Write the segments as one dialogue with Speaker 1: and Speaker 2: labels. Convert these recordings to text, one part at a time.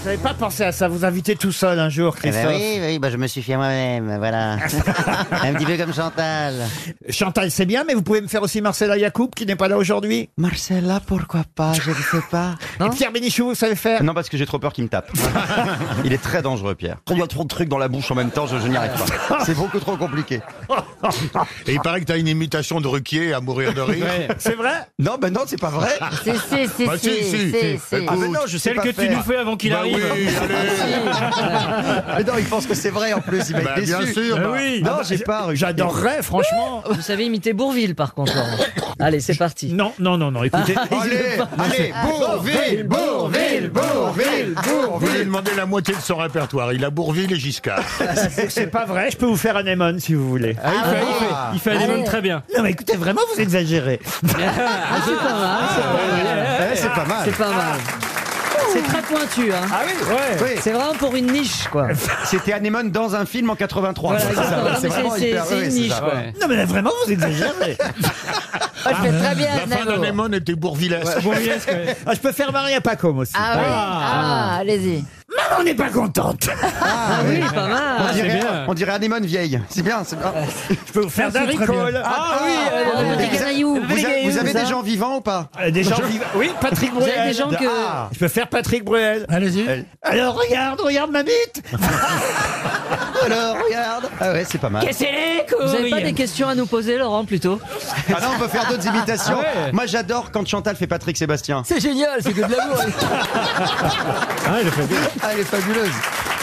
Speaker 1: Vous n'avez pas pensé à ça, vous invitez tout seul un jour,
Speaker 2: Eh ben
Speaker 1: Christophe.
Speaker 2: oui, oui, bah je me suis fier moi-même, voilà. un petit peu comme Chantal.
Speaker 1: Chantal, c'est bien, mais vous pouvez me faire aussi Marcella Yacoub, qui n'est pas là aujourd'hui.
Speaker 2: Marcella, pourquoi pas, je ne sais pas.
Speaker 1: Et Pierre Bénichou, vous savez faire
Speaker 3: Non, parce que j'ai trop peur qu'il me tape. Il est très dangereux, Pierre. Il y a trop de trucs dans la bouche en même temps, je, je n'y arrive pas. C'est beaucoup trop compliqué.
Speaker 4: Et il paraît que t'as une imitation de Ruquier à mourir de rire.
Speaker 1: C'est vrai
Speaker 3: Non, ben non, c'est pas vrai.
Speaker 5: C'est, c'est, c'est,
Speaker 4: Bah si,
Speaker 5: c'est,
Speaker 4: si,
Speaker 5: c'est,
Speaker 4: si.
Speaker 5: c'est.
Speaker 3: Ah, ben non, je sais
Speaker 6: Celle
Speaker 3: pas
Speaker 6: que tu
Speaker 3: faire.
Speaker 6: nous fais avant qu'il
Speaker 4: Bah oui,
Speaker 6: arrive.
Speaker 4: allez.
Speaker 3: Mais non, il pense que c'est vrai en plus, il va
Speaker 4: Bah,
Speaker 3: être
Speaker 4: bien
Speaker 3: déçu.
Speaker 4: sûr. bah.
Speaker 1: oui
Speaker 3: Non, j'ai pas. Ruquier.
Speaker 1: J'adorerais, franchement.
Speaker 5: Vous savez imiter Bourville, par contre. Laurent. Allez, c'est parti.
Speaker 1: Non, non, non, non, écoutez.
Speaker 3: Allez, allez, Bourville, Bourville, Bourville,
Speaker 4: Vous
Speaker 3: Bourville.
Speaker 4: lui demandez la moitié de son répertoire. Il a Bourville et Giscard.
Speaker 1: Ah, c'est pas vrai, je peux vous faire Anemone si vous voulez.
Speaker 6: Ah,
Speaker 1: Ah.
Speaker 6: Il fait- il fait- Il fait Anemone très bien.
Speaker 1: Non, mais écoutez, vraiment, vous exagérez.
Speaker 5: Ah, c'est pas mal, c'est pas mal.
Speaker 3: Eh, c'est pas mal.
Speaker 5: C'est pas mal. C'est très pointu, hein.
Speaker 3: Ah oui,
Speaker 5: Oui. C'est vraiment pour une niche, quoi.
Speaker 3: C'était Anemone dans un film en 83.
Speaker 5: Voilà,
Speaker 3: C'est ça,
Speaker 5: exactement.
Speaker 3: c'est
Speaker 5: Mais
Speaker 3: vraiment
Speaker 5: c'est-
Speaker 3: hyper-
Speaker 5: c'est
Speaker 3: oui,
Speaker 5: une
Speaker 3: c'est
Speaker 5: niche,
Speaker 3: ça.
Speaker 5: quoi.
Speaker 1: Non, mais là, vraiment, vous exagérez.
Speaker 5: Ah, je fais très bien,
Speaker 4: La fin
Speaker 5: Navo.
Speaker 4: d'Anémone était Bourvillès.
Speaker 6: Bon, yes, ouais.
Speaker 1: Ah, je peux faire Maria Pacôme aussi.
Speaker 5: Ah oui, ah, allez-y.
Speaker 1: Maman n'est pas contente.
Speaker 5: Ah oui, pas
Speaker 3: On
Speaker 5: mal.
Speaker 3: dirait,
Speaker 6: bien.
Speaker 3: on dirait Anémone vieille. C'est bien, c'est bien.
Speaker 1: Je peux vous faire Dari
Speaker 5: euh,
Speaker 1: Cole.
Speaker 3: Ah oui,
Speaker 5: le petit canaillou.
Speaker 3: Vous, avez- vous avez
Speaker 5: ça
Speaker 3: des gens vivants ou pas
Speaker 1: Ah, Des gens vivants. Oui, Patrick
Speaker 5: Vous avez
Speaker 1: Bruel.
Speaker 5: des gens que.
Speaker 3: Ah.
Speaker 1: Je peux faire Patrick Bruel. Euh,
Speaker 4: Allez-y.
Speaker 1: Alors regarde, regarde ma bite.
Speaker 3: Alors, regarde. Ah ouais, c'est pas mal.
Speaker 5: Vous avez pas des questions à nous poser, Laurent, plutôt
Speaker 3: Ah non, on peut faire d'autres imitations. Moi, j'adore quand Chantal fait Patrick Sébastien.
Speaker 5: C'est génial, c'est que de l'amour.
Speaker 3: Ah, elle est fabuleuse.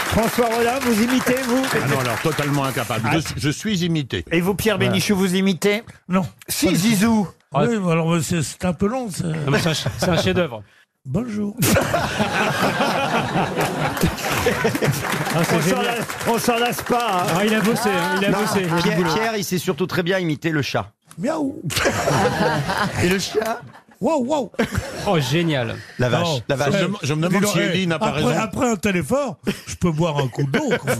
Speaker 1: François Rollin, vous imitez vous
Speaker 4: Ah non, alors totalement incapable. Je, je suis imité.
Speaker 1: Et vous, Pierre Bénichou, vous imitez
Speaker 7: Non.
Speaker 1: Si Zizou.
Speaker 7: Oui, mais alors c'est- c'est un peu long. ça.
Speaker 6: Non, mais C'est un ch- c'est un chef-d'œuvre.
Speaker 7: Bonjour.
Speaker 6: Ah, c'est
Speaker 1: On s'en
Speaker 6: génial.
Speaker 1: lasse- On s'en lasse pas. hein.
Speaker 6: Ah, il a bossé, hein, il a bossé. il y a du
Speaker 3: Pierre,
Speaker 6: boulot.
Speaker 3: Pierre, il sait surtout très bien imiter le chat.
Speaker 7: Miaou.
Speaker 3: Et le chat
Speaker 7: Wow, wow.
Speaker 6: Oh, génial.
Speaker 3: La vache,
Speaker 7: Non.
Speaker 3: la vache.
Speaker 4: Je, me- je me demande
Speaker 7: Dis donc,
Speaker 4: si
Speaker 7: eh,
Speaker 4: Ellie n'a pas
Speaker 7: après,
Speaker 4: raison.
Speaker 7: Après un tel effort, je peux boire un coup d'eau. quoi.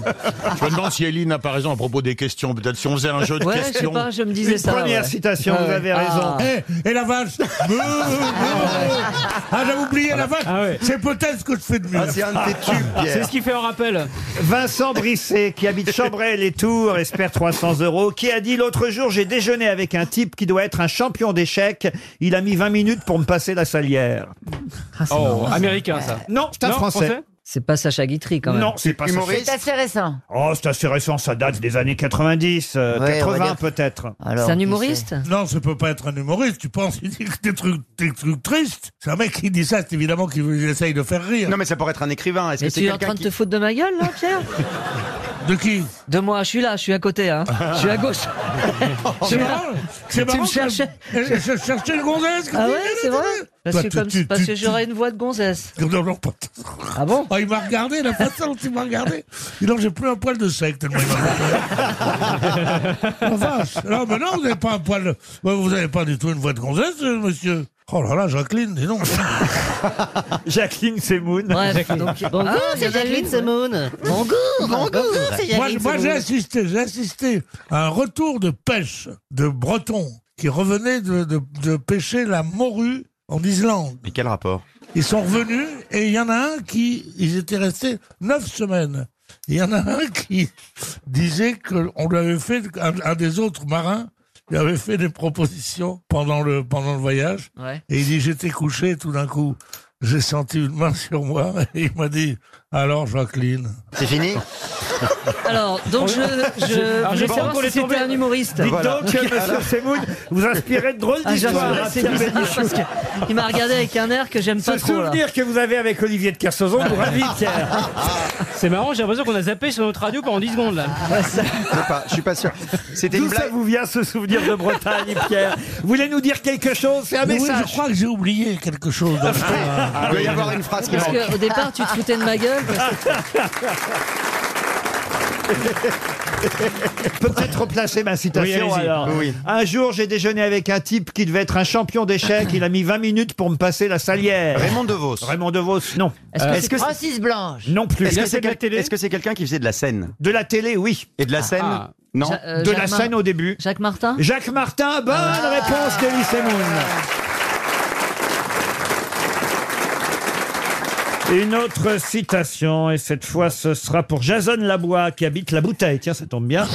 Speaker 4: Je me demande si Ellie n'a pas raison à propos des questions. Peut-être si on faisait un jeu de
Speaker 5: Ouais, je sais
Speaker 4: questions.
Speaker 5: pas, je me disais
Speaker 1: Une
Speaker 5: ça.
Speaker 1: première
Speaker 5: ouais.
Speaker 1: citation,
Speaker 5: Ah
Speaker 1: vous
Speaker 5: ouais.
Speaker 1: avez raison.
Speaker 5: Ah.
Speaker 7: Eh, et la vache. Meuh, meuh. Ah, j'avais oublié la vache.
Speaker 6: Ah ouais.
Speaker 7: C'est peut-être ce que je fais de mieux.
Speaker 3: Ah, c'est un de tes tubes,
Speaker 6: C'est
Speaker 3: Pierre.
Speaker 6: ce qu'il fait en rappel.
Speaker 1: Vincent Brisset, qui habite Chambray-les-Tours, espère 300 euros, qui a dit l'autre jour j'ai déjeuné avec un type qui doit être un champion d'échecs. Il a mis 20 minutes pour me passer la salière.
Speaker 5: Ah,
Speaker 6: Oh, américain, ça.
Speaker 1: Non, c'est un
Speaker 6: Non,
Speaker 1: français.
Speaker 5: C'est pas Sacha Guitry, quand même.
Speaker 1: Non, c'est pas ça.
Speaker 3: Humoriste.
Speaker 8: C'est récent.
Speaker 1: Oh, c'est assez récent, ça date des années 90, euh,
Speaker 2: Ouais, on va
Speaker 1: 80
Speaker 2: dire.
Speaker 1: peut-être.
Speaker 2: Alors,
Speaker 5: C'est un
Speaker 2: qui
Speaker 5: humoriste
Speaker 7: Non, ça peut pas être un humoriste. Tu penses, il dit que des trucs, des trucs tristes. C'est un mec qui dit ça, c'est évidemment qu'il essaye de faire rire.
Speaker 3: Non, mais ça pourrait être un écrivain. Est-ce que
Speaker 5: Mais
Speaker 3: c'est
Speaker 5: tu es en
Speaker 3: quelqu'un
Speaker 5: train de
Speaker 3: qui...
Speaker 5: te foutre de ma gueule, là, Pierre
Speaker 7: De qui
Speaker 5: De moi, je suis là, je suis à côté, hein. Je suis à gauche. Je suis
Speaker 7: C'est
Speaker 5: là.
Speaker 7: marrant. C'est
Speaker 5: Tu
Speaker 7: marrant.
Speaker 5: me
Speaker 7: que-
Speaker 5: cherchais.
Speaker 7: Je je cherchais le gonzesse.
Speaker 5: Ah ouais, c'est vrai Parce
Speaker 7: Toi,
Speaker 5: que,
Speaker 7: tu-
Speaker 5: comme-
Speaker 7: tu-
Speaker 5: parce
Speaker 7: tu-
Speaker 5: que
Speaker 7: tu-
Speaker 5: j'aurais une voix de gonzesse.
Speaker 7: Non, non, pas-
Speaker 5: Ah bon
Speaker 7: Oh, il m'a regardé, la façon dont il m'a regardé. Et non, j'ai plus un poil de sec tellement il m'a regardé. La vache. Non, mais non, vous n'avez pas un poil. de- Ouais, Vous n'avez pas du tout une voix de gonzesse, euh, monsieur. Oh là là, Jacqueline, dis donc.
Speaker 1: Jacqueline Semoun.
Speaker 5: Bref,
Speaker 7: Ah,
Speaker 5: donc. Bonjour, c'est Ah, Jacqueline Semoun. Bonjour, bonjour, c'est
Speaker 7: Moi,
Speaker 5: Jacqueline
Speaker 7: je- moi, j'ai
Speaker 5: Semoun.
Speaker 7: assisté, j'ai assisté à un retour de pêche de Bretons qui revenaient de, de- de pêcher la morue en Islande.
Speaker 3: Mais quel rapport
Speaker 7: Ils sont revenus et il y en a un qui, ils étaient restés neuf semaines. Il y en a un qui disait qu'on lui avait fait, un, un des autres marins, lui avait fait des propositions pendant le, pendant le voyage.
Speaker 5: Ouais.
Speaker 7: Et il dit, j'étais couché et tout d'un coup. J'ai senti une main sur moi et il m'a dit, alors Jacqueline.
Speaker 2: C'est fini
Speaker 5: Alors, donc, Ah, je. Je
Speaker 6: Alors, je
Speaker 5: voulais
Speaker 6: pense
Speaker 5: savoir
Speaker 6: qu'on
Speaker 5: si
Speaker 6: est tombé-
Speaker 5: c'était un humoriste.
Speaker 1: Dites donc, euh, monsieur Semoun, vous inspirez de drôles
Speaker 5: Ah,
Speaker 1: d'histoires.
Speaker 5: j'avoue,
Speaker 1: hein,
Speaker 5: c'est
Speaker 1: Pierre
Speaker 5: bizarre,
Speaker 1: Bénichou.
Speaker 5: parce que il m'a regardé avec un air que j'aime
Speaker 1: Ce
Speaker 5: pas trop, là.
Speaker 1: souvenir que vous avez avec Olivier de Kersauzon vous
Speaker 5: Ah,
Speaker 1: ravit, Pierre.
Speaker 6: C'est marrant, j'ai l'impression qu'on a zappé sur notre radio pendant 10 secondes, là.
Speaker 5: Ah,
Speaker 3: Je sais pas, je suis pas sûr. C'était une
Speaker 1: D'où ça
Speaker 3: blague.
Speaker 1: vous vient ce souvenir de Bretagne, Pierre Vous voulez nous dire quelque chose C'est un
Speaker 7: Mais oui, je
Speaker 1: message.
Speaker 7: crois que j'ai oublié quelque chose. dans le-
Speaker 1: Ah,
Speaker 3: Il doit y avoir une phrase qui
Speaker 5: euh, Parce
Speaker 3: manque.
Speaker 5: qu'au départ, tu te foutais de ma gueule.
Speaker 1: Je peux peut-être replacer ma citation
Speaker 6: Oui, allez-y.
Speaker 1: alors.
Speaker 3: Oui.
Speaker 1: Un jour, j'ai déjeuné avec un type qui devait être un champion d'échecs. Il a mis 20 minutes pour me passer la salière.
Speaker 3: Raymond DeVos.
Speaker 1: Raymond DeVos, non.
Speaker 5: Est-ce que
Speaker 8: Francis Blanche.
Speaker 1: Non plus.
Speaker 3: Est-ce
Speaker 6: Il a
Speaker 3: que c'est
Speaker 6: fait de la
Speaker 3: quel-
Speaker 6: télé
Speaker 3: est-ce que c'est quelqu'un qui faisait de la scène
Speaker 1: De la télé, oui.
Speaker 3: Et de la scène
Speaker 6: ah.
Speaker 3: Non.
Speaker 5: Ja- euh,
Speaker 1: De la
Speaker 5: Jacques
Speaker 1: scène
Speaker 5: Mar-
Speaker 1: au début.
Speaker 5: Jacques Martin
Speaker 1: Jacques Martin, bonne réponse d'Elie Semoun. Une autre citation, et cette fois ce sera pour Jason Labois qui habite la bouteille. Tiens, ça tombe bien.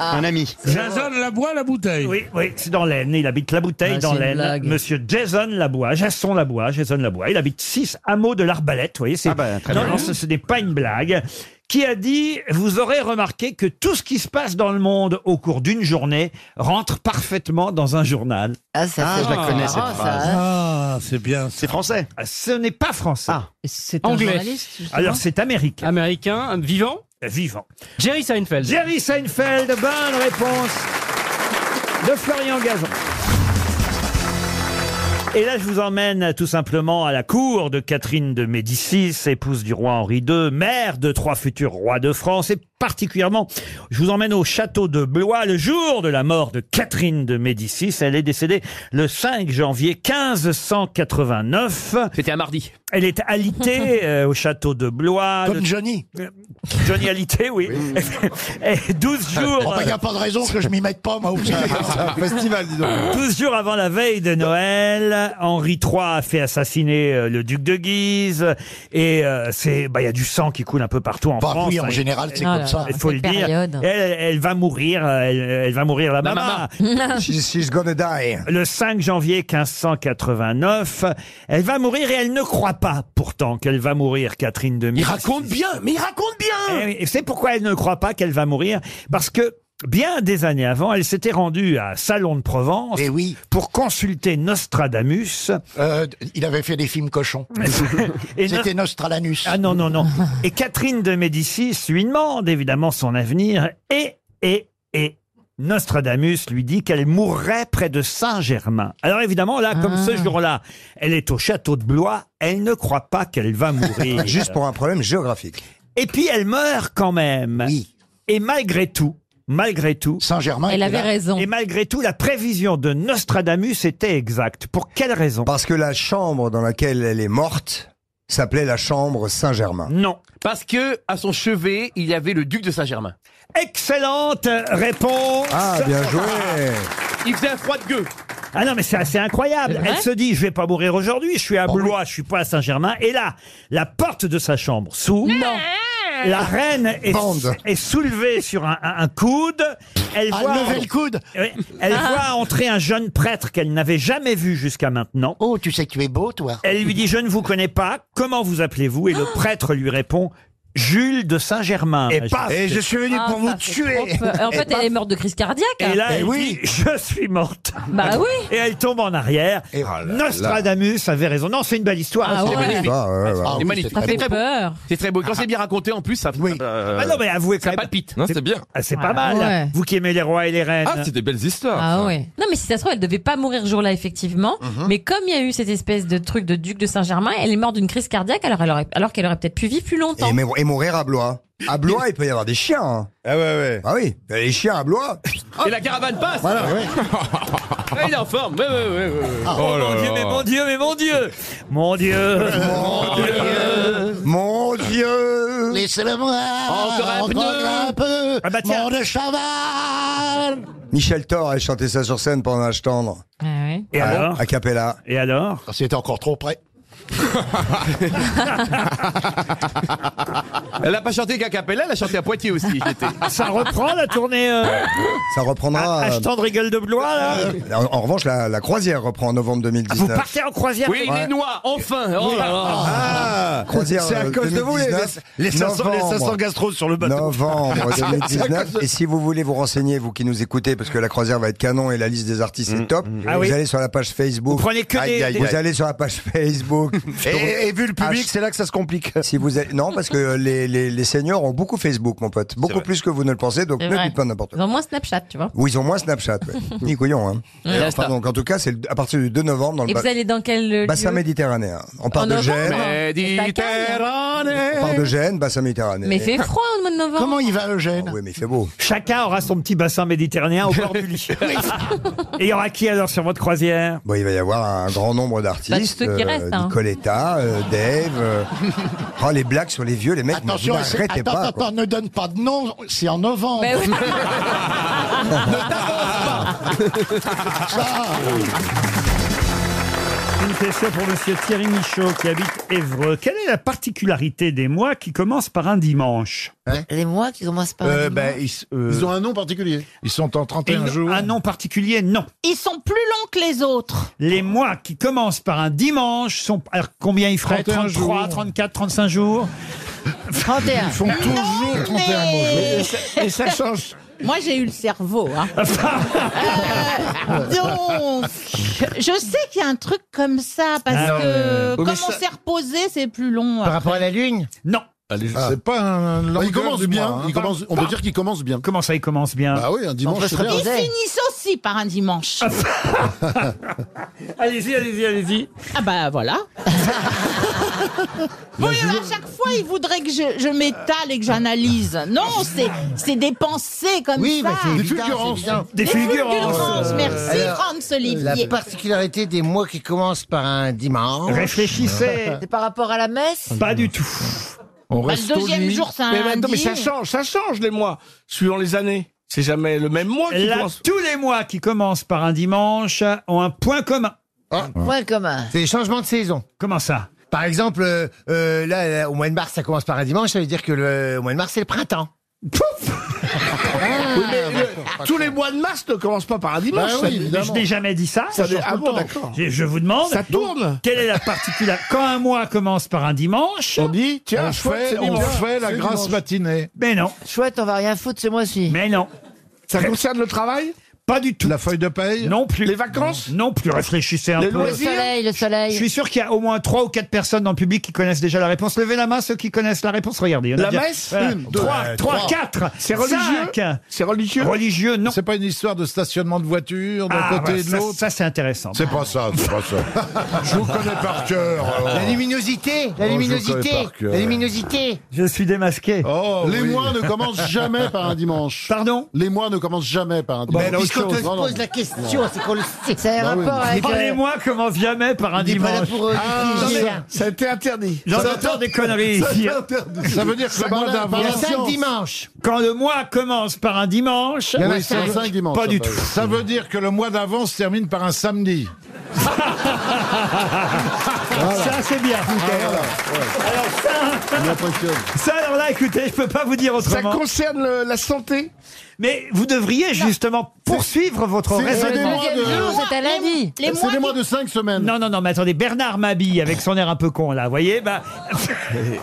Speaker 9: Un ami.
Speaker 7: Jason la boit la bouteille.
Speaker 1: Oui, oui, c'est dans l'Aisne. Il habite la bouteille
Speaker 8: Ah,
Speaker 1: dans
Speaker 8: c'est une
Speaker 1: l'Aisne.
Speaker 8: blague.
Speaker 1: Monsieur Jason Labois, Jason Labois, Jason Labois. Il habite 6 hameaux de l'Arbalète. Vous voyez, c'est.
Speaker 9: Ah bah, très
Speaker 1: non,
Speaker 9: bien.
Speaker 1: non, ce, ce n'est pas une blague. Qui a dit Vous aurez remarqué que tout ce qui se passe dans le monde au cours d'une journée rentre parfaitement dans un journal.
Speaker 8: Ah, ça,
Speaker 9: Ah,
Speaker 8: c'est
Speaker 9: je la
Speaker 8: marrant,
Speaker 9: connais, cette
Speaker 8: ça.
Speaker 9: phrase.
Speaker 7: Ah, c'est bien.
Speaker 9: C'est français.
Speaker 1: Ah, Ce n'est pas français.
Speaker 9: Ah.
Speaker 8: C'est un
Speaker 4: Anglais.
Speaker 8: journaliste, justement.
Speaker 1: Alors Ah, c'est américain, Euh,
Speaker 4: Américain, vivant.
Speaker 1: vivant.
Speaker 4: Jerry Seinfeld.
Speaker 1: Jerry Seinfeld, bonne réponse de Florian Gazon. Et là, je vous emmène tout simplement à la cour de Catherine de Médicis, épouse du roi Henri II, mère de trois futurs rois de France, et particulièrement, je vous emmène au château de Blois le jour de la mort de Catherine de Médicis. Elle est décédée le 5 janvier 1589.
Speaker 4: C'était un mardi.
Speaker 1: Elle est alitée euh, au château de Blois.
Speaker 7: Comme
Speaker 1: le- Euh,
Speaker 7: Johnny.
Speaker 1: Johnny alité, oui. Et 12
Speaker 7: Il
Speaker 1: jours,
Speaker 7: n'y Ah, bah, a pas de raison que je m'y mette pas, moi aussi.
Speaker 10: C'est un festival, dis donc.
Speaker 1: 12 jours avant la veille de Noël, Henri III a fait assassiner euh, le duc de Guise. Et euh, c'est, bah, il y a du sang qui coule un peu partout en
Speaker 7: Bah
Speaker 1: France.
Speaker 7: oui, en
Speaker 1: hein.
Speaker 7: général, c'est
Speaker 8: Ah
Speaker 7: comme
Speaker 8: là
Speaker 7: ça.
Speaker 1: Il faut le
Speaker 8: Cette
Speaker 1: dire.
Speaker 8: période.
Speaker 1: Elle, elle va mourir. euh, Elle, elle va mourir la
Speaker 4: La
Speaker 1: maman.
Speaker 4: maman.
Speaker 10: She's, she's gonna die.
Speaker 1: Le 5 janvier 1589, elle va mourir et elle ne croit pas pourtant qu'elle va mourir, Catherine de Médicis.
Speaker 7: bien, mais il raconte bien
Speaker 1: Eh oui, Et c'est pourquoi elle ne croit pas qu'elle va mourir, parce que bien des années avant, elle s'était rendue à Salon de Provence
Speaker 7: Eh oui,
Speaker 1: pour consulter Nostradamus.
Speaker 7: euh, il avait fait des films cochons.
Speaker 1: Et Nos-
Speaker 7: C'était Nostralanus.
Speaker 1: Ah non, non, non. Et Catherine de Médicis lui demande évidemment son avenir et, et, et. Nostradamus lui dit qu'elle mourrait près de Saint-Germain. Alors évidemment, là, comme ce jour-là, elle est au château de Blois, elle ne croit pas qu'elle va mourir.
Speaker 10: Juste pour un problème géographique.
Speaker 1: Et puis elle meurt quand même.
Speaker 7: Oui.
Speaker 1: Et malgré tout, malgré tout,
Speaker 7: Saint-Germain.
Speaker 11: Elle avait
Speaker 7: était là.
Speaker 11: raison.
Speaker 1: Et malgré tout, la prévision de Nostradamus était exacte. Pour quelle raison
Speaker 10: Parce que la chambre dans laquelle elle est morte s'appelait la chambre Saint-Germain.
Speaker 1: Non.
Speaker 6: Parce que à son chevet, il y avait le duc de Saint-Germain.
Speaker 1: Excellente réponse.
Speaker 10: Ah, bien joué
Speaker 6: Il faisait un froid de gueux.
Speaker 1: Ah non, mais c'est assez incroyable. Elle se dit, je vais pas mourir aujourd'hui. Je suis à Blois, je suis pas à Saint-Germain. Et là, la porte de sa chambre s'ouvre. La reine est,
Speaker 10: Bande.
Speaker 1: est soulevée sur un, un- un coude. Elle
Speaker 7: Ah,
Speaker 1: voit,
Speaker 7: levez le coude
Speaker 1: Oui, elle
Speaker 11: Ah.
Speaker 1: voit entrer un jeune prêtre qu'elle n'avait jamais vu jusqu'à maintenant.
Speaker 7: Oh, tu sais que tu es beau, toi.
Speaker 1: Elle lui dit Je ne vous connais pas, comment vous appelez-vous Et le
Speaker 11: Ah.
Speaker 1: prêtre lui répond Jules de Saint-Germain.
Speaker 10: Et
Speaker 1: ma
Speaker 10: paf
Speaker 1: chère.
Speaker 10: Et je suis venu
Speaker 11: Ah,
Speaker 10: pour vous
Speaker 11: ça, c'est
Speaker 10: tuer
Speaker 11: trop peur. En fait, elle est morte de crise cardiaque.
Speaker 1: Et là,
Speaker 10: Eh
Speaker 1: elle
Speaker 10: oui.
Speaker 1: dit Je suis morte.
Speaker 11: Bah oui.
Speaker 1: Et elle tombe en arrière.
Speaker 10: Et- Ah là là.
Speaker 1: Nostradamus avait raison. Non, c'est une belle histoire.
Speaker 11: Ah
Speaker 1: C'est-
Speaker 11: ouais.
Speaker 6: magnifique.
Speaker 10: Ah, ouais, ouais.
Speaker 7: Ah,
Speaker 6: C'est
Speaker 7: oui,
Speaker 6: magnifique.
Speaker 7: c'est
Speaker 11: Ça fait
Speaker 6: très beau.
Speaker 11: peur.
Speaker 6: C'est très beau. Quand c'est bien raconté, en plus, ça,
Speaker 7: Oui.
Speaker 6: euh,
Speaker 1: Ah non, mais avouez quand
Speaker 6: ça
Speaker 1: même.
Speaker 6: palpite.
Speaker 12: Non, c'était bien.
Speaker 1: Ah, C'est pas
Speaker 11: Ah,
Speaker 1: mal,
Speaker 11: ouais.
Speaker 1: vous qui aimez les rois et les reines.
Speaker 12: Ah, c'est des belles histoires.
Speaker 11: Ah
Speaker 12: ça.
Speaker 11: ouais. Non, mais si ça se trouve, elle devait pas mourir ce jour-là, effectivement. Mais comme il y a eu cette espèce de truc de duc de Saint-Germain, elle est morte d'une crise cardiaque alors, elle aurait, alors qu'elle aurait peut-être pu vivre plus longtemps.
Speaker 10: Et, mais- et mourir à Blois. À Blois, il peut y avoir des chiens. hein.
Speaker 12: Ah ouais, ouais.
Speaker 10: Ah oui, il y a des chiens à Blois.
Speaker 6: Et la caravane passe. Ah, il est en forme. Ouais, ouais, ouais, ouais, ouais.
Speaker 12: Oh
Speaker 1: Mon
Speaker 12: là
Speaker 1: Dieu,
Speaker 12: là.
Speaker 1: mais mon Dieu, mais mon Dieu Mon Dieu
Speaker 10: Mon
Speaker 1: Euh.
Speaker 10: Dieu
Speaker 7: Laissez-le moi
Speaker 6: Encore un pneu.
Speaker 7: un peu
Speaker 1: Ah bah tiens.
Speaker 7: Mon de chaval
Speaker 10: Michel Thor a chanté ça sur scène pendant Âge tendre.
Speaker 11: Ah ouais.
Speaker 1: Et alors
Speaker 10: A cappella.
Speaker 1: Et alors
Speaker 7: C'était encore trop près.
Speaker 6: Elle a pas chanté qu'à Capella, elle a chanté à Poitiers aussi. j'étais.
Speaker 1: Ah, Ça reprend la tournée euh,
Speaker 10: Ça reprendra. euh,
Speaker 1: Achetandre rigole de Blois, là Ah,
Speaker 10: en, en revanche, la, la croisière reprend en novembre
Speaker 1: Vous
Speaker 10: 2019.
Speaker 1: partez en croisière
Speaker 6: Oui, les noix, enfin. Oh là là.
Speaker 10: Ah, croisière,
Speaker 12: C'est à
Speaker 10: euh,
Speaker 12: cause de vous, les,
Speaker 10: 2019,
Speaker 12: les 500, les
Speaker 10: novembre.
Speaker 12: 500 gastros sur le
Speaker 5: Bah,
Speaker 12: bateau.
Speaker 10: Novembre
Speaker 12: C'est à
Speaker 10: 2019.
Speaker 12: cause de-
Speaker 10: Et si vous voulez vous renseigner, vous qui nous écoutez, parce que la croisière va être canon et la liste des artistes est top,
Speaker 1: Ah
Speaker 10: vous
Speaker 1: oui.
Speaker 10: allez sur la page Facebook.
Speaker 1: Vous prenez que
Speaker 10: Aïe,
Speaker 1: des-
Speaker 10: aïe,
Speaker 1: des-
Speaker 10: Vous allez sur la page Facebook.
Speaker 12: Et, et vu le public,
Speaker 10: Ah,
Speaker 12: c'est là que ça se complique.
Speaker 10: si vous êtes- Non, parce que les, les, les seniors ont beaucoup Facebook, mon pote. Beaucoup
Speaker 12: vrai.
Speaker 10: plus que vous ne le pensez, donc
Speaker 11: C'est
Speaker 10: ne
Speaker 11: vrai.
Speaker 10: dites pas n'importe quoi.
Speaker 11: Vraiment moins Snapchat, tu vois.
Speaker 10: Ou ils ont moins Snapchat, ouais. Ni couillon, hein. Et
Speaker 6: Insta.
Speaker 10: enfin, donc, en tout cas, c'est le- à partir du 2 novembre dans
Speaker 11: Et
Speaker 10: le
Speaker 11: vous
Speaker 10: ba-
Speaker 11: allez dans quel euh,
Speaker 10: bassin
Speaker 11: lieu
Speaker 10: méditerranéen. On part
Speaker 11: En
Speaker 10: de
Speaker 11: novembre hein.
Speaker 10: Gênes.
Speaker 6: Méditerranée.
Speaker 10: Part de Gênes, bassin méditerranéen.
Speaker 11: Mais il fait froid au mois de novembre.
Speaker 7: Ah, Comment il va,
Speaker 10: Ah
Speaker 7: Eugène
Speaker 10: Oui, mais il fait beau.
Speaker 1: Chacun aura son petit bassin méditerranéen au bord du lit. Et il y aura qui alors sur votre croisière
Speaker 10: Bon, il va y avoir un grand nombre d'artistes. euh,
Speaker 11: Pas tous Bah, ceux qui restent, hein.
Speaker 10: Nicoletta, euh, Dave. euh, Oh, les blagues sur les vieux, les mecs,
Speaker 7: Attention,
Speaker 10: vous
Speaker 7: c'est-
Speaker 10: n'arrêtez
Speaker 7: attends,
Speaker 10: pas.
Speaker 7: attends,
Speaker 10: quoi.
Speaker 7: ne donne pas de nom, c'est en novembre.
Speaker 13: Ben
Speaker 11: Bah oui.
Speaker 7: Ça,
Speaker 1: Une question pour Monsieur Thierry Michaud qui habite Évreux. Quelle est la particularité des mois qui commencent par un dimanche
Speaker 5: Hein
Speaker 8: Les mois qui commencent par.
Speaker 1: Euh,
Speaker 8: un
Speaker 1: ben,
Speaker 8: dimanche.
Speaker 1: ils- euh, Ils ont un nom particulier
Speaker 5: Ils sont en 31
Speaker 1: Et non-
Speaker 5: jours.
Speaker 1: Un nom particulier, non.
Speaker 13: Ils sont plus longs que les autres.
Speaker 1: Les mois qui commencent par un dimanche sont... Alors combien ils feraient
Speaker 5: 31
Speaker 1: 33,
Speaker 5: jours.
Speaker 1: 34, 35 jours
Speaker 13: 31.
Speaker 5: Ils font
Speaker 13: Non,
Speaker 5: toujours 31 mots.
Speaker 13: mais-
Speaker 5: Et ça- et ça change.
Speaker 13: Moi, j'ai eu le cerveau. hein. Euh, donc, je sais qu'il y a un truc comme ça, parce
Speaker 5: Ah,
Speaker 13: que
Speaker 5: ouais.
Speaker 13: comme
Speaker 5: Mais
Speaker 13: on
Speaker 5: ça-
Speaker 13: s'est reposé, c'est plus long. après.
Speaker 5: à la Lune
Speaker 1: Non.
Speaker 12: Ah.
Speaker 5: C'est pas
Speaker 7: Ah,
Speaker 5: un.
Speaker 4: Bah,
Speaker 5: longueur
Speaker 4: il commence
Speaker 5: du
Speaker 4: bien.
Speaker 5: mois, hein.
Speaker 4: il commence, on peut dire qu'il commence bien.
Speaker 1: Comment ça, il commence bien
Speaker 4: Bah oui, un
Speaker 13: On
Speaker 4: dimanche,
Speaker 13: peut
Speaker 4: c'est
Speaker 13: se
Speaker 4: bien.
Speaker 13: Ils finissent aussi par un dimanche.
Speaker 1: allez-y, allez-y, allez-y.
Speaker 13: Ah bah voilà. Bon, alors, à chaque fois, ils voudraient que je, je m'étale et que j'analyse. Non, c'est c'est des pensées comme
Speaker 7: Oui,
Speaker 13: ça.
Speaker 7: mais c'est Des évident, fulgurances. c'est bien.
Speaker 13: Des
Speaker 7: Des
Speaker 13: fulgurances.
Speaker 7: fulgurances. Euh,
Speaker 13: Merci,
Speaker 7: alors,
Speaker 13: Franz
Speaker 7: La
Speaker 13: Olivier.
Speaker 7: particularité des mois qui commencent par un dimanche.
Speaker 5: Ah.
Speaker 1: Réfléchissez.
Speaker 8: C'est par rapport à la messe
Speaker 1: Pas du tout.
Speaker 5: On
Speaker 13: Bah, le
Speaker 5: au
Speaker 13: deuxième
Speaker 5: lit.
Speaker 13: jour, c'est un
Speaker 5: Mais bah, non, mais
Speaker 13: lundi.
Speaker 5: ça change, ça change les mois, suivant les années. C'est jamais le même mois qui
Speaker 1: Là,
Speaker 5: commence.
Speaker 1: tous les mois qui commencent par un dimanche ont un point commun.
Speaker 8: Point commun.
Speaker 7: Ah. C'est les changements de saison.
Speaker 1: Comment ça
Speaker 7: Par exemple, euh, euh, là, là, au mois de mars, ça commence par un dimanche, ça veut dire que le au mois de mars, c'est le printemps.
Speaker 5: Oui, mais le-
Speaker 7: Ah.
Speaker 5: tous les mois de mars ne commencent pas par un dimanche.
Speaker 7: Bah oui,
Speaker 5: ça-
Speaker 7: évidemment.
Speaker 1: Je n'ai jamais dit ça.
Speaker 5: Ça
Speaker 1: Je-
Speaker 5: dé- ah bon, d'accord.
Speaker 1: je, je vous demande.
Speaker 5: Ça tourne.
Speaker 1: Quelle est la particularité Quand un mois commence par un dimanche. On dit,
Speaker 5: tiens, On chouette, fait- c'est on dimanche. fait la C'est grasse dimanche.
Speaker 1: matinée. Mais non.
Speaker 8: Chouette, on va rien foutre ce mois-ci.
Speaker 1: Mais non.
Speaker 5: Ça concerne le travail
Speaker 1: Pas du tout.
Speaker 5: La feuille de paye
Speaker 1: Non plus.
Speaker 5: Les vacances
Speaker 1: Non, plus. Réfléchissez un
Speaker 5: Les
Speaker 1: peu.
Speaker 8: Le soleil, le soleil.
Speaker 1: Je suis sûr qu'il y a au moins trois ou quatre personnes dans le public qui connaissent déjà la réponse. Levez la main ceux qui connaissent la réponse. Regardez. il y en a
Speaker 5: La
Speaker 1: déjà-
Speaker 5: messe
Speaker 1: Voilà.
Speaker 5: Une, deux,
Speaker 1: Trois,
Speaker 5: euh,
Speaker 1: trois,
Speaker 5: trois.
Speaker 1: quatre.
Speaker 5: C'est religieux
Speaker 1: cinq.
Speaker 5: C'est religieux
Speaker 1: Religieux, non.
Speaker 5: C'est pas une histoire de stationnement de voiture
Speaker 1: Ah, voilà, ça- ça, c'est intéressant.
Speaker 4: C'est pas ça, c'est pas ça. Je vous connais par cœur. alors.
Speaker 1: Ah.
Speaker 7: La luminosité, la
Speaker 4: Oh, je
Speaker 7: luminosité,
Speaker 4: connais par cœur.
Speaker 7: la luminosité.
Speaker 1: Je suis démasqué.
Speaker 4: Les mois ne commencent jamais par un dimanche.
Speaker 1: Pardon
Speaker 4: Les mois ne commencent jamais
Speaker 8: Ah,
Speaker 4: par
Speaker 8: Bah,
Speaker 4: un dimanche.
Speaker 7: Mais puisqu'on te
Speaker 4: Non, non.
Speaker 7: pose la question, c'est qu'on le sait.
Speaker 8: Ça a un
Speaker 4: Bah oui.
Speaker 8: rapport avec. euh,
Speaker 1: Parlez-moi comment jamais par un
Speaker 7: Il est pas là
Speaker 1: dimanche. Ah,
Speaker 7: pour, euh, juger.
Speaker 5: Ça a été interdit.
Speaker 1: J'en entends des conneries ici.
Speaker 5: Ça veut dire que
Speaker 4: Ça
Speaker 5: le mois
Speaker 4: balade
Speaker 5: d'avant.
Speaker 4: par
Speaker 7: Il y a
Speaker 4: la
Speaker 7: cinq
Speaker 4: science.
Speaker 7: dimanches.
Speaker 1: Quand le mois commence par un dimanche,
Speaker 7: Il y en a
Speaker 4: Oui, c'est
Speaker 7: cinq.
Speaker 4: un cinq dimanches,
Speaker 1: pas du
Speaker 4: ça
Speaker 1: tout.
Speaker 4: passe.
Speaker 5: Ça veut dire que le mois d'avant se termine par un samedi.
Speaker 1: Ça, c'est bien. Alors ça,
Speaker 4: On impressionne.
Speaker 1: ça, alors là, écoutez, je peux pas vous dire
Speaker 5: Ça
Speaker 1: autrement.
Speaker 5: concerne le- la santé
Speaker 1: Mais vous devriez justement poursuivre votre
Speaker 4: C'est- c'est des
Speaker 1: raisonnement.
Speaker 4: mois de-
Speaker 14: Deuxième jour, c'est à lundi.
Speaker 13: Les
Speaker 4: C'est
Speaker 13: mois
Speaker 4: des mois de 5 semaines.
Speaker 1: Non, non, non, mais attendez, Bernard Mabille, avec son air un peu con, là, vous voyez, bah,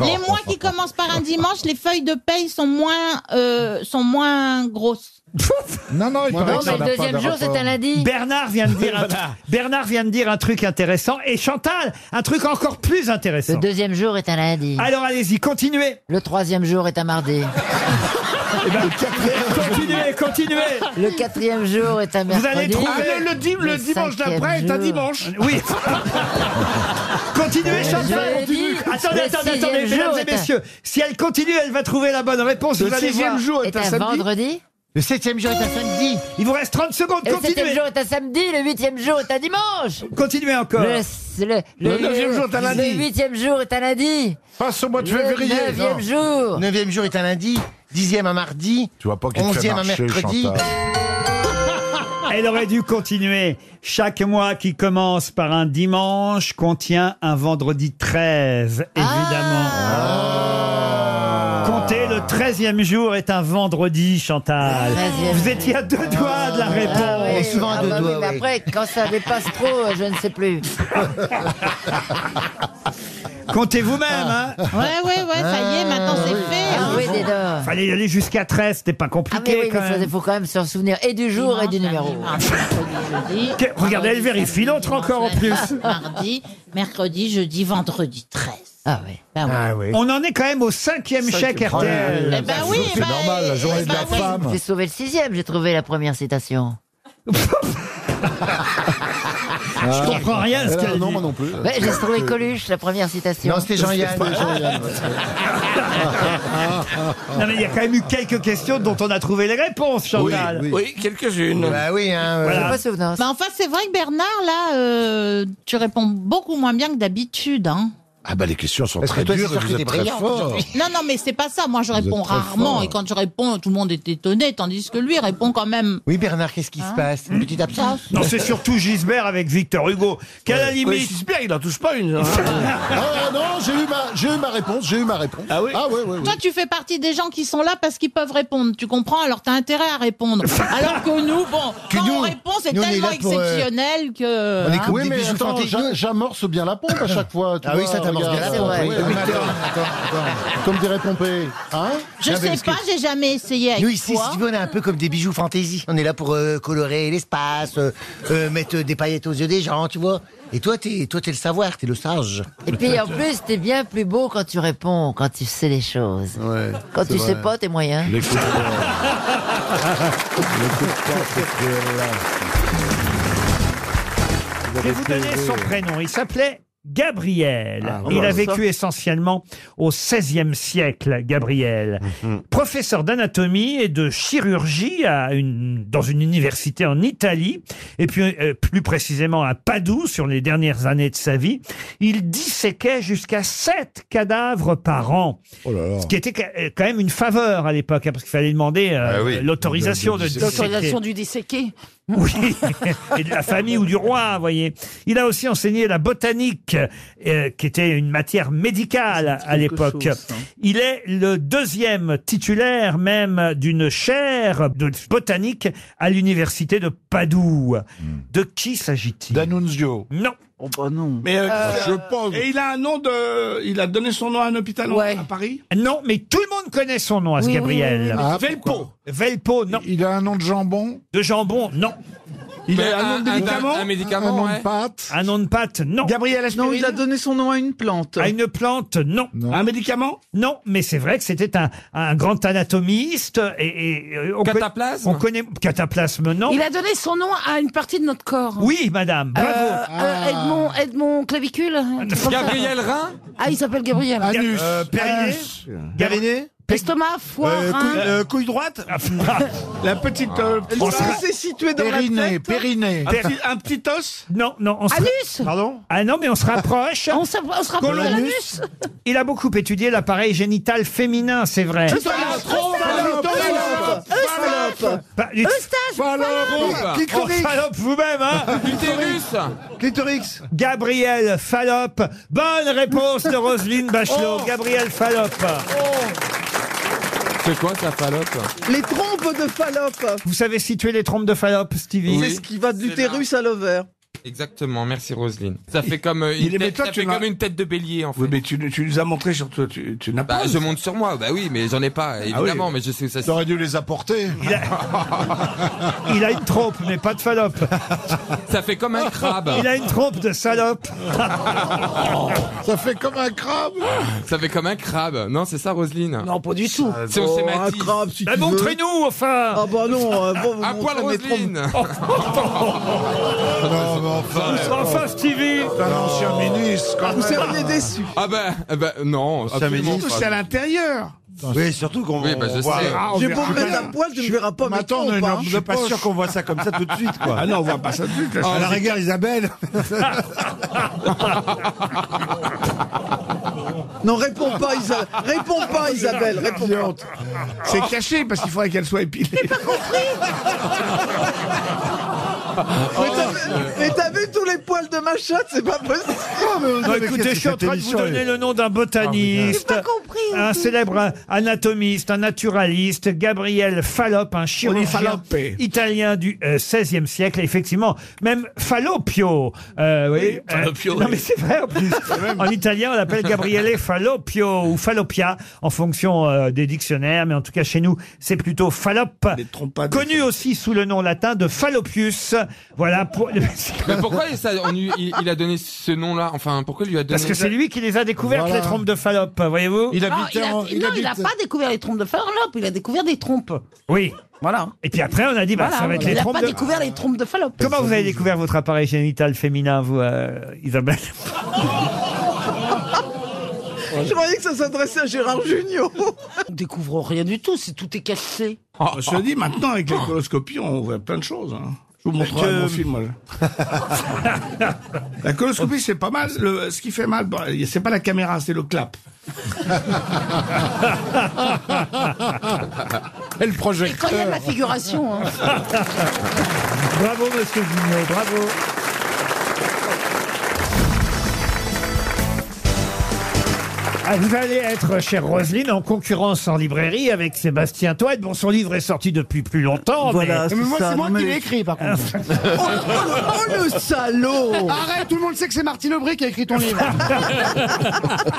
Speaker 13: Les mois qui commencent par un dimanche, les feuilles de paye sont moins, euh, sont moins grosses.
Speaker 5: Non, non, il
Speaker 4: Moi,
Speaker 5: paraît
Speaker 4: non,
Speaker 5: que ça
Speaker 14: Mais
Speaker 5: n'a
Speaker 14: le
Speaker 5: pas
Speaker 14: deuxième
Speaker 5: de
Speaker 14: jour,
Speaker 5: rapport.
Speaker 14: c'est un lundi.
Speaker 1: Bernard vient de dire un, Bernard vient de dire un truc intéressant, et Chantal, un truc encore plus
Speaker 8: euh, Le
Speaker 1: intéressant.
Speaker 8: deuxième jour est un lundi.
Speaker 1: Alors allez-y, continuez,
Speaker 8: Le troisième jour est un mardi.
Speaker 1: continuez, continuez.
Speaker 8: Le quatrième jour est un
Speaker 1: allez
Speaker 8: mercredi.
Speaker 1: trouver-
Speaker 5: Ah, le, le dim- le
Speaker 8: Le
Speaker 5: dimanche
Speaker 8: cinquième
Speaker 5: d'après est un
Speaker 8: jour.
Speaker 5: dimanche.
Speaker 1: Oui. Continuez, Chantal.
Speaker 8: Jeudi.
Speaker 1: continue. Attendez,
Speaker 8: Le
Speaker 1: attendez,
Speaker 8: sixième
Speaker 1: attendez,
Speaker 8: jour
Speaker 1: mesdames et
Speaker 8: est un-
Speaker 1: messieurs. Si elle continue, elle va trouver la bonne réponse.
Speaker 5: Le
Speaker 1: vous allez voir.
Speaker 5: sixième jour
Speaker 8: Est
Speaker 5: est un
Speaker 8: un
Speaker 5: samedi.
Speaker 8: vendredi.
Speaker 7: Le septième jour est un samedi.
Speaker 1: Il vous reste 30 secondes.
Speaker 8: Et Le septième
Speaker 1: Continuez.
Speaker 8: jour est un samedi. Le huitième jour est un dimanche.
Speaker 1: Continuez encore.
Speaker 8: Le, le,
Speaker 5: Le neuvième jour est un lundi.
Speaker 8: Le huitième jour est un lundi.
Speaker 5: Passe
Speaker 15: Oh,
Speaker 5: au mois de
Speaker 8: Le
Speaker 5: février.
Speaker 8: neuvième
Speaker 5: non.
Speaker 8: jour.
Speaker 7: Neuvième jour est un lundi. Dixième un mardi.
Speaker 5: Tu vois pas qu'il te fait
Speaker 7: Onzième un
Speaker 5: marcher,
Speaker 7: mercredi.
Speaker 5: Chantal.
Speaker 1: Elle aurait dû continuer. Chaque mois qui commence par un dimanche contient un vendredi 13, évidemment. Comptez, le 13e jour est un vendredi, Chantal.
Speaker 8: Le 13e.
Speaker 1: Vous étiez à deux doigts de la réponse.
Speaker 8: Ah oui,
Speaker 7: souvent
Speaker 8: ah
Speaker 7: deux
Speaker 8: bah oui,
Speaker 7: doigts,
Speaker 8: mais
Speaker 7: oui.
Speaker 8: après, quand ça dépasse trop, euh, je ne sais plus.
Speaker 1: Comptez vous-même, hein.
Speaker 13: Ouais, ouais, ouais, ça y est, maintenant c'est fait. hein.
Speaker 8: Ah oui, des dors.
Speaker 1: hein. Fallait y aller jusqu'à 13, c'était pas
Speaker 8: Ah
Speaker 1: compliqué
Speaker 8: mais oui,
Speaker 1: quand
Speaker 8: il
Speaker 1: même.
Speaker 8: faut, faut quand même s'en souvenir et du jour et du numéro.
Speaker 13: Dimanche, mercredi, jeudi,
Speaker 1: Que- regardez, elle
Speaker 13: vendredi,
Speaker 1: vérifie,
Speaker 13: samedi,
Speaker 1: l'autre encore en
Speaker 13: dimanche, Ah,
Speaker 1: plus.
Speaker 13: Mardi, mercredi, jeudi, vendredi 13.
Speaker 8: Ah oui.
Speaker 13: Ben oui.
Speaker 7: Ah oui.
Speaker 1: On en est quand même au cinquième chèque
Speaker 7: Oh là
Speaker 1: RTL.
Speaker 7: là.
Speaker 13: Eh ben oui,
Speaker 5: C'est
Speaker 13: bah,
Speaker 5: normal, la
Speaker 13: eh
Speaker 5: journée de
Speaker 13: ben
Speaker 5: la
Speaker 13: oui.
Speaker 5: femme.
Speaker 8: J'ai sauvé le sixième, j'ai trouvé la première citation.
Speaker 1: Je comprends rien à ce qu'elle
Speaker 4: Non,
Speaker 1: dit.
Speaker 4: moi non plus.
Speaker 8: Ouais, j'ai trouvé Coluche, la première citation.
Speaker 7: Non, c'était Jean-Yann.
Speaker 13: Ah,
Speaker 1: Non, mais il y a quand même eu quelques questions dont on a trouvé les réponses, Chantal.
Speaker 5: Oui, quelques-unes.
Speaker 7: Bah oui, hein.
Speaker 8: J'ai
Speaker 7: euh,
Speaker 8: pas souvenance.
Speaker 13: Bah, enfin, c'est vrai que Bernard, là, euh, tu réponds beaucoup moins bien que d'habitude. Hein.
Speaker 4: Ah bah les questions sont
Speaker 15: Parce que
Speaker 4: très
Speaker 15: toi, c'est
Speaker 4: dures et
Speaker 15: sûr que
Speaker 4: vous
Speaker 15: t'es
Speaker 4: êtes très
Speaker 15: brillant,
Speaker 4: fort.
Speaker 13: Non, non, mais c'est pas ça. Moi, je
Speaker 4: Vous
Speaker 13: réponds
Speaker 4: êtes très
Speaker 13: rarement.
Speaker 4: fort.
Speaker 13: Et quand je réponds, tout le monde est étonné, tandis que lui répond quand même. Hein
Speaker 15: Oui, Bernard, qu'est-ce qui se passe Une petite absence
Speaker 1: Non, c'est surtout Gisbert avec Victor Hugo. Qu'à la limite.
Speaker 5: Gisbert, il en touche pas une. hein.
Speaker 4: Ah Oh, non, j'ai eu, ma, j'ai eu ma réponse, j'ai eu ma réponse. Ah oui Ah ouais, ouais,
Speaker 13: Toi, tu fais partie des gens qui sont là parce qu'ils peuvent répondre. Tu comprends Alors, t'as intérêt à répondre. Alors que nous, bon,
Speaker 4: Que
Speaker 13: quand on
Speaker 4: nous,
Speaker 13: répond, c'est
Speaker 4: nous, on est
Speaker 13: tellement
Speaker 4: là pour, euh,
Speaker 13: exceptionnel que. hein.
Speaker 4: oui, mais attends, j'a- j'amorce bien la pompe à chaque fois. tu
Speaker 15: Ah oui,
Speaker 4: vois,
Speaker 15: ça t'amorce
Speaker 4: regarde,
Speaker 15: bien la
Speaker 4: c'est
Speaker 15: pompe,
Speaker 4: vrai.
Speaker 15: oui.
Speaker 4: Oui,
Speaker 15: Attends,
Speaker 4: Comme dirait Pompée. Hein
Speaker 13: Je sais pas, j'ai jamais essayé avec
Speaker 15: Nous ici,
Speaker 13: toi.
Speaker 15: si tu veux, on est un peu comme des bijoux fantaisie. On est là pour euh, colorer l'espace, euh, euh, mettre des paillettes aux yeux des gens, tu vois. Et toi, t'es, toi, t'es le savoir, t'es le sage.
Speaker 8: Et puis en plus, t'es bien plus beau quand tu réponds, quand tu sais les choses. quand
Speaker 15: c'est
Speaker 8: tu sais
Speaker 15: vrai.
Speaker 8: pas, t'es moyen.
Speaker 4: Les coups de poing.
Speaker 7: euh,
Speaker 4: Les coups de poing, c'est dégueulasse.
Speaker 1: Je vais vous donner son prénom. Il s'appelait Gabriel.
Speaker 4: Ah,
Speaker 1: Il
Speaker 4: voilà.
Speaker 1: a vécu essentiellement au XVIe siècle, Gabriel.
Speaker 4: Mhm.
Speaker 1: Professeur d'anatomie et de chirurgie à une, dans une université en Italie, et puis euh, plus précisément à Padoue sur les dernières années de sa vie. Il disséquait jusqu'à sept cadavres par an.
Speaker 4: Oh
Speaker 1: Ce qui était ca- euh, quand même une faveur à l'époque, hein, parce qu'il fallait demander euh,
Speaker 4: Ah oui.
Speaker 1: l'autorisation de,
Speaker 4: De- de
Speaker 1: disséquer.
Speaker 16: L'autorisation du disséqué.
Speaker 1: Oui, et de la famille ou du roi, vous voyez. Il a aussi enseigné la botanique, euh, qui était une matière médicale à l'époque.
Speaker 17: chose, hein.
Speaker 1: Il est le deuxième titulaire même d'une chaire de botanique à l'université de Padoue.
Speaker 5: Hmm.
Speaker 1: De qui s'agit-il D'Annunzio. Non. Oh bah non.
Speaker 5: Mais euh, je pense. Et il a un nom de. Il a donné son nom à un hôpital en- à Paris.
Speaker 1: Non, mais tout le monde connaît son nom, à ce
Speaker 5: Oui, oui,
Speaker 1: Gabriel.
Speaker 5: oui, oui. Ah,
Speaker 1: Velpo. Velpo, non. Il a un nom de jambon De jambon, non.
Speaker 5: Il a un nom de médicament
Speaker 1: médicament,
Speaker 5: Un nom de
Speaker 1: pâte Un nom de pâte, non.
Speaker 5: Gabriel Aspirine
Speaker 1: Non, il a donné son nom à une plante. À une plante, non. Un médicament Non, mais c'est vrai que c'était un, un grand anatomiste. Et, et, euh, on cataplasme On connaît... Cataplasme, non.
Speaker 16: Il a donné son nom à une partie de notre corps.
Speaker 1: Oui, madame, bravo.
Speaker 16: Euh, euh, Edmond, Edmond Clavicule. un truc comme ça.
Speaker 1: Ah. Gabriel Rhin
Speaker 16: Ah, il s'appelle Gabriel.
Speaker 1: Anus. Euh, Périnée. Périnée.
Speaker 16: Estomac, foie,
Speaker 5: Euh,
Speaker 16: rein.
Speaker 1: couille droite
Speaker 5: La petite. euh, petite-
Speaker 1: On sera-
Speaker 5: C'est situé dans la tête. Un petit, un petit os.
Speaker 1: Non, non, on se...
Speaker 16: Anus
Speaker 1: Pardon Ah non, mais on se rapproche.
Speaker 16: On se- on se rapproche de l'anus.
Speaker 1: Il a beaucoup étudié l'appareil génital féminin, c'est vrai.
Speaker 13: Ah,
Speaker 1: Eh, Pas du-
Speaker 17: Clitoris.
Speaker 1: Oh, Salope vous-même, hein
Speaker 17: Clitoris.
Speaker 1: Clitorix Gabriel Fallope. Bonne réponse de Roselyne Bachelot.
Speaker 17: Oh.
Speaker 1: Gabriel Fallope.
Speaker 17: C'est quoi ça, Fallope
Speaker 18: Les trompes de Fallope.
Speaker 1: Vous savez situer les trompes de Fallope, Stevie
Speaker 18: C'est ce qui va de
Speaker 19: C'est
Speaker 18: l'utérus à l'ovaire.
Speaker 19: Exactement, merci Roselyne. Ça fait comme, euh, une,
Speaker 5: Il est- mais
Speaker 19: tête,
Speaker 5: toi,
Speaker 19: ça
Speaker 5: tu
Speaker 19: fait
Speaker 5: m'as-
Speaker 19: comme une tête de bélier en fait.
Speaker 5: Oui, mais tu, tu nous as montré sur toi. Tu, tu n'as
Speaker 19: Bah,
Speaker 5: pas. Ah
Speaker 19: je monte sur moi, bah oui, mais j'en ai pas, évidemment, mais je sais où ça se
Speaker 4: T'aurais dû les apporter.
Speaker 1: Il a une trompe, mais pas de Fallope.
Speaker 19: Ça fait comme un crabe.
Speaker 1: Il a une trompe de salope.
Speaker 4: Ça fait comme un crabe.
Speaker 19: Ça fait comme un crabe. Non, c'est ça, Roselyne
Speaker 16: Non, pas du tout.
Speaker 19: Si
Speaker 4: Oh,
Speaker 19: on s'ématise.
Speaker 1: Bah, montrez-nous, enfin
Speaker 18: Ah bah non, euh, bon, vous
Speaker 19: À poil,
Speaker 18: montrez mes trompes.
Speaker 19: Roselyne
Speaker 1: Oh.
Speaker 4: Non, mais enfin. oh.
Speaker 1: Enfin, Stevie
Speaker 4: Un ancien ministre, quand
Speaker 18: Vous
Speaker 4: même.
Speaker 18: seriez déçus.
Speaker 19: Ah bah, ah bah, non, absolument
Speaker 5: Surtout,
Speaker 19: pas.
Speaker 5: c'est à l'intérieur.
Speaker 4: Oui, surtout qu'on
Speaker 19: Oui, bah, je
Speaker 4: on voit-
Speaker 19: sais.
Speaker 5: Ah, on
Speaker 18: J'ai
Speaker 5: verra
Speaker 18: beau me mettre
Speaker 5: bien.
Speaker 18: à poil, tu ne verras pas
Speaker 5: Mais
Speaker 18: mes
Speaker 5: attends, on
Speaker 18: trompes.
Speaker 5: a une
Speaker 18: hein.
Speaker 5: ambiance de poche.
Speaker 12: qu'on voit ça comme ça tout de suite, quoi. Oh,
Speaker 5: Ah non, on voit pas ça tout de suite. là.
Speaker 12: À la rigueur, Isabelle.
Speaker 18: Non, réponds pas, Isabelle. Réponds pas, Isabelle. Réponds pas.
Speaker 5: C'est caché parce qu'il faudrait qu'elle soit épilée.
Speaker 18: Mais
Speaker 5: Oh,
Speaker 18: t'as- Mais t'as vu tous les poils de ma chatte, c'est pas possible.
Speaker 1: Non, Bah, écoutez, je suis en train de vous donner le nom d'un botaniste, un célèbre anatomiste, un naturaliste, Gabriel Fallope, un chirurgien
Speaker 5: Fallope.
Speaker 1: italien du XVIe siècle. Et effectivement, même Fallopio. euh, vous voyez, euh,
Speaker 5: Fallopio,
Speaker 1: Non,
Speaker 5: oui.
Speaker 1: mais c'est vrai en plus. en italien, on l'appelle Gabriele Fallopio ou Fallopia en fonction euh, des dictionnaires. Mais en tout cas, chez nous, c'est plutôt Fallope, connu aussi sous le nom latin de Fallopius. Voilà pour.
Speaker 19: Mais pourquoi ça, on lui- il, il a donné ce nom-là Enfin, pourquoi il lui a donné
Speaker 1: Parce que c'est lui qui les a découvertes,
Speaker 19: Voilà.
Speaker 1: les trompes de Fallope, voyez-vous
Speaker 16: Non, il a- non, il n'a pas découvert les trompes de Fallope, il a découvert des trompes.
Speaker 1: Oui.
Speaker 16: Voilà.
Speaker 1: Et puis après, on a dit, bah,
Speaker 16: Voilà,
Speaker 1: ça va être
Speaker 16: il
Speaker 1: les
Speaker 16: n'a
Speaker 1: trompes
Speaker 16: pas
Speaker 1: de...
Speaker 16: découvert les trompes de Fallope.
Speaker 1: Comment vous avez découvert votre appareil génital féminin, vous, euh, Isabelle
Speaker 18: Je croyais que ça s'adressait à Gérard Junior.
Speaker 16: On découvre rien du tout, c'est tout est caché.
Speaker 18: Ah,
Speaker 5: Je te dis, maintenant, avec les coloscopies, on voit plein de choses. hein.
Speaker 20: Je vous montrerai
Speaker 7: Que-
Speaker 20: mon film. moi, là. la coloscopie, c'est pas mal. Le- ce qui fait mal, bah, c'est pas la caméra, c'est le clap.
Speaker 13: Et le
Speaker 21: Et quand il y a de la figuration. hein.
Speaker 7: Bravo, monsieur Vigneault, bravo.
Speaker 1: Ah, vous allez être, chère Roselyne, en concurrence en librairie avec Sébastien Toed. Bon, son livre est sorti depuis plus longtemps.
Speaker 18: Voilà,
Speaker 1: mais...
Speaker 18: c'est Mais moi, ça, c'est moi non, qui mais- l'ai écrit,
Speaker 1: par contre.
Speaker 18: Oh le salaud
Speaker 13: Arrête, tout le monde sait que c'est Martine Aubry qui a écrit ton livre.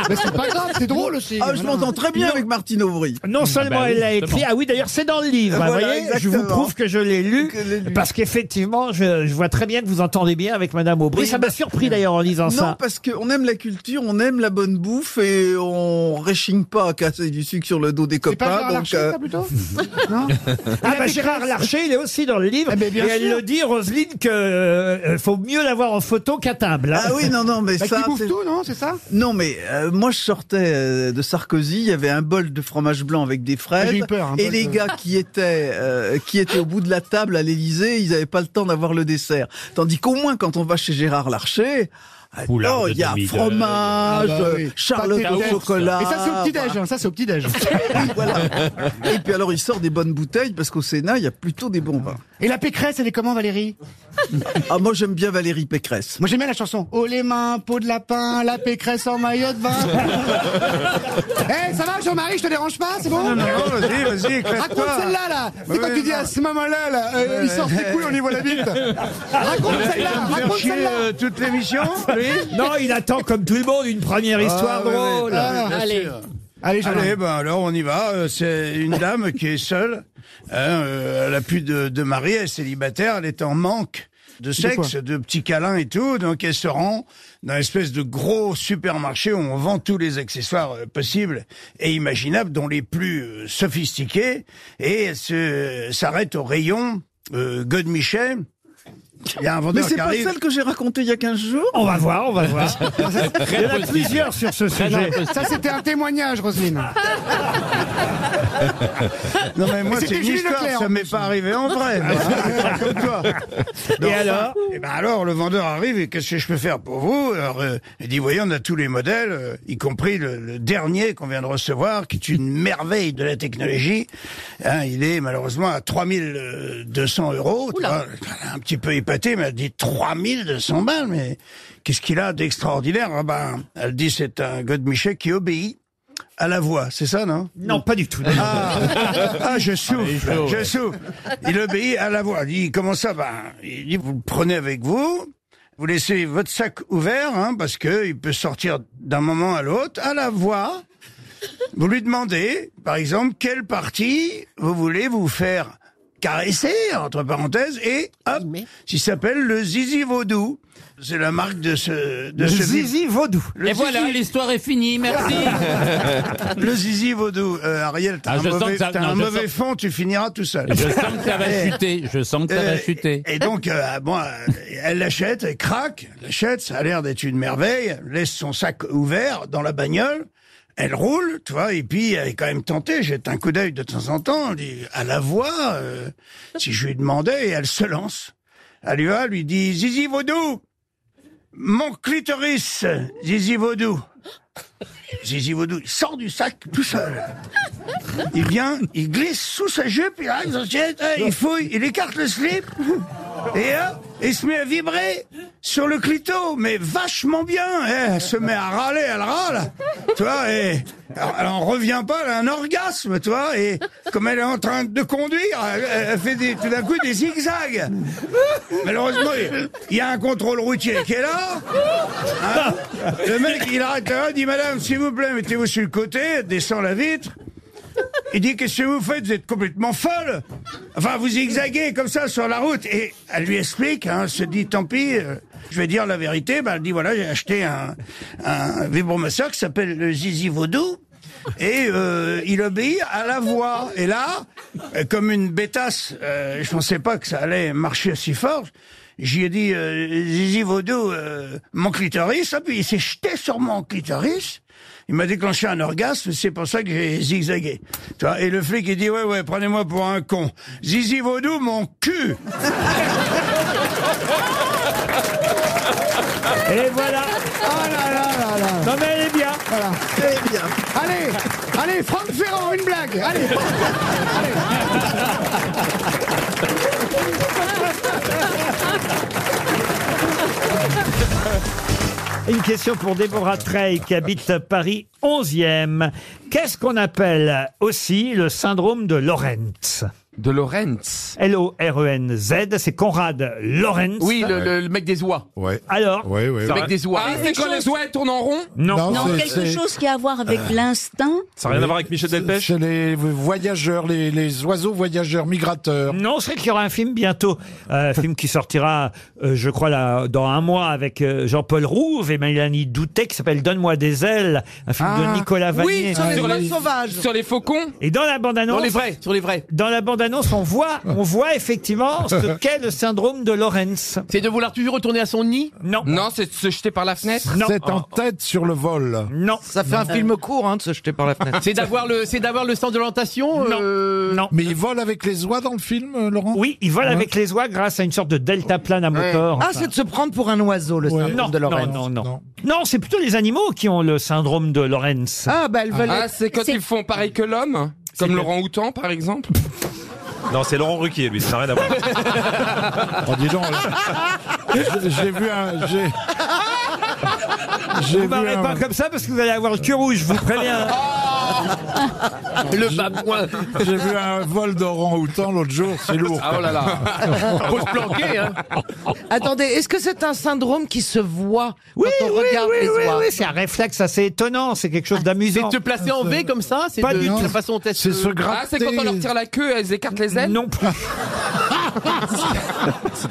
Speaker 13: Mais c'est pas grave, c'est drôle aussi. Ah,
Speaker 18: Ah, je m'entends très bien avec Martine Aubry.
Speaker 1: Non seulement
Speaker 13: bah
Speaker 1: elle l'a écrit, ah oui d'ailleurs c'est dans le livre, hein,
Speaker 18: Voilà,
Speaker 1: voyez, je vous
Speaker 18: exactement.
Speaker 1: prouve que je l'ai lu, parce qu'effectivement je, je vois très bien que vous entendez bien avec Madame Aubry, ça m'a surpris d'ailleurs en lisant
Speaker 18: non,
Speaker 1: ça.
Speaker 18: parce qu'on aime la culture, on aime la bonne bouffe et on réchigne pas à casser du sucre sur le dos des copains.
Speaker 13: Gérard
Speaker 18: donc,
Speaker 13: Larcher,
Speaker 18: euh,
Speaker 13: ça, plutôt
Speaker 1: Ah
Speaker 13: La
Speaker 1: bah
Speaker 13: maîtresse.
Speaker 1: Gérard Larcher il est aussi dans le livre,
Speaker 13: mais Eh ben, bien
Speaker 1: et elle
Speaker 13: sûr.
Speaker 1: le dit Roselyne que euh, faut mieux l'avoir en photo qu'à table. hein.
Speaker 18: Ah oui, non, non, mais
Speaker 13: Bah,
Speaker 18: ça.
Speaker 13: qui bouffe
Speaker 18: c'est-
Speaker 13: tout, non C'est ça
Speaker 18: Non, mais euh, moi, je sortais euh, de Sarkozy. Il y avait un bol de fromage blanc avec des
Speaker 13: Ah, j'ai
Speaker 18: fraises.
Speaker 13: eu peur, un
Speaker 18: et
Speaker 13: bol
Speaker 18: les
Speaker 13: de-
Speaker 18: gars qui étaient, euh, qui étaient au bout de la table à l'Élysée, ils n'avaient pas le temps d'avoir le dessert. Tandis qu'au moins, quand on va chez Gérard Larcher, ah,
Speaker 19: Poulard
Speaker 18: non,
Speaker 19: de
Speaker 18: il y a
Speaker 19: demi-de-
Speaker 18: fromage,
Speaker 13: Ah bah oui.
Speaker 18: euh, charlotte
Speaker 13: Pâté de
Speaker 18: au
Speaker 13: tête.
Speaker 18: chocolat.
Speaker 13: Et ça, c'est au petit-déj. hein, ça, c'est au petit-déj.
Speaker 18: Et puis alors, il sort des bonnes bouteilles parce qu'au Sénat, il y a plutôt des bons vins.
Speaker 13: Et la pécresse, elle est comment, Valérie
Speaker 18: Ah, moi, j'aime bien Valérie Pécresse.
Speaker 13: Moi, j'aime bien la chanson. Oh, les mains, peau de lapin, la pécresse en maillot de bain. Eh, ça va, Jean-Marie, je te dérange pas C'est bon
Speaker 12: Non, non, non, vas-y, vas-y, éclate-toi.
Speaker 13: Raconte celle-là, là. C'est
Speaker 12: Ouais,
Speaker 13: quand tu dis à ce moment-là, là, euh, il sort ses couilles, on y voit la bite. Raconte celle-là, raconte celle-là.
Speaker 1: toute l'émission, Non, il attend comme tout le monde une première
Speaker 12: Ah,
Speaker 15: Ah,
Speaker 1: histoire drôle. Ah,
Speaker 12: Allez. Allez, ben alors on y va. Euh, C'est une dame qui est seule. hein, euh, elle n'a plus de, de mari, elle est célibataire, elle est en manque de sexe, de petits câlins et tout. Donc elle se rend dans une espèce de gros supermarché où on vend tous les accessoires euh, possibles et imaginables, dont les plus euh, sophistiqués. Et elle se- s'arrête au rayon euh, Godemichet. Il y a un
Speaker 18: Mais
Speaker 12: vendeur
Speaker 18: c'est
Speaker 12: qui
Speaker 18: pas
Speaker 12: arrive.
Speaker 18: celle que j'ai racontée il y a 15 jours
Speaker 1: On va voir, on va voir. Il y en a
Speaker 12: Très
Speaker 1: plusieurs sur ce sujet.
Speaker 13: Ça, c'était un témoignage, Roselyne.
Speaker 12: Non mais moi c'est
Speaker 13: Mais c'était
Speaker 12: une
Speaker 13: Julie
Speaker 12: histoire,
Speaker 13: Leclerc,
Speaker 12: ça
Speaker 13: en
Speaker 12: m'est
Speaker 13: plus.
Speaker 12: pas arrivé en vrai. moi, hein, comme toi.
Speaker 1: Et alors
Speaker 12: Et ben alors le vendeur arrive et qu'est-ce que je peux faire pour vous Alors euh, il dit voyez on a tous les modèles, euh, y compris le, le dernier qu'on vient de recevoir, qui est une merveille de la technologie. Hein, il est malheureusement à 3200 euros. tu vois. un petit peu épaté, mais elle dit 3200 balles. Mais qu'est-ce qu'il a d'extraordinaire Ah ben elle dit c'est un Godemichet qui obéit à la voix, c'est ça non
Speaker 1: Non, pas du tout.
Speaker 12: ah, ah, je souffle, je souffle. Il obéit à la voix. Il dit, comment ça ben, Il dit, vous le prenez avec vous, vous laissez votre sac ouvert, hein, parce que il peut sortir d'un moment à l'autre, à la voix. Vous lui demandez, par exemple, quelle partie vous voulez vous faire caresser, entre parenthèses, et hop, s'il s'appelle le zizi vaudou. C'est la marque de ce... De
Speaker 1: Le
Speaker 12: ce
Speaker 1: zizi vaudou.
Speaker 12: Le
Speaker 19: Et voilà,
Speaker 12: zizi.
Speaker 19: l'histoire est finie, merci.
Speaker 12: Le zizi vaudou, Euh, Ariel,
Speaker 19: Ah,
Speaker 12: t'as
Speaker 19: je
Speaker 12: un
Speaker 19: sens
Speaker 12: mauvais,
Speaker 19: que ça-
Speaker 12: t'as
Speaker 19: non,
Speaker 12: un
Speaker 19: je
Speaker 12: mauvais
Speaker 19: sens-
Speaker 12: fond, tu finiras tout seul.
Speaker 19: Je sens que ça va
Speaker 12: Et-
Speaker 19: chuter, je sens que ça va
Speaker 12: euh,
Speaker 19: chuter.
Speaker 12: Et donc, euh, bon, euh, elle l'achète, elle craque, elle l'achète, ça a l'air d'être une merveille, elle laisse son sac ouvert dans la bagnole, elle roule, tu vois, et puis elle est quand même tentée, jette un coup d'œil de temps en temps, elle dit, à la voix, euh, si je lui demandais, et elle se lance. Elle y va, lui dit, Zizi Vaudou, mon clitoris, Zizi Vaudou. Zizi Vaudou, il sort du sac tout seul. Il vient, il glisse sous sa jupe, il arrive dans le jet, hein, il fouille, il écarte le slip, et hop, il se met à vibrer sur le clito, mais vachement bien. eh, elle se met à râler, elle râle, tu vois, et alors, elle en revient pas, elle a un orgasme, tu vois, et comme elle est en train de conduire, elle, elle fait des- tout d'un coup des zigzags. Malheureusement, il- il y a un contrôle routier qui est là. hein. le mec, il arrête là, dit Madame, s'il vous plaît, mettez-vous sur le côté, descend la vitre. Il dit Qu'est-ce que vous faites Vous êtes complètement folle Enfin, vous zigzaguez comme ça sur la route. Et elle lui explique hein, elle se dit Tant pis, euh, je vais dire la vérité. Ben, elle dit Voilà, j'ai acheté un, un vibromasseur qui s'appelle le Zizi Vaudou. Et euh, il obéit à la voix. Et là, euh, comme une bêtasse, euh, je pensais pas que ça allait marcher si fort. J'y ai dit euh, Zizi Vaudou, euh, mon clitoris. Ah, puis il s'est jeté sur mon clitoris. Il m'a déclenché un orgasme, c'est pour ça que j'ai zigzagué. Tu vois, et le flic, il dit, ouais, ouais, prenez-moi pour un con. Zizi Vaudou, mon cul
Speaker 1: Et voilà.
Speaker 12: Oh là là là là.
Speaker 1: Non mais elle est bien.
Speaker 12: Voilà. Elle est bien. Allez, allez, Franck Ferrand, une blague. Allez.
Speaker 1: Une question pour Déborah Trey qui habite Paris 11e. Qu'est-ce qu'on appelle aussi le syndrome de Lorentz De Lorentz L-O-R-E-N-Z, E c'est Conrad Lorentz.
Speaker 5: Oui, le, le- le mec des oies.
Speaker 1: Ouais. Alors
Speaker 5: Le mec des oies.
Speaker 1: Ah,
Speaker 5: c'est quand les oies elles tournent en rond
Speaker 1: Non, Euh.
Speaker 22: quelque chose qui a à voir avec l'instinct.
Speaker 4: Ça n'a rien à voir avec Michel Delpech C'est les voyageurs, les, les oiseaux voyageurs migrateurs.
Speaker 1: Non, c'est qu'il y aura un film bientôt, euh, film qui sortira, euh, je crois, là, dans un mois avec euh, Jean-Paul Rouve et Mélanie Doutet, qui s'appelle Donne-moi des ailes, un film
Speaker 5: Ah.
Speaker 1: de Nicolas Vanier. hein.
Speaker 5: Oui, sur les oies sauvages. Sur les faucons
Speaker 1: Et dans la bande-annonce,
Speaker 5: Dans les vrais, sur les vrais.
Speaker 1: Dans la bande-annonce, on voit, on voit effectivement ce qu'est le syndrome de Lorenz.
Speaker 5: C'est de vouloir toujours retourner à son nid
Speaker 1: Non.
Speaker 5: Non, c'est de se jeter par la fenêtre
Speaker 4: C'est en tête sur le vol.
Speaker 1: Non.
Speaker 4: Ça
Speaker 5: fait un film
Speaker 4: court hein, de se jeter par la fenêtre.
Speaker 5: C'est d'avoir le, c'est d'avoir le sens de l'orientation euh,
Speaker 1: Non.
Speaker 4: Mais ils volent avec les oies dans le film, euh, Laurent
Speaker 1: Oui, ils volent avec les oies grâce à une sorte de deltaplane à moteur.
Speaker 16: Ah,
Speaker 1: enfin.
Speaker 16: c'est de se prendre pour un oiseau, le syndrome
Speaker 1: Non,
Speaker 16: de
Speaker 1: non,
Speaker 16: Lorraine.
Speaker 1: non, non. Non, c'est plutôt les animaux qui ont le syndrome de Lorenz.
Speaker 16: Ah, bah, elles veulent
Speaker 5: Ah,
Speaker 16: être-
Speaker 5: c'est quand
Speaker 16: c'est-
Speaker 5: ils font pareil que l'homme Comme
Speaker 4: C'est-
Speaker 5: Laurent Houtan, par exemple
Speaker 4: Non, c'est Laurent Ruquier, lui, ça n'a rien à voir. Oh, dis donc, là. j'ai vu un. J'ai...
Speaker 1: Vous m'arrêtez pas comme ça parce que vous allez avoir le cul rouge, je vous préviens.
Speaker 16: Ah.
Speaker 4: Le babouin J'ai vu un vol d'orang-outan l'autre jour, c'est lourd.
Speaker 5: Ah, oh là là.
Speaker 4: Faut se planquer, hein
Speaker 16: Attendez, est-ce que c'est un syndrome qui se voit quand on regarde les
Speaker 1: Oui,
Speaker 16: oies
Speaker 1: oui, c'est un réflexe assez étonnant, c'est quelque chose d'amusant.
Speaker 5: Ah, C'est de te placer en V comme ça C'est
Speaker 1: Pas
Speaker 5: de,
Speaker 1: du tout.
Speaker 5: la façon dont elles
Speaker 1: C'est se
Speaker 5: Ah, c'est quand on leur
Speaker 1: gratter.
Speaker 5: tire la queue, elles écartent les ailes
Speaker 1: Non plus.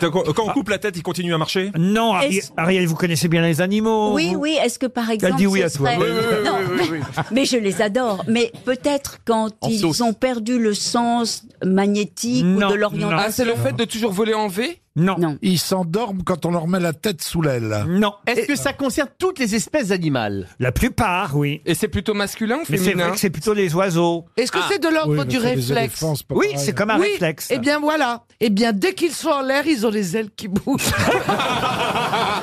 Speaker 4: Quand on coupe la tête, il continue à marcher
Speaker 1: Non, Ari-
Speaker 22: Est-ce-
Speaker 1: Ariel, vous connaissez bien les animaux
Speaker 22: Oui,
Speaker 1: vous
Speaker 22: oui, est-ce que par exemple.
Speaker 1: Oh. dit oui
Speaker 22: ce
Speaker 1: à toi.
Speaker 22: serait-
Speaker 1: Oui, oui, oui,
Speaker 22: Non,
Speaker 1: oui,
Speaker 22: mais- Mais je les adore. Mais peut-être quand
Speaker 5: En
Speaker 22: ils
Speaker 5: sauce.
Speaker 22: ont perdu le sens magnétique ou de l'orientation.
Speaker 5: Ah, c'est le fait de toujours voler en V
Speaker 1: Non.
Speaker 4: Ils s'endorment quand on leur met la tête sous l'aile.
Speaker 1: Non.
Speaker 5: Est-ce que ça concerne toutes les espèces animales
Speaker 1: La plupart, oui.
Speaker 5: Et c'est plutôt masculin ou
Speaker 1: Mais c'est vrai
Speaker 5: féminin
Speaker 1: que c'est plutôt les oiseaux.
Speaker 16: Est-ce que
Speaker 5: Ah.
Speaker 16: c'est de l'ordre
Speaker 1: Oui, mais
Speaker 16: du
Speaker 1: c'est des
Speaker 16: réflexe
Speaker 1: éléphants, c'est pas Oui, pareil. hein. c'est comme un
Speaker 16: Oui,
Speaker 1: réflexe.
Speaker 16: Eh bien voilà. Eh bien dès qu'ils sont en l'air, ils ont les ailes qui bougent.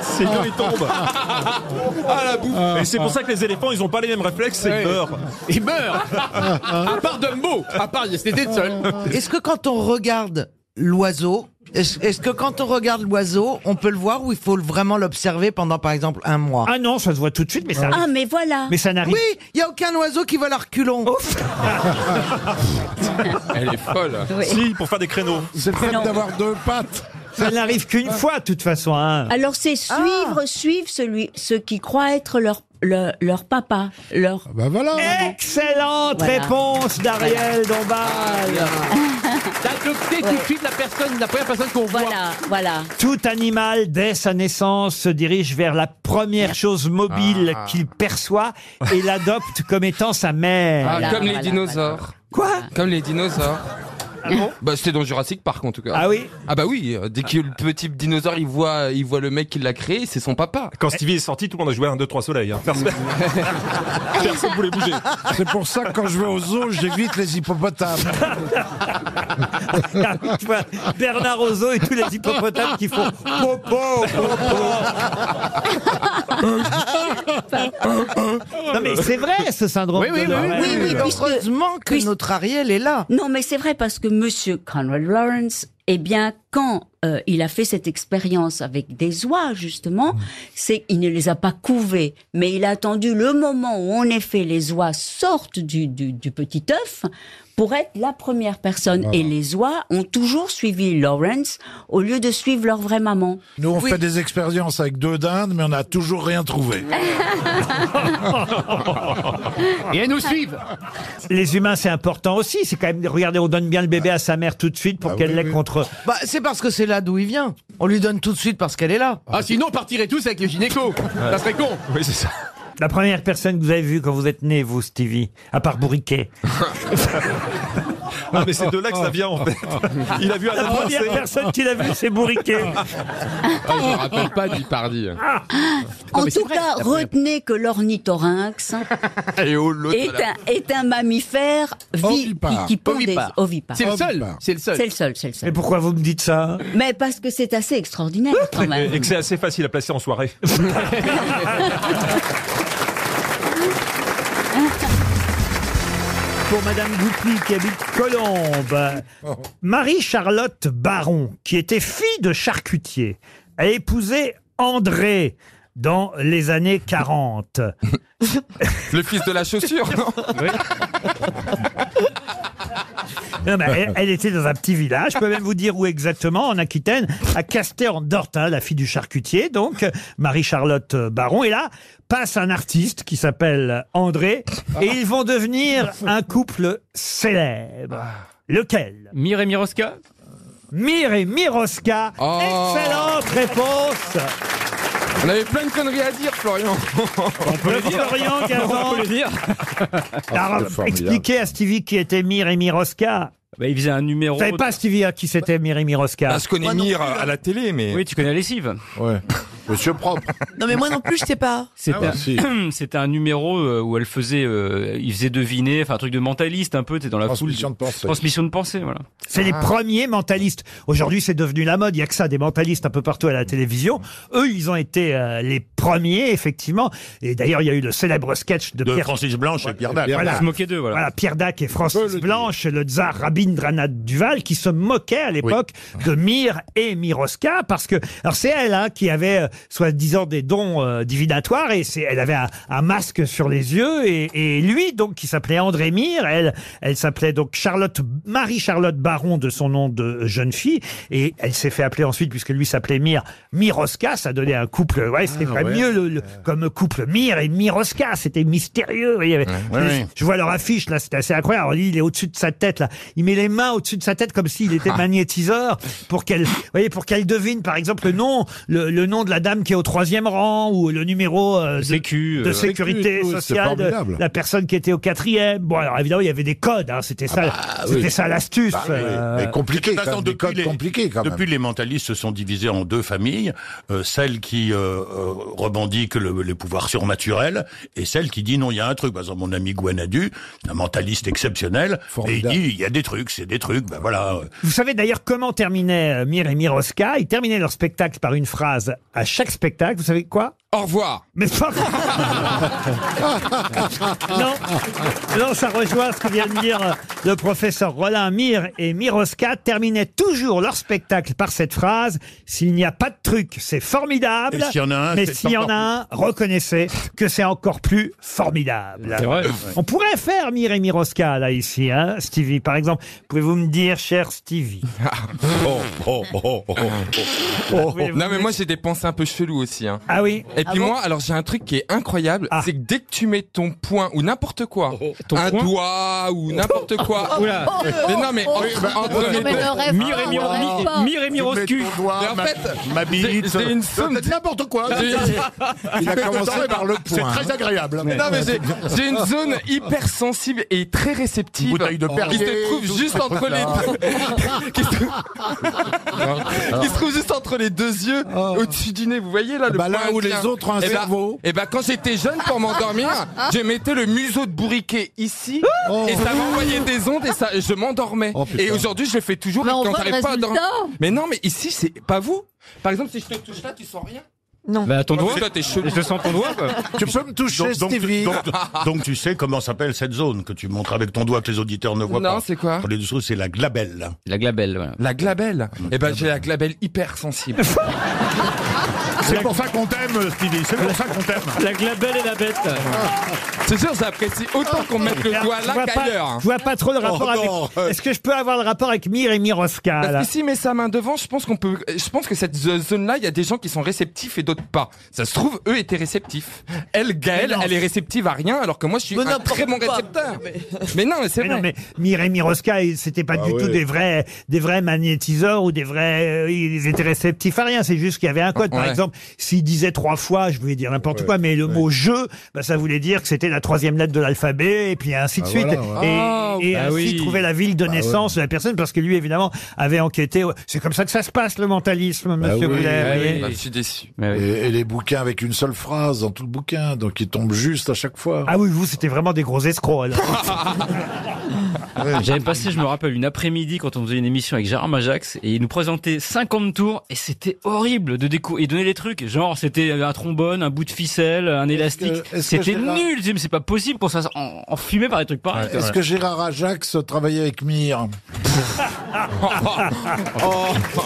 Speaker 4: C'est que ils tombent.
Speaker 5: Ah la bouffe
Speaker 4: Et
Speaker 19: c'est pour ça que les éléphants, ils ont pas les mêmes réflexes, c'est
Speaker 5: Ouais.
Speaker 19: peur.
Speaker 5: Il meurt À part Dumbo À part, c'était le seul
Speaker 16: Euh, Est-ce que quand on regarde l'oiseau, est-ce est-ce que quand on regarde l'oiseau, on peut le voir ou il faut vraiment l'observer pendant par exemple un mois
Speaker 1: Ah non, ça se voit tout de suite, mais ça.
Speaker 22: Ah, mais voilà.
Speaker 1: Mais ça n'arrive.
Speaker 16: Oui, il y a aucun oiseau qui vole à
Speaker 1: Oh,
Speaker 16: reculons.
Speaker 4: Elle est folle.
Speaker 22: Oui.
Speaker 4: Si, pour faire des créneaux. C'est le fait
Speaker 22: Non.
Speaker 4: d'avoir deux pattes. Ah.
Speaker 1: Ça n'arrive qu'une fois, de toute façon. hein.
Speaker 22: Alors c'est suivre, suivre celui, ceux qui croient être leur, leur, leur papa, leur.
Speaker 4: bah voilà.
Speaker 1: Ah, Excellente
Speaker 22: Voilà.
Speaker 1: réponse d'Ariel Dombal.
Speaker 5: D'adopter tout de suite la personne, la première personne qu'on voit Voilà,
Speaker 22: voilà
Speaker 1: Tout animal, dès sa naissance, se dirige vers la première chose mobile
Speaker 5: Ah.
Speaker 1: qu'il perçoit et l'adopte comme étant sa mère.
Speaker 5: Ah, Comme les dinosaures
Speaker 1: Quoi
Speaker 5: Comme les dinosaures ah bon bah, C'était dans Jurassic Park en tout cas.
Speaker 1: Ah oui
Speaker 5: Ah bah oui, euh, dès que le petit dinosaure il voit, il voit le mec qui l'a créé, c'est son papa.
Speaker 19: Quand Stevie est sorti, tout le monde a joué à 1, 2, 3 soleil. hein. Personne Personne voulait bouger.
Speaker 4: C'est pour ça que quand je vais aux zoo, j'évite les hippopotames.
Speaker 1: Ah, Tu vois, Bernard Roseau et tous les hippopotames qui font popo, popo. non mais c'est vrai ce syndrome.
Speaker 16: Euh. Oui, oui,
Speaker 1: de
Speaker 16: oui,
Speaker 1: Lorraine.
Speaker 16: oui, oui,
Speaker 22: puisque-
Speaker 16: heureusement que notre Ariel est là.
Speaker 22: Non, mais c'est vrai parce que Monsieur Conrad Lawrence, eh bien, quand euh, il a fait cette expérience avec des oies, justement,
Speaker 16: Mm.
Speaker 22: c'est il ne les a pas couvées, mais il a attendu le moment où, en effet, les oies sortent du, du, du petit œuf pour être la première personne. Et les oies ont toujours suivi Lawrence au lieu de suivre leur vraie maman.
Speaker 4: Nous, on
Speaker 22: Oui.
Speaker 4: fait des expériences avec deux dindes, mais on n'a toujours rien trouvé.
Speaker 5: Et elles nous suivent
Speaker 1: Les humains c'est important aussi. C'est quand même regardez on donne bien le bébé à sa mère tout de suite pour qu'elle l'ait contre.
Speaker 16: Bah, c'est parce que c'est là d'où il vient. On lui donne tout de suite parce qu'elle est là.
Speaker 5: Ah sinon on partirait tous avec les gynécos Ça serait con
Speaker 4: Oui, c'est ça.
Speaker 1: La première personne que vous avez vue quand vous êtes né vous Stevie, à part Bourriquet.
Speaker 23: Ah, mais c'est de là que ça vient en fait. Il a vu un
Speaker 1: La première
Speaker 23: Français.
Speaker 1: personne qu'il a vue, c'est Bourriquet.
Speaker 19: Ah, je me rappelle pas du pardi.
Speaker 22: Ah En tout cas, retenez que l'ornithorynx hein,
Speaker 19: Et oh, l'autre,
Speaker 22: est
Speaker 19: là.
Speaker 22: un, est un mammifère vi-
Speaker 19: Ovipare.
Speaker 22: qui pond des
Speaker 19: Ovipare.
Speaker 22: ovipares.
Speaker 19: C'est le seul, Ovipare. c'est le seul.
Speaker 22: C'est le seul, c'est le seul.
Speaker 1: Mais pourquoi vous me dites ça
Speaker 22: Mais parce que c'est assez extraordinaire quand même.
Speaker 23: Et que c'est assez facile à placer en soirée.
Speaker 1: Pour Madame Goupli, qui habite Colombes, Marie-Charlotte Baron, qui était fille de charcutier, a épousé André dans les années 40.
Speaker 19: Le fils de la chaussure, non
Speaker 1: Non, mais elle, elle était dans un petit village. Je peux même vous dire où exactement, en Aquitaine, à Casté-en-Dortin, la fille du charcutier, donc Marie-Charlotte euh, Baron. Et là, passe un artiste qui s'appelle André, et ils vont devenir un couple célèbre. Lequel Mire et Miroska Mire et Miroska.
Speaker 5: Oh.
Speaker 1: Excellente réponse
Speaker 19: On avait plein de conneries à dire, Florian. On
Speaker 1: peut le dire. Florian Gazan.
Speaker 6: On peut le dire.
Speaker 1: Alors, expliquez à Stevie qui était Mire et Miroska.
Speaker 6: Bah, il faisait un numéro.
Speaker 1: Vous savez pas, Stevie, à qui c'était Mire et Miroska
Speaker 6: Bah, je connais Moi non Mire plus, à- à la
Speaker 1: télé, mais...
Speaker 6: Oui, tu connais la lessive. Ouais. Monsieur propre. Ah,
Speaker 15: Non, mais moi non plus, je sais pas.
Speaker 18: Ah
Speaker 6: C'était un- c'était un, numéro euh, où elle faisait, euh, il faisait deviner, enfin un truc de mentaliste un peu. T'es dans la transmission de pensée. Ah. Transmission de pensée, voilà.
Speaker 1: C'est les premiers mentalistes. Aujourd'hui, c'est devenu la mode. Il y a que ça, des mentalistes un peu partout à la télévision. Eux, ils ont été euh, les premiers, effectivement. Et d'ailleurs, il y a eu le célèbre sketch de,
Speaker 24: De
Speaker 1: Pierre...
Speaker 24: Francis Blanche et Pierre Dac.
Speaker 1: Voilà.
Speaker 24: On se moquait d'eux, voilà.
Speaker 1: Pierre Dac et Francis Blanche, le tsar Rabindranath Duval, qui se moquaient à l'époque de Mire et Miroska, parce que alors c'est elle hein, qui avait euh, soi-disant des dons euh, divinatoires et c'est elle avait un, un masque sur les yeux et, et lui donc qui s'appelait André Mire, elle elle s'appelait donc Charlotte Marie Charlotte Baron de son nom de jeune fille et elle s'est fait appeler ensuite puisque lui s'appelait Mire Miroska, ça donnait un couple ouais c'était
Speaker 24: Ah,
Speaker 1: pas
Speaker 24: ouais.
Speaker 1: mieux le- le- comme couple Mire et Miroska, c'était mystérieux. vous voyez.
Speaker 24: Ouais,
Speaker 1: Je-
Speaker 24: ouais.
Speaker 1: je vois leur affiche là, c'est assez incroyable. Alors, lui, il est au-dessus de sa tête là. Il met les mains au-dessus de sa tête comme s'il
Speaker 9: Ah.
Speaker 1: était magnétiseur pour qu'elle, vous voyez, pour qu'elle devine par exemple le nom, le, le nom de la dame qui est au troisième rang ou le numéro euh, de,
Speaker 6: Sécu,
Speaker 1: de
Speaker 6: euh,
Speaker 1: sécurité
Speaker 6: Sécu et tout, c'est
Speaker 1: sociale, de
Speaker 6: formidable.
Speaker 1: la personne qui était au quatrième. Bon alors évidemment il y avait des codes, hein, c'était ça, c'était
Speaker 9: Ah bah oui.
Speaker 1: ça l'astuce.
Speaker 9: Bah oui,
Speaker 1: euh,
Speaker 9: mais compliqué, de toute quand façon, même, des depuis codes les- compliqués, quand même. Depuis, les mentalistes se sont divisés en deux familles, euh, celle qui euh, euh, revendique le, les pouvoirs surnaturels et celle qui dit non, il y a un truc. Par exemple, mon ami Guanadu, un mentaliste exceptionnel, et il dit il y a des trucs, c'est des trucs, ben voilà.
Speaker 1: Vous savez d'ailleurs comment terminaient euh, Mire et Miroska Ils terminaient leur spectacle par une phrase à chaque spectacle. Vous savez quoi
Speaker 19: Au revoir.
Speaker 1: Mais pas. non, non, ça rejoint ce que vient de dire euh, le professeur Rollin. Mire et Miroska terminaient toujours leur spectacle par cette phrase S'il n'y a pas de truc, c'est formidable.
Speaker 9: Et s'il y en a un,
Speaker 1: mais
Speaker 9: c'est
Speaker 1: s'il y en
Speaker 9: encore
Speaker 1: a un, reconnaissez que c'est encore plus formidable.
Speaker 9: C'est vrai.
Speaker 1: On pourrait faire Mire et Miroska là ici, hein, Stevie. Par exemple, pouvez-vous me dire, cher Stevie
Speaker 19: Oh, oh, oh, oh,
Speaker 1: oh.
Speaker 19: Non, mais moi, j'ai des pensées un peu cheloues aussi. hein.
Speaker 1: Ah oui
Speaker 19: Et
Speaker 1: Ah
Speaker 19: puis
Speaker 1: bon
Speaker 19: moi, alors j'ai un truc qui est incroyable, c'est que dès que tu mets ton poing ou n'importe quoi, un
Speaker 6: poing
Speaker 19: doigt ou n'importe quoi,
Speaker 6: Oula.
Speaker 19: mais non mais
Speaker 6: Oh, Oh,
Speaker 19: entre,
Speaker 6: bah,
Speaker 19: entre
Speaker 6: non,
Speaker 19: les
Speaker 6: mais
Speaker 19: deux-
Speaker 6: ne rêve Mire et pas, Miro- ne rêve Mi- pas. Mire et Miro
Speaker 19: Tu mets
Speaker 6: Scu.
Speaker 19: ton doigt,
Speaker 9: Mais
Speaker 19: en
Speaker 9: ma-
Speaker 19: fait,
Speaker 9: ma bite.
Speaker 19: c'est une somme
Speaker 9: Peut-être n'importe quoi.
Speaker 19: J'ai-
Speaker 9: Il a
Speaker 19: Tu mets ton
Speaker 9: commencé
Speaker 19: doigt,
Speaker 9: par le
Speaker 19: c'est
Speaker 9: poing.
Speaker 19: très agréable.
Speaker 9: Ouais.
Speaker 19: Non mais j'ai- j'ai une zone hyper sensible et très réceptive
Speaker 9: Bouteille de
Speaker 19: qui
Speaker 9: Perrier,
Speaker 19: se
Speaker 9: tout
Speaker 19: trouve
Speaker 9: ce
Speaker 19: juste entre les
Speaker 9: truc-là.
Speaker 19: deux. qui se trouve juste entre les deux yeux, au-dessus du nez. Vous voyez là le
Speaker 24: Bah, là
Speaker 19: point
Speaker 24: où les
Speaker 19: inclin.
Speaker 24: autres ont un
Speaker 19: Eh ben-
Speaker 24: cerveau.
Speaker 19: Eh ben quand j'étais jeune pour m'endormir, je mettais le museau de bourriquet ici et ça m'envoyait des ondes et ça je m'endormais. et aujourd'hui je le fais toujours
Speaker 16: Mais
Speaker 19: et
Speaker 16: on
Speaker 19: quand
Speaker 16: voit le
Speaker 19: t'arrives pas à dormir.
Speaker 16: résultat.
Speaker 19: Mais non mais ici c'est pas vous. Par exemple si je te touche là tu sens rien.
Speaker 16: Non.
Speaker 6: Bah, ton
Speaker 19: Toi,
Speaker 6: doigt.
Speaker 19: toi, t'es chelou.
Speaker 6: Je sens ton doigt, quoi.
Speaker 9: Tu peux me
Speaker 6: toucher,
Speaker 9: donc, tu-
Speaker 6: Stevie.
Speaker 9: donc, donc tu sais comment s'appelle cette zone que tu montres avec ton doigt que les auditeurs ne voient
Speaker 19: Non,
Speaker 9: pas.
Speaker 19: c'est quoi
Speaker 9: Pour les dessous, c'est la glabelle.
Speaker 6: La glabelle, voilà.
Speaker 19: La glabelle. Eh ben j'ai la glabelle hyper sensible.
Speaker 24: C'est pour ça qu'on
Speaker 19: Euh,
Speaker 24: t'aime, Stevie. C'est pour ça qu'on t'aime.
Speaker 6: La glabelle et la bête.
Speaker 19: C'est sûr j'apprécie autant qu'on mette le
Speaker 1: Alors,
Speaker 19: doigt
Speaker 1: je vois
Speaker 19: là
Speaker 1: pas-
Speaker 19: qu'ailleurs.
Speaker 1: Je vois pas trop le rapport
Speaker 19: Oh, non.
Speaker 10: euh.
Speaker 1: avec. Est-ce que je peux avoir le rapport avec Mire et Miroska là
Speaker 19: Parce que s'il met sa main devant, je pense qu'on peut. Je pense que cette zo- zone-là, il y a des gens qui sont réceptifs et d'autres pas. Ça se trouve, eux étaient réceptifs. Elle,
Speaker 1: Mais
Speaker 19: Gaëlle,
Speaker 1: non.
Speaker 19: elle est réceptive à rien, alors que moi, je suis un très bon récepteur. Mais non, mais c'est
Speaker 1: Mais non, mais
Speaker 19: vrai.
Speaker 1: Mire et Miroska, ils- c'était
Speaker 10: Ah
Speaker 1: pas du tout des vrais, des vrais magnétiseurs ou des vrais, euh, ils étaient réceptifs à rien. C'est juste qu'il y avait un code. Par
Speaker 19: Ouais.
Speaker 1: exemple, S'il disait trois fois, je voulais dire n'importe quoi, mais le mot jeu, bah, ça voulait dire que c'était la troisième lettre de l'alphabet, et puis ainsi de
Speaker 10: Ah,
Speaker 1: suite.
Speaker 10: voilà, ouais.
Speaker 1: Et,
Speaker 10: Ah,
Speaker 1: et
Speaker 10: bah
Speaker 1: ainsi
Speaker 10: oui.
Speaker 1: trouver la ville de
Speaker 10: Bah ouais.
Speaker 1: naissance de la personne, parce que lui, évidemment, avait enquêté. C'est comme ça que ça se passe, le mentalisme,
Speaker 10: Bah
Speaker 1: monsieur Boulet,
Speaker 19: Ah
Speaker 1: vous voyez.
Speaker 24: Bah,
Speaker 6: je suis déçu.
Speaker 1: Bah
Speaker 4: Et, et les bouquins avec une seule phrase dans tout le bouquin, donc ils tombent juste à chaque fois.
Speaker 1: Ah oui, vous, c'était vraiment des gros escrocs, alors.
Speaker 4: Ah
Speaker 6: J'avais passé, je me rappelle, une après-midi quand on faisait une émission avec Gérard Majax et il nous présentait 50 tours et c'était horrible de découvrir. Il donnait les trucs, genre c'était un trombone, un bout de ficelle, un élastique.
Speaker 4: que- est-ce que
Speaker 6: C'était
Speaker 4: Gérard-
Speaker 6: nul, je disais, mais c'est pas possible qu'on soit en- enfumé par des trucs pareils.
Speaker 4: Est-ce que Gérard Ajax travaillait avec Mire
Speaker 6: Oh.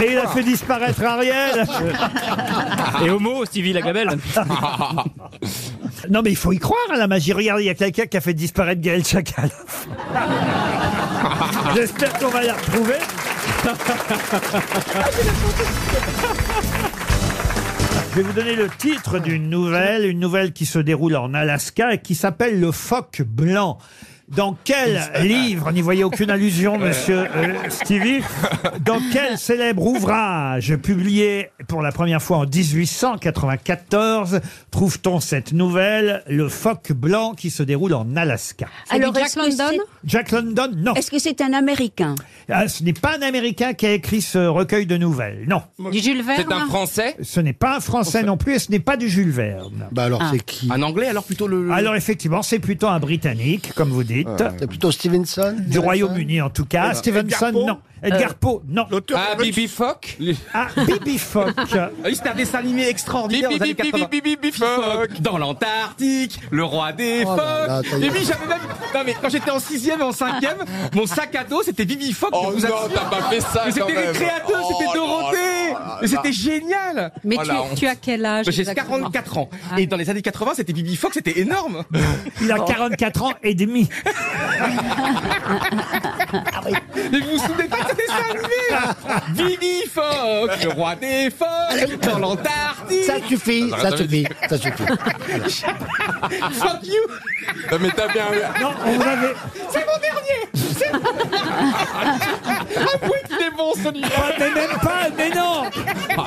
Speaker 1: Et il a fait disparaître Ariel
Speaker 6: Et Homo, Stevie Lagabelle.
Speaker 1: Non, mais il faut y croire à la magie. Regardez, il y a quelqu'un qui a fait disparaître Gaël Chacal. J'espère qu'on va la retrouver. Je vais vous donner le titre d'une nouvelle, une nouvelle qui se déroule en Alaska et qui s'appelle Le phoque blanc. Dans quel livre, n'y voyez aucune allusion, monsieur euh, Stevie, dans quel célèbre ouvrage publié pour la première fois en 1894 trouve-t-on cette nouvelle, Le phoque blanc qui se déroule en Alaska
Speaker 22: Alors, Jack London
Speaker 1: Jack London, non.
Speaker 22: Est-ce que c'est un Américain
Speaker 1: Ah, ce n'est pas un Américain qui a écrit ce recueil de nouvelles, non.
Speaker 22: Du Jules Verne hein.
Speaker 1: C'est un Français Ce n'est pas un Français non plus et ce n'est pas du Jules Verne. Bah alors
Speaker 10: Ah. c'est
Speaker 1: qui Un Anglais alors plutôt le... Alors effectivement c'est plutôt un Britannique comme vous dites.
Speaker 10: Ah, C'est plutôt Stevenson
Speaker 1: Du Royaume-Uni en tout cas.
Speaker 10: Edgar-
Speaker 1: Stevenson
Speaker 10: Edgar Poe
Speaker 1: non. Edgar
Speaker 10: Euh,
Speaker 1: Poe non.
Speaker 10: Ah, de- Bibi
Speaker 1: Fock Ah Bibi Fock.
Speaker 10: C'était un dessin animé extraordinaire.
Speaker 1: Bip,
Speaker 10: aux années
Speaker 1: bip, bip,
Speaker 10: 80.
Speaker 1: bip,
Speaker 10: Bifoc,
Speaker 19: Dans l'Antarctique, le roi des
Speaker 10: Oh là là,
Speaker 19: phoques.
Speaker 10: t'as
Speaker 19: Et
Speaker 10: eu-
Speaker 19: puis j'avais même. Non mais quand j'étais en 6 et en 5 mon sac à dos c'était Vivi Fox.
Speaker 10: Oh non, t'as pas fait ça
Speaker 19: Mais
Speaker 10: quand
Speaker 19: c'était les
Speaker 10: même.
Speaker 19: créateurs,
Speaker 10: Oh
Speaker 19: c'était
Speaker 10: là
Speaker 19: Dorothée.
Speaker 10: là là
Speaker 19: Mais
Speaker 10: là.
Speaker 19: c'était génial.
Speaker 11: Mais
Speaker 19: Oh
Speaker 11: tu,
Speaker 19: la
Speaker 11: es-
Speaker 19: honte.
Speaker 11: tu as quel âge
Speaker 19: J'ai
Speaker 11: exactement
Speaker 19: 44 ans.
Speaker 11: Ah.
Speaker 19: Et dans les années 80, c'était Vivi Fox, c'était énorme. Ah
Speaker 1: Il a 44 ans et demi.
Speaker 19: Mais vous vous souvenez pas de ces animés Vivi Fox, le roi des phoques, dans l'Antarctique.
Speaker 10: Ça suffit, ça suffit, ça suffit.
Speaker 19: Fuck you.
Speaker 23: Non, mais t'as bien.
Speaker 1: Non, on avait.
Speaker 19: C'est mon dernier. C'est mon Ah oui, qu'il est bon celui-là.
Speaker 1: mais même pas, mais non.
Speaker 19: Ah,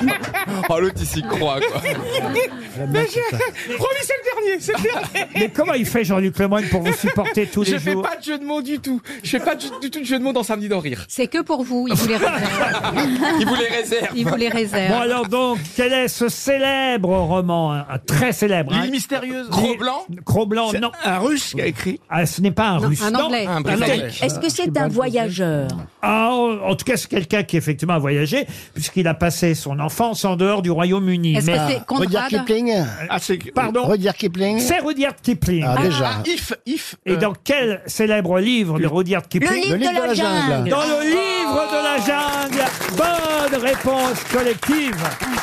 Speaker 23: Oh, l'autre, il s'y croit, quoi.
Speaker 19: Mais je- Promis, c'est le dernier, c'est le dernier.
Speaker 1: Mais comment il fait Jean-Luc Lemoyne pour vous supporter tous
Speaker 19: je
Speaker 1: les
Speaker 19: fais
Speaker 1: jours
Speaker 19: pas de jeu de mots du tout. Je fais pas du, du tout de jeu de mots dans Samedi d'en rire.
Speaker 11: C'est que pour vous, il vous les réserve.
Speaker 19: Il vous les réserve.
Speaker 11: Il vous les réserve.
Speaker 1: Bon alors donc, quel est ce célèbre roman, un, un très célèbre hein,
Speaker 19: L'île mystérieuse.
Speaker 1: Cro-Blanc Cro-Blanc, non.
Speaker 19: Un russe qui a écrit
Speaker 1: Ah, ce n'est pas un russe,
Speaker 22: un
Speaker 1: non.
Speaker 22: Anglais. Un
Speaker 1: Britannique.
Speaker 22: Est-ce que c'est un voyageur
Speaker 1: Ah, en en tout cas, c'est quelqu'un qui effectivement a voyagé, puisqu'il a passé son enfance en dehors du Royaume-Uni.
Speaker 11: Est-ce que
Speaker 1: Mais-
Speaker 11: c'est Conrad Rudyard Kipling
Speaker 19: Ah,
Speaker 1: Pardon Rudyard Kipling C'est Rudyard Kipling.
Speaker 10: Ah, déjà. Ah,
Speaker 19: if, if.
Speaker 1: Et dans quel célèbre livre de Rudyard Kipling
Speaker 10: Le livre Le livre de la de la jungle. jungle.
Speaker 1: Dans le
Speaker 10: Ah.
Speaker 1: livre de la jungle. Bonne réponse collective,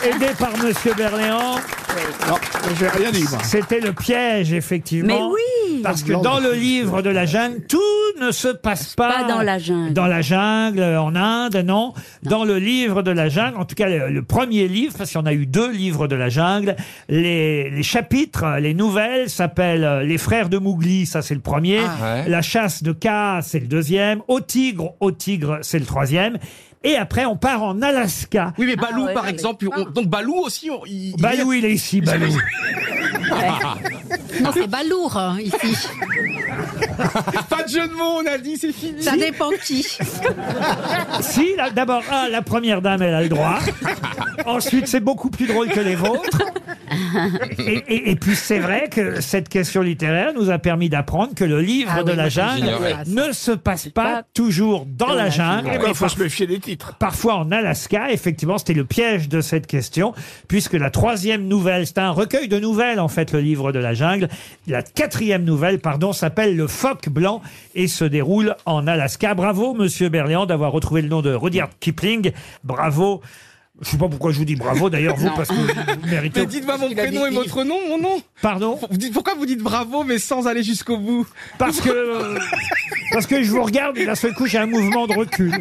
Speaker 1: aidée par Monsieur Berléand.
Speaker 20: Non, j'ai rien dit, moi.
Speaker 1: C'était le piège, effectivement.
Speaker 20: Mais oui.
Speaker 1: Parce que dans le livre de la jungle, tout ne se passe pas,
Speaker 22: Pas dans la jungle.
Speaker 1: Dans la jungle, euh, en Inde, non. Dans le livre de la jungle, en tout cas le, le premier livre, parce qu'il y en a eu deux livres de la jungle, les, les chapitres, euh, les nouvelles s'appellent euh, Les frères de Mougli, ça c'est le premier.
Speaker 10: Ah. Ouais.
Speaker 1: La chasse de K, c'est le deuxième. Au tigre, au tigre, c'est le troisième. Et après, on part en Alaska.
Speaker 19: Oui, mais Balou, par exemple. on- donc Balou aussi, on- il, il
Speaker 1: Balou, il est ici, Balou.
Speaker 11: Non, c'est balourd hein, ici.
Speaker 19: Pas de jeu de mots, on a dit, c'est fini.
Speaker 11: Ça dépend qui.
Speaker 1: Si, là, d'abord, ah, la première dame, elle a le droit. Ensuite, c'est beaucoup plus drôle que les vôtres. Et, et- et puis, c'est vrai que cette question littéraire nous a permis d'apprendre que le livre
Speaker 10: Ah
Speaker 1: de
Speaker 10: oui,
Speaker 1: la
Speaker 10: moi,
Speaker 1: jungle
Speaker 10: j'ignorais.
Speaker 1: ne se passe pas toujours dans la jungle.
Speaker 20: Il
Speaker 1: mais
Speaker 20: Eh ben, faut
Speaker 1: par-
Speaker 20: se méfier des titres.
Speaker 1: Parfois en Alaska, effectivement, c'était le piège de cette question, puisque la troisième nouvelle, c'est un recueil de nouvelles, en fait, le livre de la jungle. La quatrième nouvelle, pardon, s'appelle Le phoque blanc et se déroule en Alaska. Bravo, monsieur Berléand, d'avoir retrouvé le nom de Rudyard Kipling. Bravo. Je sais pas pourquoi je vous dis bravo, d'ailleurs, vous,
Speaker 19: Non.
Speaker 1: parce que vous méritez.
Speaker 19: Mais dites-moi mon
Speaker 1: Il a
Speaker 19: prénom
Speaker 1: dit
Speaker 19: et votre nom, mon nom.
Speaker 1: Pardon
Speaker 19: vous dites, Pourquoi vous dites bravo mais sans aller jusqu'au bout
Speaker 1: Parce que. Parce que je vous regarde et d'un seul coup, j'ai un mouvement de recul.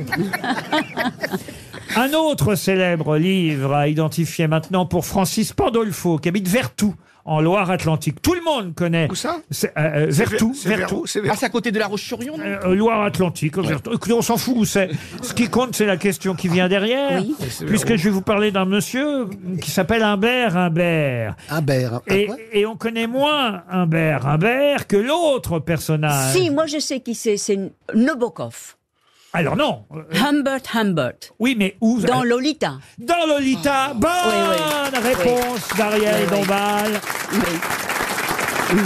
Speaker 1: Un autre célèbre livre à identifier maintenant pour Francis Pandolfo, qui habite Vertou, en Loire-Atlantique. Tout le monde connaît. Où ça Vertou. Vertou.
Speaker 8: Ah, c'est à côté de la Roche-sur-Yon
Speaker 1: Euh, Loire-Atlantique. Vertou. Écoutez, on s'en fout où c'est. Ce qui compte, c'est la question qui vient derrière.
Speaker 8: Oui. C'est vers
Speaker 1: Puisque
Speaker 8: où
Speaker 1: je vais vous parler d'un monsieur qui s'appelle Humbert Humbert.
Speaker 8: Humbert. ah,
Speaker 1: Et, et on connaît moins Humbert Humbert que l'autre personnage.
Speaker 22: Si, moi je sais qui c'est, c'est Nobokov.
Speaker 1: Alors non.
Speaker 22: Humbert Humbert.
Speaker 1: Oui, mais où
Speaker 22: Dans Lolita.
Speaker 1: Dans Lolita. Bonne réponse d'Ariel Dombal.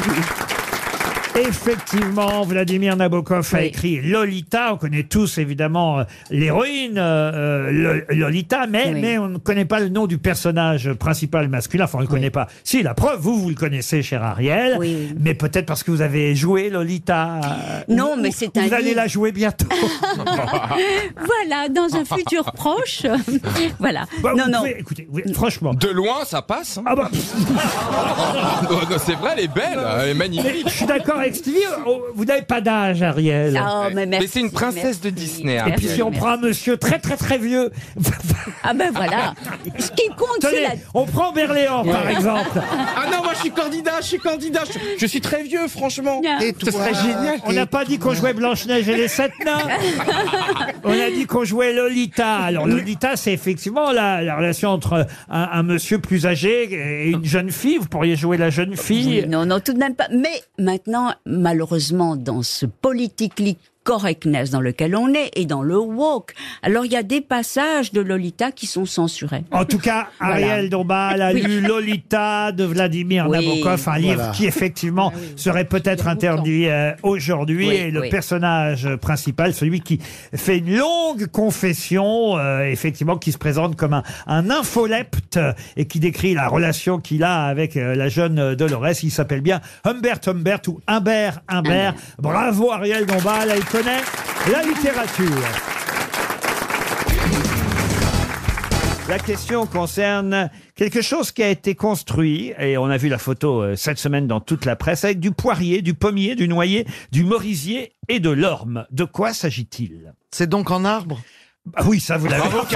Speaker 1: Effectivement, Vladimir Nabokov a écrit Lolita. On connaît tous évidemment euh, l'héroïne euh, euh, Lo- Lolita, mais, mais on ne connaît pas le nom du personnage principal masculin. Enfin, on ne le connaît pas. Si, la preuve, vous, vous le connaissez, cher Ariel. Mais peut-être parce que vous avez joué Lolita. euh,
Speaker 22: Non,
Speaker 1: ou-
Speaker 22: mais
Speaker 1: ou-
Speaker 22: c'est
Speaker 1: ou
Speaker 22: un
Speaker 1: Vous allez
Speaker 22: livre.
Speaker 1: la jouer bientôt.
Speaker 22: voilà, dans un futur proche. voilà.
Speaker 1: Bah,
Speaker 22: non,
Speaker 1: vous
Speaker 22: non.
Speaker 1: pouvez- écoutez, oui, franchement. Ah bah,
Speaker 23: De loin, ça passe. hein. Oh, non, c'est vrai, elle est belle, hein, elle est
Speaker 1: Mais
Speaker 23: magnifique.
Speaker 1: je suis d'accord avec Stevie, oh, vous n'avez pas d'âge, Ariel.
Speaker 22: Ah, mais merci,
Speaker 23: c'est une princesse de Disney. hein.
Speaker 1: Et puis si on prend un monsieur très très très vieux.
Speaker 22: Ah ben voilà. Ce qui compte,
Speaker 1: c'est On prend Berléand, par
Speaker 8: Ouais.
Speaker 1: exemple.
Speaker 8: Ah non, moi je suis candidat, je suis candidat. Je, je suis très vieux, franchement. Ce serait génial.
Speaker 1: On n'a pas dit qu'on jouait Blanche-Neige et les sept nains. On a dit qu'on jouait Lolita. Alors Lolita, c'est effectivement la, la relation entre un, un monsieur plus âgé et une jeune fille. Vous pourriez jouer la jeune fille.
Speaker 22: Oui, non, non, tout de même pas. Mais maintenant, malheureusement, dans ce politically correctness dans lequel on est et dans le woke, alors il y a des passages de Lolita qui sont censurés.
Speaker 1: En tout cas, Ariel Dombal a
Speaker 22: Oui.
Speaker 1: lu Lolita de Vladimir
Speaker 22: Oui,
Speaker 1: Nabokov, un livre
Speaker 22: voilà.
Speaker 1: qui effectivement serait peut-être interdit euh, aujourd'hui.
Speaker 8: Oui,
Speaker 1: et le
Speaker 8: oui.
Speaker 1: personnage principal, celui qui fait une longue confession, euh, effectivement, qui se présente comme un, un infolepte euh, et qui décrit la relation qu'il a avec euh, la jeune euh, Dolores. Il s'appelle bien Humbert Humbert ou Humbert Humbert. Bravo Ariel Dombal, elle connaît la littérature. La question concerne quelque chose qui a été construit, et on a vu la photo euh, cette semaine dans toute la presse, avec du poirier, du pommier, du noyer, du merisier et de l'orme. De quoi s'agit-il C'est donc en arbre Oui, ça vous l'avez.
Speaker 8: Bravo,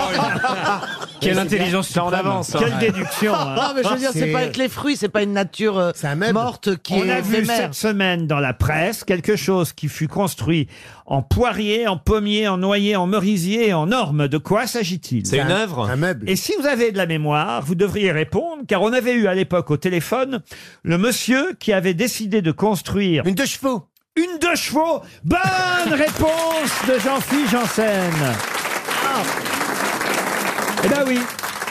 Speaker 1: Quelle intelligence
Speaker 8: Ça en
Speaker 1: suprême.
Speaker 8: avance. hein.
Speaker 1: Quelle déduction, hein.
Speaker 5: Non, mais je veux dire, c'est
Speaker 1: C'est-
Speaker 5: pas avec les fruits, c'est pas une nature euh, morte qui
Speaker 1: On
Speaker 5: est
Speaker 1: a vu
Speaker 5: éphémère.
Speaker 1: cette semaine dans la presse quelque chose qui fut construit en poirier, en pommier, en noyer, en merisier et en orme. De quoi s'agit-il
Speaker 24: C'est une œuvre
Speaker 1: Un meuble. Et si vous avez de la mémoire, vous devriez répondre, car on avait eu à l'époque au téléphone le monsieur qui avait décidé de construire... Une deux chevaux Une deux chevaux Bonne réponse de Jean-Philippe Janssen Eh ben oui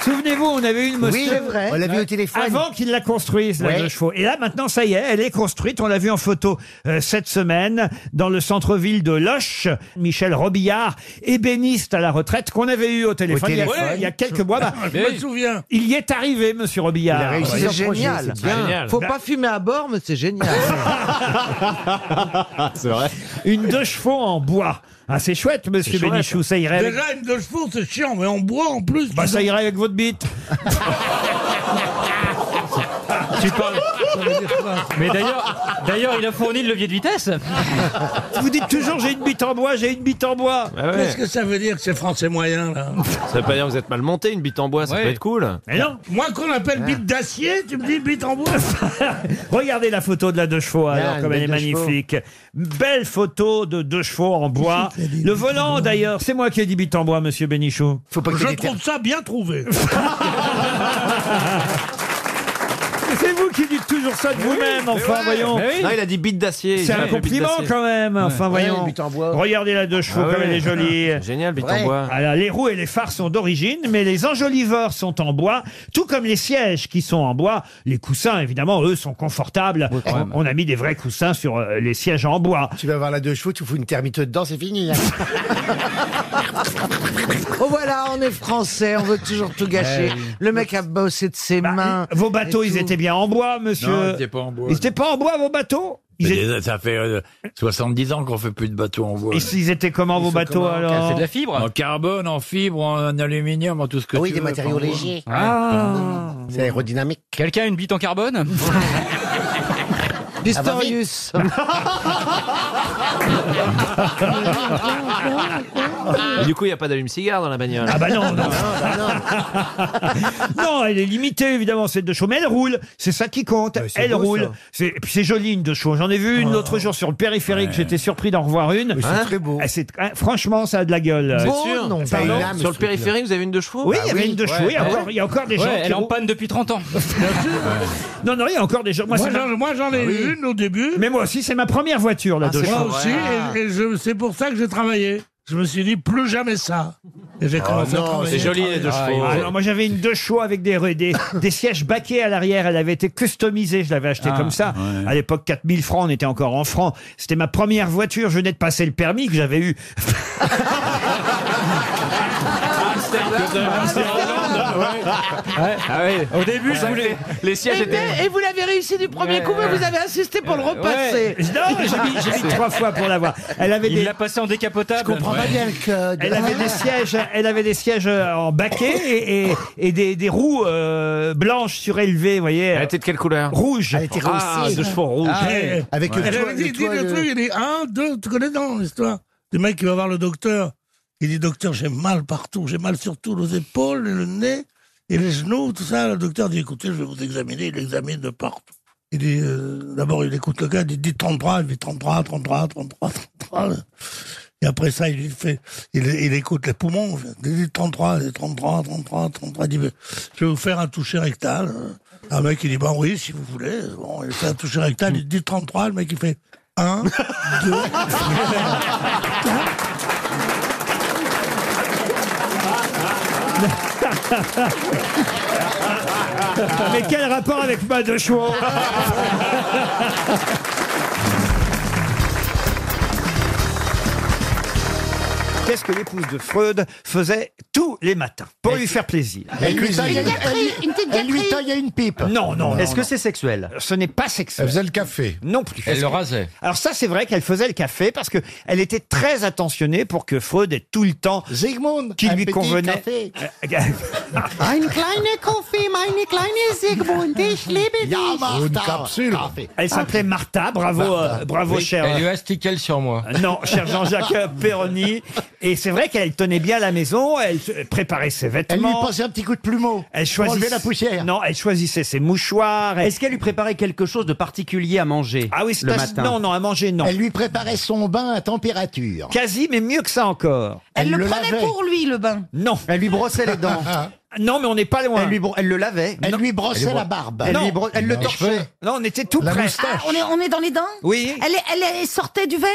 Speaker 1: Souvenez-vous, on avait eu le
Speaker 8: Oui,
Speaker 1: monsieur...
Speaker 8: c'est vrai. On l'a vu au téléphone.
Speaker 1: Avant qu'il la construise, la
Speaker 8: Ouais.
Speaker 1: deux chevaux. Et là, maintenant, ça y est, elle est construite. On l'a vu en photo euh, cette semaine dans le centre-ville de Loche. Michel Robillard, ébéniste à la retraite, qu'on avait eu au téléphone, il y a-
Speaker 7: téléphone.
Speaker 1: Il, y a, quelques mois. Bah,
Speaker 7: Je me souviens.
Speaker 1: Il y est arrivé, monsieur Robillard.
Speaker 5: Ah, bah, C'est génial. Bien. Faut pas fumer à bord, mais c'est génial.
Speaker 1: C'est vrai. Une deux chevaux en bois. Ah, c'est chouette, monsieur
Speaker 7: chouette.
Speaker 1: Bénichou, ça irait. avec-
Speaker 7: Déjà, une deux chevaux, c'est chiant, mais on boit en plus.
Speaker 1: Bah, ça irait avec votre bite.
Speaker 6: Tu parles. Mais d'ailleurs, d'ailleurs, il a fourni le levier de vitesse.
Speaker 1: Vous dites toujours j'ai une bite en bois, j'ai une bite en bois.
Speaker 23: Ah ouais.
Speaker 7: Qu'est-ce que ça veut dire que c'est français moyen, là
Speaker 23: Ça veut pas dire que vous êtes mal monté, une bite en bois, ça peut être cool.
Speaker 1: Mais non
Speaker 7: Moi qu'on appelle
Speaker 1: Ah.
Speaker 7: bite d'acier, tu me dis bite en bois
Speaker 1: Regardez la photo de la deux chevaux,
Speaker 8: Là,
Speaker 1: alors,
Speaker 8: Ah, une
Speaker 1: comme elle est
Speaker 8: belle deux
Speaker 1: magnifique. Belle photo de deux chevaux en bois. Le volant, d'ailleurs, c'est moi qui ai dit bite en bois, monsieur Bénichou. Faut pas
Speaker 7: Je trouve ça bien trouvé.
Speaker 1: C'est vous qui dites toujours ça de vous-même, enfin, voyons.
Speaker 23: Non, il a dit bite d'acier.
Speaker 1: C'est un
Speaker 23: Ouais,
Speaker 1: compliment
Speaker 23: bite d'acier.
Speaker 1: quand même, enfin
Speaker 23: Ouais.
Speaker 1: voyons. Regardez la deux chevaux,
Speaker 23: Ah
Speaker 1: comme
Speaker 23: ouais.
Speaker 1: elle est jolie.
Speaker 23: Génial, bite en bois.
Speaker 1: Alors, les roues et les phares sont d'origine, mais les enjoliveurs sont en bois, tout comme les sièges qui sont en bois. Les coussins, évidemment, eux, sont confortables. on, on a mis des vrais coussins sur euh, les sièges en bois.
Speaker 8: Tu vas voir la deux chevaux, tu fous une termite dedans, c'est fini. hein.
Speaker 5: Oh voilà, on est français, on veut toujours tout gâcher.
Speaker 8: Ouais.
Speaker 5: Le mec a bossé de
Speaker 1: Bah,
Speaker 5: ses mains.
Speaker 1: Vos bateaux, ils étaient bien en bois, monsieur.
Speaker 23: Non, ils étaient pas en bois.
Speaker 1: Ils étaient pas en bois, vos bateaux ils, étaient-
Speaker 25: Ça fait euh, 70 ans qu'on fait plus de bateaux en bois.
Speaker 1: ils- ils étaient comment, vos bateaux, alors
Speaker 25: fibre En carbone, en fibre, en aluminium, en tout
Speaker 5: Ah
Speaker 25: ce que
Speaker 8: Oui,
Speaker 25: tu
Speaker 8: des
Speaker 25: veux,
Speaker 8: matériaux
Speaker 25: en bois.
Speaker 8: légers.
Speaker 25: Ouais.
Speaker 8: C'est aérodynamique.
Speaker 6: Quelqu'un a une bite en carbone
Speaker 5: Pistorius.
Speaker 3: Et du coup, il n'y a pas d'allume-cigare dans la bagnole.
Speaker 1: Ah bah non, non. non, elle est limitée, évidemment, cette deux chevaux. Mais elle roule. C'est ça qui compte.
Speaker 3: c'est
Speaker 1: elle
Speaker 3: beau, ça.
Speaker 1: roule. C'est, et puis c'est joli, une deux chevaux. J'en ai vu une l'autre jour sur le périphérique. J'étais surpris d'en revoir une.
Speaker 3: c'est Hein très
Speaker 1: beau. ah, franchement, ça a de la gueule.
Speaker 3: C'est
Speaker 1: Euh,
Speaker 3: sûr.
Speaker 1: Pardon
Speaker 5: Bah,
Speaker 3: Sur le périphérique, vous avez une de chevaux
Speaker 5: Ah
Speaker 1: Oui, il y avait une deux chevaux. Il y a encore- il y a encore des gens
Speaker 6: Ouais,
Speaker 1: qui
Speaker 6: elle est en
Speaker 1: roulent.
Speaker 6: panne depuis 30 ans.
Speaker 1: Non, non, il y a encore des gens.
Speaker 6: Moi,
Speaker 1: c'est
Speaker 6: j'en- moi, j'en ai eu
Speaker 1: une au début. Mais moi aussi, c'est ma première voiture, la deux
Speaker 7: Moi
Speaker 1: chevaux.
Speaker 7: aussi, et, et je- c'est pour ça que j'ai travaillé. Je me suis dit, plus jamais ça. Et j'ai
Speaker 1: Oh
Speaker 7: commencé
Speaker 1: non,
Speaker 7: à travailler.
Speaker 1: c'est joli,
Speaker 7: travailler.
Speaker 1: les deux chevaux. Ah, Alors, moi, j'avais une deux chevaux avec des, des, des sièges baquets à l'arrière. Elle avait été customisée. Je l'avais achetée
Speaker 3: Ah,
Speaker 1: comme ça. À l'époque, 4000 francs. On était encore en francs. C'était ma première voiture. Je venais de passer le permis que j'avais eu. Ah
Speaker 3: Au début, je voulais. Les sièges
Speaker 5: Et,
Speaker 3: étaient.
Speaker 5: et vous l'avez réussi du premier coup, mais vous avez insisté pour le repasser.
Speaker 1: Euh, Non, j'ai
Speaker 21: Ah,
Speaker 1: mis, j'ai mis trois fois pour l'avoir. Elle avait
Speaker 6: Il
Speaker 1: des-
Speaker 6: l'a passé en décapotable. Je
Speaker 1: comprends pas bien
Speaker 6: code.
Speaker 1: Elle avait des sièges, elle avait des sièges euh, en baquet et, et, et des, des roues euh, blanches surélevées, vous voyez. Elle était de quelle couleur Rouge. Elle était Ah, de chevaux rouges.
Speaker 7: Et- et elle avait dit, dit Eh, le euh. truc, il dit, un, deux, tu connais dans l'histoire Du mec qui va voir le docteur, il dit, docteur, j'ai mal partout, j'ai mal surtout aux épaules, le nez et les genoux, tout ça. Le docteur dit, écoutez, je vais vous examiner, il examine de partout. Il dit, euh, d'abord, il écoute le gars, il dit, dites 33, il dit 33, 33, 33, 33. Et après ça, il lui fait, il, il écoute les poumons. Il dit 33, il dit 33, 33, 33. Il dit, je vais vous faire un toucher rectal. Un mec, il dit, ben oui, si vous voulez. Bon, il fait un toucher rectal, il dit 33, le mec, il fait 1, 2.
Speaker 1: Mais quel rapport avec ma de chevaux Qu'est-ce que l'épouse de Freud faisait tous les matins pour lui faire plaisir
Speaker 3: Elle lui taillait- Une petite gâterie,
Speaker 1: une une pipe. Non, non.
Speaker 3: Est-ce que
Speaker 1: c'est sexuel Ce n'est pas sexuel.
Speaker 3: Elle faisait
Speaker 1: le café. Non plus.
Speaker 3: Elle
Speaker 1: Est-ce
Speaker 3: le
Speaker 1: que-
Speaker 3: rasait.
Speaker 1: Alors ça, c'est vrai qu'elle faisait le café parce que elle était très attentionnée pour que Freud ait tout le temps Zygmunt qui
Speaker 10: un
Speaker 1: lui
Speaker 10: petit
Speaker 1: convenait. Euh,
Speaker 10: café.
Speaker 13: Ein kleiner Kaffee, meine kleine Sigmund, ich liebe dich.
Speaker 1: Elle s'appelait Martha, bravo,
Speaker 21: Martha.
Speaker 1: euh, bravo
Speaker 21: Oui,
Speaker 1: cher.
Speaker 21: elle lui
Speaker 1: astiquait sur moi. euh, Non, cher Jean-Jacques Perroni. Et c'est vrai qu'elle tenait bien la maison, elle euh, préparait ses
Speaker 21: Elle
Speaker 1: vêtements.
Speaker 21: lui passait un petit coup de plumeau.
Speaker 1: Elle
Speaker 21: pour enlever
Speaker 1: choisissait
Speaker 21: la poussière.
Speaker 1: Non, elle choisissait ses mouchoirs. Est-ce qu'elle lui préparait quelque chose de particulier à manger Ah oui, c'est
Speaker 21: le
Speaker 1: un-
Speaker 21: matin
Speaker 1: Non, non, à manger non.
Speaker 21: Elle lui préparait son bain à température.
Speaker 1: Quasi, mais mieux que ça encore.
Speaker 21: Elle le prenait pour
Speaker 1: lui le bain. Non.
Speaker 21: Elle lui brossait les dents.
Speaker 1: Non, mais on n'est pas loin.
Speaker 21: Elle lui bro- elle le lavait. Elle lui brossait
Speaker 1: bro-
Speaker 21: la barbe.
Speaker 1: Non.
Speaker 21: Elle lui bro- elle le
Speaker 1: Les
Speaker 21: torchait.
Speaker 1: cheveux. Non, on était tout
Speaker 21: La
Speaker 1: près.
Speaker 5: Ah,
Speaker 21: moustache.
Speaker 26: Ah, on, est, on est dans les dents
Speaker 1: Oui.
Speaker 26: Elle, est- elle, elle sortait du verre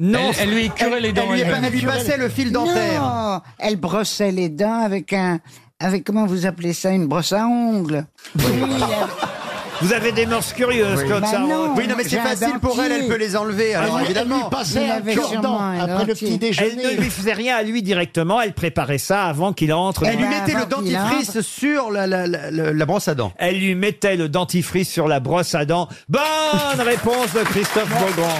Speaker 1: Non.
Speaker 21: Elle- elle lui curait les dents, Elle lui- elle-même. elle lui passait le fil dentaire.
Speaker 26: Non, elle brossait les dents avec un... Avec, comment vous appelez ça Une brosse à ongles.
Speaker 1: Vous avez des mœurs curieuses, Claude
Speaker 26: Bah
Speaker 1: Sarraute.
Speaker 26: non,
Speaker 3: Oui, non, mais c'est
Speaker 26: j'ai un
Speaker 3: facile pour elle,
Speaker 26: dentier. Ah,
Speaker 3: elle peut les enlever, alors
Speaker 21: Elle lui-
Speaker 3: évidemment.
Speaker 21: Elle lui passait
Speaker 26: Il
Speaker 21: un
Speaker 26: avait
Speaker 21: cure-dent
Speaker 26: sûrement un
Speaker 21: après le
Speaker 26: dentier.
Speaker 21: petit déjeuner.
Speaker 1: Elle ne lui faisait rien à lui directement, elle préparait ça avant qu'il entre.
Speaker 21: Elle lui mettait
Speaker 13: Bah,
Speaker 21: le dentifrice
Speaker 1: sur la, brosse à dents. Elle lui mettait le dentifrice sur la brosse à dents. Bonne réponse de Christophe Beaugrand.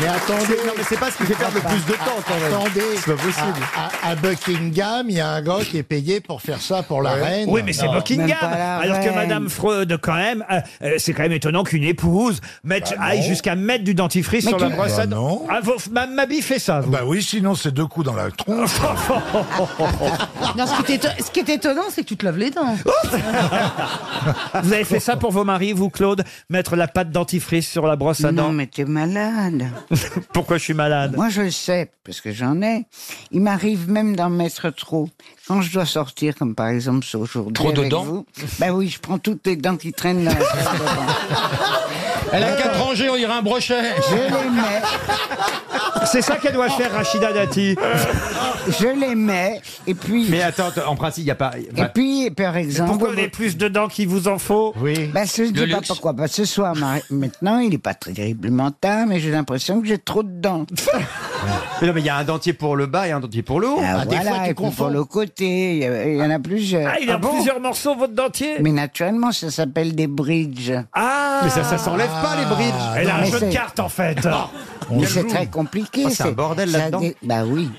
Speaker 21: Mais attendez,
Speaker 3: Non, mais c'est pas ce qui fait perdre le plus de temps, quand même.
Speaker 21: Attendez,
Speaker 3: C'est pas possible.
Speaker 21: À, à- à Buckingham, il y a un gars qui est payé pour faire ça pour la reine.
Speaker 1: Oui, mais c'est
Speaker 21: Non.
Speaker 1: Buckingham. Alors que Madame Freud, quand même, euh, euh, c'est quand même étonnant qu'une épouse mette,
Speaker 4: Bah
Speaker 1: aille
Speaker 4: non.
Speaker 1: jusqu'à mettre du dentifrice
Speaker 4: Mais
Speaker 1: sur la
Speaker 4: qui-
Speaker 1: brosse à
Speaker 4: Bah
Speaker 1: dents.
Speaker 4: non.
Speaker 1: Ah, vos- ma- ma bille fait ça. Bah
Speaker 4: oui, sinon c'est deux coups dans la tronche.
Speaker 26: Non, ce, qui est éto- ce qui est étonnant, c'est que tu te laves les dents.
Speaker 21: Oh.
Speaker 1: Vous avez fait ça pour vos maris, vous, Claude Mettre la pâte dentifrice sur la brosse à dents
Speaker 26: Non, mais t'es malade.
Speaker 1: Pourquoi je suis malade
Speaker 26: Moi, je le sais, parce que j'en ai. Il m'arrive même d'en mettre trop. Quand je dois sortir, comme par exemple ce aujourd'hui.
Speaker 21: Trop de
Speaker 26: avec
Speaker 21: dents
Speaker 26: vous, Ben oui, je prends toutes les dents qui traînent dans la
Speaker 21: Elle
Speaker 26: a quatre
Speaker 21: rangées, on dirait un brochet.
Speaker 26: Je les mets.
Speaker 1: C'est ça qu'elle doit faire, Rachida Dati.
Speaker 26: Je les mets, et puis.
Speaker 3: Mais attends, attends, en principe, il n'y a pas. bah-
Speaker 26: Et puis, par exemple.
Speaker 1: Pourquoi vous avez plus de dents qu'il vous en faut
Speaker 26: Oui. Bah, ce, je
Speaker 3: Le
Speaker 26: dis pas
Speaker 3: luxe.
Speaker 26: pourquoi. Bah, ce soir, ma- maintenant, il est pas terriblement tard, mais j'ai l'impression que j'ai trop de dents.
Speaker 3: Mais non, mais il y a un dentier pour le bas et un dentier pour le haut.
Speaker 26: Ah, voilà, et puis pour le côté, il y a- il y en a plusieurs.
Speaker 1: Ah, il y a
Speaker 26: bon
Speaker 1: plusieurs morceaux, votre dentier
Speaker 26: Mais naturellement, ça s'appelle des bridges.
Speaker 1: Ah
Speaker 26: Mais ça, ça
Speaker 3: s'enlève pas, les bridges.
Speaker 1: Elle a un
Speaker 26: Mais
Speaker 1: jeu de
Speaker 26: c'est-
Speaker 1: cartes, en fait.
Speaker 26: Mais c'est très compliqué.
Speaker 1: Ah, c'est un bordel
Speaker 26: ça
Speaker 1: là-dedans.
Speaker 26: Bah oui.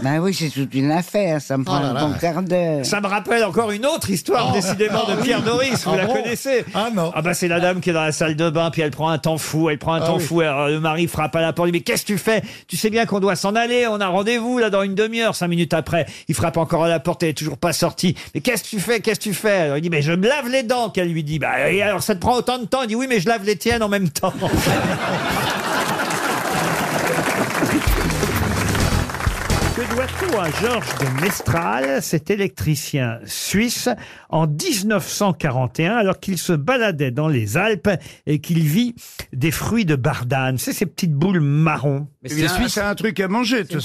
Speaker 26: Ben oui, c'est toute une affaire, ça me prend
Speaker 1: là
Speaker 26: un
Speaker 1: là.
Speaker 26: bon quart d'heure.
Speaker 1: Ça me rappelle encore une autre histoire,
Speaker 26: Oh.
Speaker 1: décidément,
Speaker 26: Ah
Speaker 1: de
Speaker 26: oui.
Speaker 1: Pierre Doris. Vous
Speaker 26: Ah
Speaker 1: la
Speaker 26: bon
Speaker 1: connaissez Ah non. Ah bah c'est la dame qui est dans la salle de bain, puis elle prend un temps fou, elle prend un
Speaker 5: Ah
Speaker 1: temps
Speaker 5: oui.
Speaker 1: fou. Alors, euh, le mari frappe à la porte, il dit mais qu'est-ce que tu fais Tu sais bien qu'on doit s'en aller, on a rendez-vous là dans une demi-heure, cinq minutes après. Il frappe encore à la porte, elle est toujours pas sortie. Mais qu'est-ce que tu fais Qu'est-ce que tu fais Alors il dit mais je me lave les dents. Qu'elle lui dit bah et alors ça te prend autant de temps Il dit oui mais je lave les tiennes en même temps. Que doit-on à Georges de Mestral, cet électricien suisse, en 1941, alors qu'il se baladait dans les Alpes et qu'il vit des fruits de bardane C'est ces petites boules marron.
Speaker 12: Mais c'est suisse, Eh c'est un truc à manger,
Speaker 1: C'est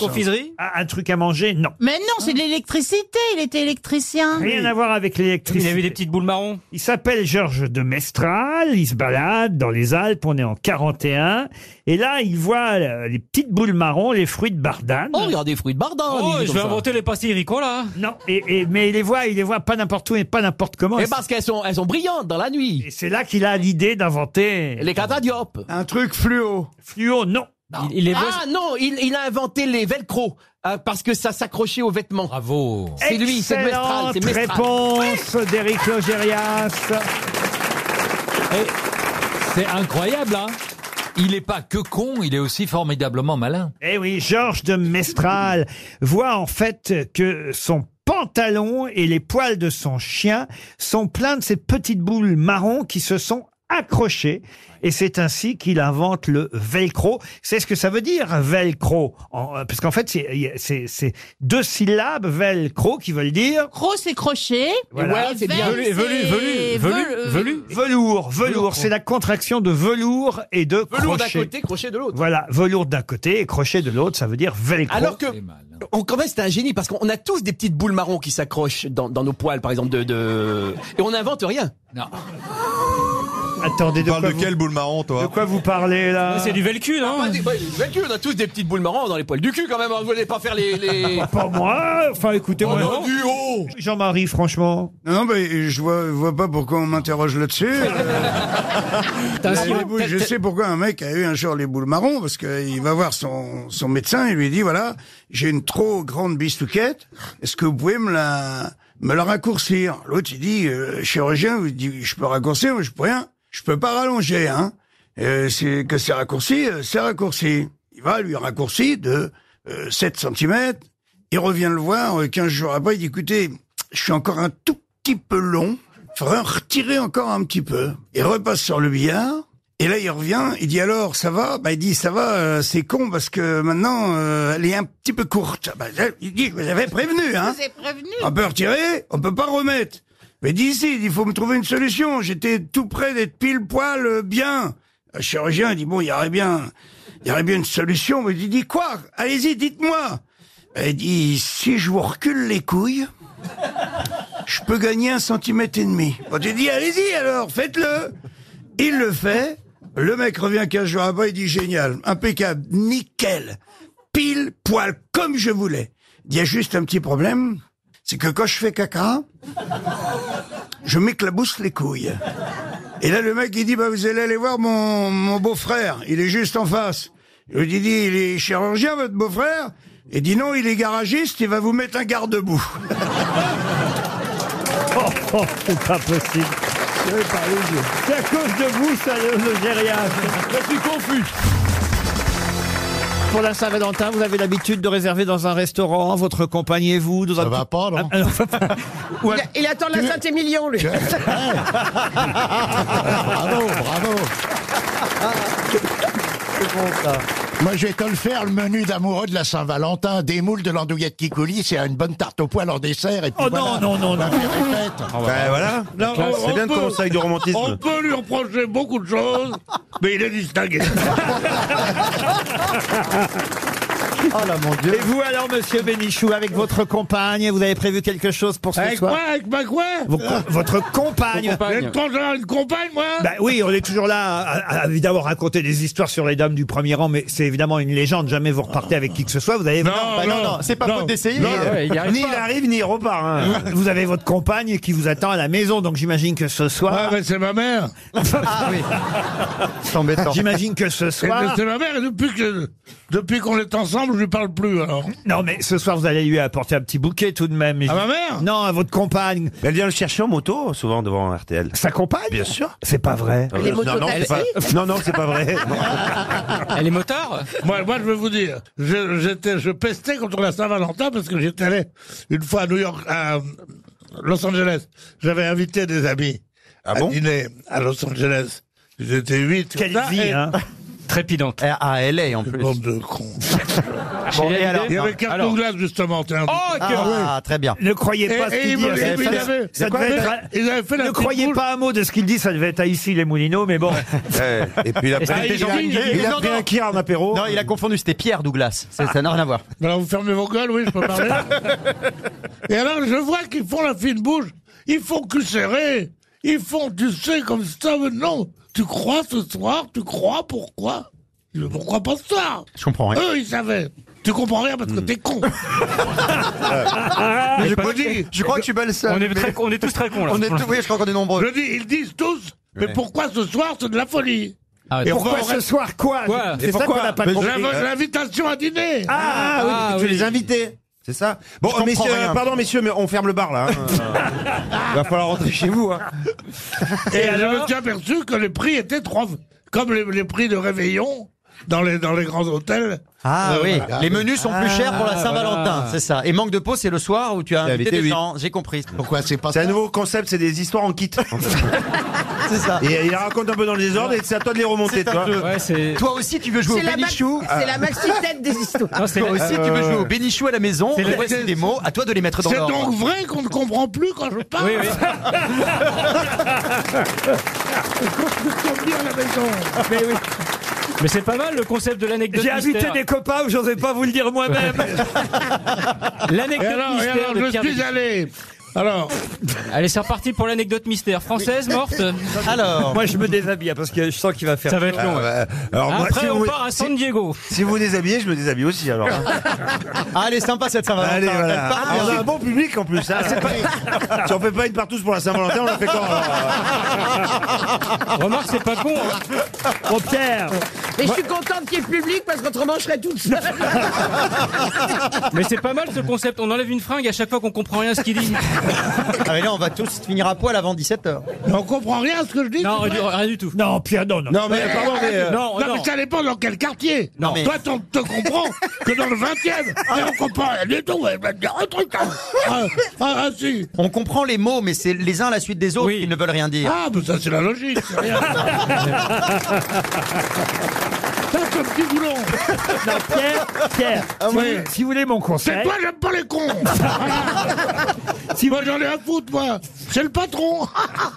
Speaker 1: Ah, Un truc à manger Non.
Speaker 13: Mais non, c'est de l'électricité, il était électricien.
Speaker 1: Rien à voir avec l'électricité. Il avait des petites boules marron. Il s'appelle Georges de Mestral, il se balade dans les Alpes, on est en 41, et là il voit euh, les petites boules marron, les fruits de bardane. Oh, il y a des fruits de bardane
Speaker 27: Oh, je vais inventer les pastilles Ricola.
Speaker 1: Non, et, et- mais il les voit, il les voit pas n'importe où et pas n'importe comment.
Speaker 5: Et parce qu'elles sont, elles sont brillantes dans la nuit.
Speaker 1: Et c'est là qu'il a l'idée d'inventer...
Speaker 5: Les catadiopes.
Speaker 12: Un truc fluo.
Speaker 1: Fluo, non.
Speaker 5: Il, ah non, il, il a inventé les velcro euh, parce que ça s'accrochait aux vêtements. Bravo. C'est lui, c'est Mestral,
Speaker 1: Excellente
Speaker 5: c'est Mestral.
Speaker 1: réponse d'Éric Logérias.
Speaker 5: C'est incroyable, hein
Speaker 15: Il est pas que con, il est aussi formidablement malin.
Speaker 1: Eh oui, Georges de Mestral voit en fait que son pantalon et les poils de son chien sont pleins de ces petites boules marron qui se sont accrochées. Et c'est ainsi qu'il invente le velcro. C'est ce que ça veut dire, velcro. En- euh, parce qu'en fait, c'est- il y a- c'est c'est deux syllabes, velcro, qui veulent dire...
Speaker 13: Gros, c'est crochet.
Speaker 1: Voilà.
Speaker 13: Et vert, c'est velu-
Speaker 1: Velours, velours, c'est la contraction de velours et de
Speaker 5: Velours d'un
Speaker 1: crochet.
Speaker 5: côté, crochet de l'autre.
Speaker 1: Voilà, velours d'un côté et crochet de l'autre, ça veut dire velcro.
Speaker 5: Alors que, on, quand même, c'est un génie parce qu'on a tous des petites boules marron qui s'accrochent dans, dans nos poils, par exemple, de, de... et on n'invente rien. Non.
Speaker 1: Attendez,
Speaker 5: de quoi vous-
Speaker 28: boule marron, toi
Speaker 1: De quoi vous parlez là
Speaker 5: C'est du velcu, non ah, bah, des- bah, du velcu, on a tous des petites boules marron dans les poils du cul quand même. hein. Vous voulez pas faire les. les...
Speaker 1: Ah, Pas moi, enfin écoutez,
Speaker 5: Oh
Speaker 1: moi,
Speaker 5: non, du haut
Speaker 1: Jean-Marie, franchement.
Speaker 12: Non, non, mais je vois, vois pas pourquoi on m'interroge là-dessus. Euh,
Speaker 29: T'as
Speaker 12: la-
Speaker 29: un-
Speaker 12: les boules- je sais pourquoi un mec a eu un jour les boules marron, parce qu'il va voir son, son médecin et lui dit, voilà, j'ai une trop grande bistouquette, est-ce que vous pouvez me la, me la raccourcir L'autre, il dit, euh, chirurgien, il dit, je peux raccourcir, mais je peux rien, je peux pas rallonger, hein. Euh, c'est que c'est raccourci, euh, c'est raccourci. Il va lui raccourci de euh, 7 cm. Il revient le voir euh, 15 jours après, il dit, écoutez, je suis encore un tout petit peu long, il faudrait en retirer encore un petit peu. Il repasse sur le billard, et là il revient, il dit alors, ça va bah, Il dit, ça va, euh, c'est con parce que maintenant, euh, elle est un petit peu courte. Bah, il dit, je vous avais prévenu, hein
Speaker 13: C'est prévenu.
Speaker 12: on peut retirer, on peut pas remettre. Mais d'ici, il faut me trouver une solution. J'étais tout près d'être pile poil euh, bien. Le chirurgien dit bon, il y aurait bien, il y aurait bien une solution. Mais il dit quoi Allez-y, dites-moi. Il dit si je vous recule les couilles, je peux gagner un centimètre et demi. Bon, tu dis allez-y alors, faites-le. Il le fait. Le mec revient 15 jours après, il dit génial, impeccable, nickel, pile poil comme je voulais. Il y a juste un petit problème, c'est que quand je fais caca, je m'éclabousse les couilles. Et là, le mec, il dit, bah, vous allez aller voir mon, mon beau-frère. Il est juste en face. Je lui dis, dit, il est chirurgien, votre beau-frère? Il dit, non, il est garagiste, il va vous mettre un garde-boue.
Speaker 1: Oh, oh, c'est pas possible. C'est à cause de vous, ça, le Logérias. Je suis confus. Pour la Saint-Valentin, vous avez l'habitude de réserver dans un restaurant, votre compagnie et vous dans Ça va pas, non,
Speaker 13: Il, il attend la Saint-Émilion, lui.
Speaker 30: Bravo, bravo. Moi, je vais te le faire, le menu d'amoureux de la Saint-Valentin. Des moules de l'andouillette qui coulisse et une bonne tarte au poil en dessert. Et puis
Speaker 1: Oh
Speaker 30: voilà.
Speaker 1: non, non, non, non.
Speaker 28: Ben voilà.
Speaker 7: Non, on-
Speaker 28: C'est
Speaker 7: on
Speaker 28: bien de
Speaker 7: peut-
Speaker 28: commencer avec du romantisme.
Speaker 7: On peut lui reprocher beaucoup de choses, mais il est distingué.
Speaker 1: Et vous alors, monsieur Bénichou, avec votre compagne, vous avez prévu quelque chose pour ce
Speaker 7: Avec
Speaker 1: soir
Speaker 7: quoi Avec ma quoi
Speaker 1: Vos- Votre compagne.
Speaker 7: J'ai une compagne, une compagne, moi
Speaker 1: Bah oui, on est toujours là à, à- à évidemment raconter des histoires sur les dames du premier rang, mais c'est évidemment une légende. Jamais vous repartez avec qui que ce soit. Vous avez
Speaker 28: Non, Bah non, non, non, c'est pas non, faute d'essayer. non, ouais, il y arrive Ni pas. il
Speaker 1: arrive ni il repart.
Speaker 5: hein.
Speaker 1: Vous avez votre compagne qui vous attend à la maison, donc j'imagine que ce soir.
Speaker 7: Ouais, mais c'est ma mère.
Speaker 5: Ah
Speaker 1: J'imagine que ce
Speaker 7: Et
Speaker 1: soir.
Speaker 7: C'est ma mère, et depuis que depuis qu'on est ensemble, je lui parle plus alors.
Speaker 1: Non, mais ce soir, vous allez lui apporter un petit bouquet tout de même. À ma mère Non, à votre compagne.
Speaker 5: Ah, Elle vient le chercher en moto, souvent devant RTL.
Speaker 1: Sa compagne
Speaker 5: Bien sûr.
Speaker 1: C'est pas vrai.
Speaker 5: Euh, non, non, c'est pas... non, non, c'est pas vrai. Non.
Speaker 7: Elle est motard moi, moi, je vais vous dire, je, j'étais, je pestais contre la Saint-Valentin parce que j'étais allé une fois à New York, à euh, Los Angeles. J'avais invité des amis
Speaker 3: Ah
Speaker 7: à dîner à Los Angeles. J'étais huit.
Speaker 1: Quelle vie, hein.
Speaker 7: Trépidante.
Speaker 3: À LA en plus.
Speaker 7: Bande de cons.
Speaker 3: Bon, et alors,
Speaker 7: il y avait Kirk
Speaker 3: alors.
Speaker 7: Douglas justement. tiens.
Speaker 3: Oh, Kirk- Ah, très bien.
Speaker 1: Ne croyez
Speaker 7: Et-
Speaker 1: pas ce
Speaker 7: et
Speaker 1: qu'il
Speaker 7: ils
Speaker 1: dit.
Speaker 7: m'ont- ils m'ont- ils avaient-
Speaker 1: Ça
Speaker 7: ils avaient-
Speaker 1: devait être à-
Speaker 7: ils avaient fait la
Speaker 1: Ne
Speaker 7: petite
Speaker 1: croyez
Speaker 7: boule.
Speaker 1: pas un mot de ce qu'il dit, ça devait être à ici les Moulineaux, mais bon.
Speaker 5: Et puis il a
Speaker 1: Et c'était
Speaker 5: pris
Speaker 1: Jean-
Speaker 5: il a pris un kir en apéro.
Speaker 3: Non, il a confondu, c'était Pierre Douglas. C'est- Ça n'a rien à voir.
Speaker 7: Alors vous fermez vos gueules, oui, je peux parler. Et alors je vois qu'ils font la fine bouche, ils font cul serré, ils font, tu sais, comme ça, mais non, tu crois ce soir, tu crois, pourquoi Je dis, Pourquoi pas ce soir
Speaker 3: Je comprends rien.
Speaker 7: Eux, ils savaient. Tu comprends rien parce que t'es con. Mais
Speaker 3: je,
Speaker 7: je
Speaker 3: crois,
Speaker 7: peux dire-
Speaker 3: je crois que je suis pas le seul.
Speaker 7: On est
Speaker 3: mais-
Speaker 7: très- on est tous très cons, là.
Speaker 3: On est tous- oui, je crois qu'on est nombreux.
Speaker 7: Je dis, ils disent tous, mais
Speaker 3: Ouais.
Speaker 7: pourquoi ce soir, c'est de la folie
Speaker 3: Ah ouais.
Speaker 7: on
Speaker 3: Pourquoi
Speaker 7: va au
Speaker 3: ce
Speaker 7: reste-
Speaker 3: soir, quoi C'est ça qu'on n'a pas
Speaker 7: Mais
Speaker 3: compris.
Speaker 7: j'avais L'invitation à dîner
Speaker 5: Ah, oui, parce que tu les invités. C'est ça Bon,
Speaker 3: Je comprends
Speaker 5: messieurs,
Speaker 3: rien.
Speaker 5: pardon, messieurs, mais on ferme le bar là. hein. Ah. Il va falloir rentrer chez vous. Hein.
Speaker 7: Et, je me suis aperçu que les prix étaient trois, comme les, les prix de réveillon dans les, dans les grands hôtels.
Speaker 3: Ah
Speaker 7: Euh,
Speaker 3: oui,
Speaker 7: voilà.
Speaker 3: les menus sont plus chers pour la Saint-Valentin, c'est ça. Et manque de peau, c'est le soir où tu as
Speaker 5: T'as
Speaker 3: invité
Speaker 5: invité,
Speaker 3: des
Speaker 5: oui.
Speaker 3: gens. J'ai compris. Pourquoi c'est pas
Speaker 5: C'est un nouveau concept, c'est des histoires en kit.
Speaker 3: C'est ça.
Speaker 5: Et il raconte un peu dans le désordre et c'est à toi de les remonter,
Speaker 3: C'est un
Speaker 5: toi.
Speaker 3: jeu. Toi aussi, tu veux jouer au
Speaker 18: C'est la ma-
Speaker 3: bénichou
Speaker 18: c'est
Speaker 5: Ah.
Speaker 18: la maxi-tête des histoires.
Speaker 3: Non, c'est- Toi aussi, tu veux jouer au bénichou à la maison.
Speaker 7: C'est
Speaker 3: On
Speaker 7: la-
Speaker 3: voici des mots, à toi de les mettre dans
Speaker 7: C'est
Speaker 3: l'ordre.
Speaker 7: donc vrai qu'on ne comprend plus quand je parle.
Speaker 3: Oui, oui.
Speaker 7: Comme dit à la maison.
Speaker 1: Mais oui.
Speaker 6: Mais c'est pas mal le concept de l'anecdote.
Speaker 1: J'ai invité
Speaker 6: mystère.
Speaker 1: des copains, j'osais pas vous le dire moi-même.
Speaker 7: Et
Speaker 6: L'anecdote
Speaker 7: alors, et
Speaker 6: mystère
Speaker 7: alors,
Speaker 6: de
Speaker 7: je
Speaker 6: Pierre
Speaker 7: suis
Speaker 6: Bénichou.
Speaker 7: allé. Alors.
Speaker 6: Allez, c'est reparti pour l'anecdote mystère. Française morte
Speaker 1: Moi, je me déshabille hein, parce que je sens qu'il va faire.
Speaker 6: Ça va être long, ouais.
Speaker 5: Euh, alors, moi,
Speaker 6: Après,
Speaker 5: si
Speaker 6: on
Speaker 5: vous-
Speaker 6: part à San Diego.
Speaker 5: Si vous vous déshabillez, je me déshabille aussi alors.
Speaker 3: Ah, elle est sympa cette Saint-Valentin.
Speaker 5: Allez, voilà.
Speaker 3: Elle part
Speaker 5: Ah, on
Speaker 3: bien. Ah,
Speaker 5: a un bon public en plus. hein. C'est pas- Si on fait pas une partouze pour la Saint-Valentin, on la fait quand alors
Speaker 6: Remarque, c'est pas con.
Speaker 3: hein.
Speaker 1: Oh Pierre
Speaker 18: Mais je suis contente qu'il y ait public parce qu'autrement je serais toute seule.
Speaker 6: Mais c'est pas mal ce concept. On enlève une fringue à chaque fois qu'on comprend rien à ce qu'il dit.
Speaker 3: Ah, mais là, on va tous finir à poil avant 17h.
Speaker 7: Mais on comprend rien à ce que je dis.
Speaker 6: Non,
Speaker 7: c'est
Speaker 6: rien du,
Speaker 7: vrai
Speaker 6: rien du tout.
Speaker 1: Non, Pierre, non, non.
Speaker 5: Non, mais
Speaker 7: Eh,
Speaker 5: pardon, mais. euh,
Speaker 6: Non,
Speaker 7: non,
Speaker 6: non.
Speaker 7: mais ça dépend dans quel quartier.
Speaker 3: Non, mais-
Speaker 7: Toi, t'en- te comprends que dans le 20e, et on comprend rien du tout. Elle va te dire un truc. hein. Ah, ah, ah, si.
Speaker 3: On comprend les mots, mais c'est les uns à la suite des autres qui ne veulent rien dire. Ah,
Speaker 7: Ah, mais ça, c'est la logique. C'est rien. Ça, c'est un petit boulon.
Speaker 1: Non, Pierre, Pierre, si,
Speaker 7: Ah oui.
Speaker 1: vous, si vous voulez mon
Speaker 7: C'est
Speaker 1: conseil,
Speaker 7: toi, j'aime pas les cons. Voilà.
Speaker 1: Si-
Speaker 7: Moi, j'en ai à foutre, moi. C'est le patron.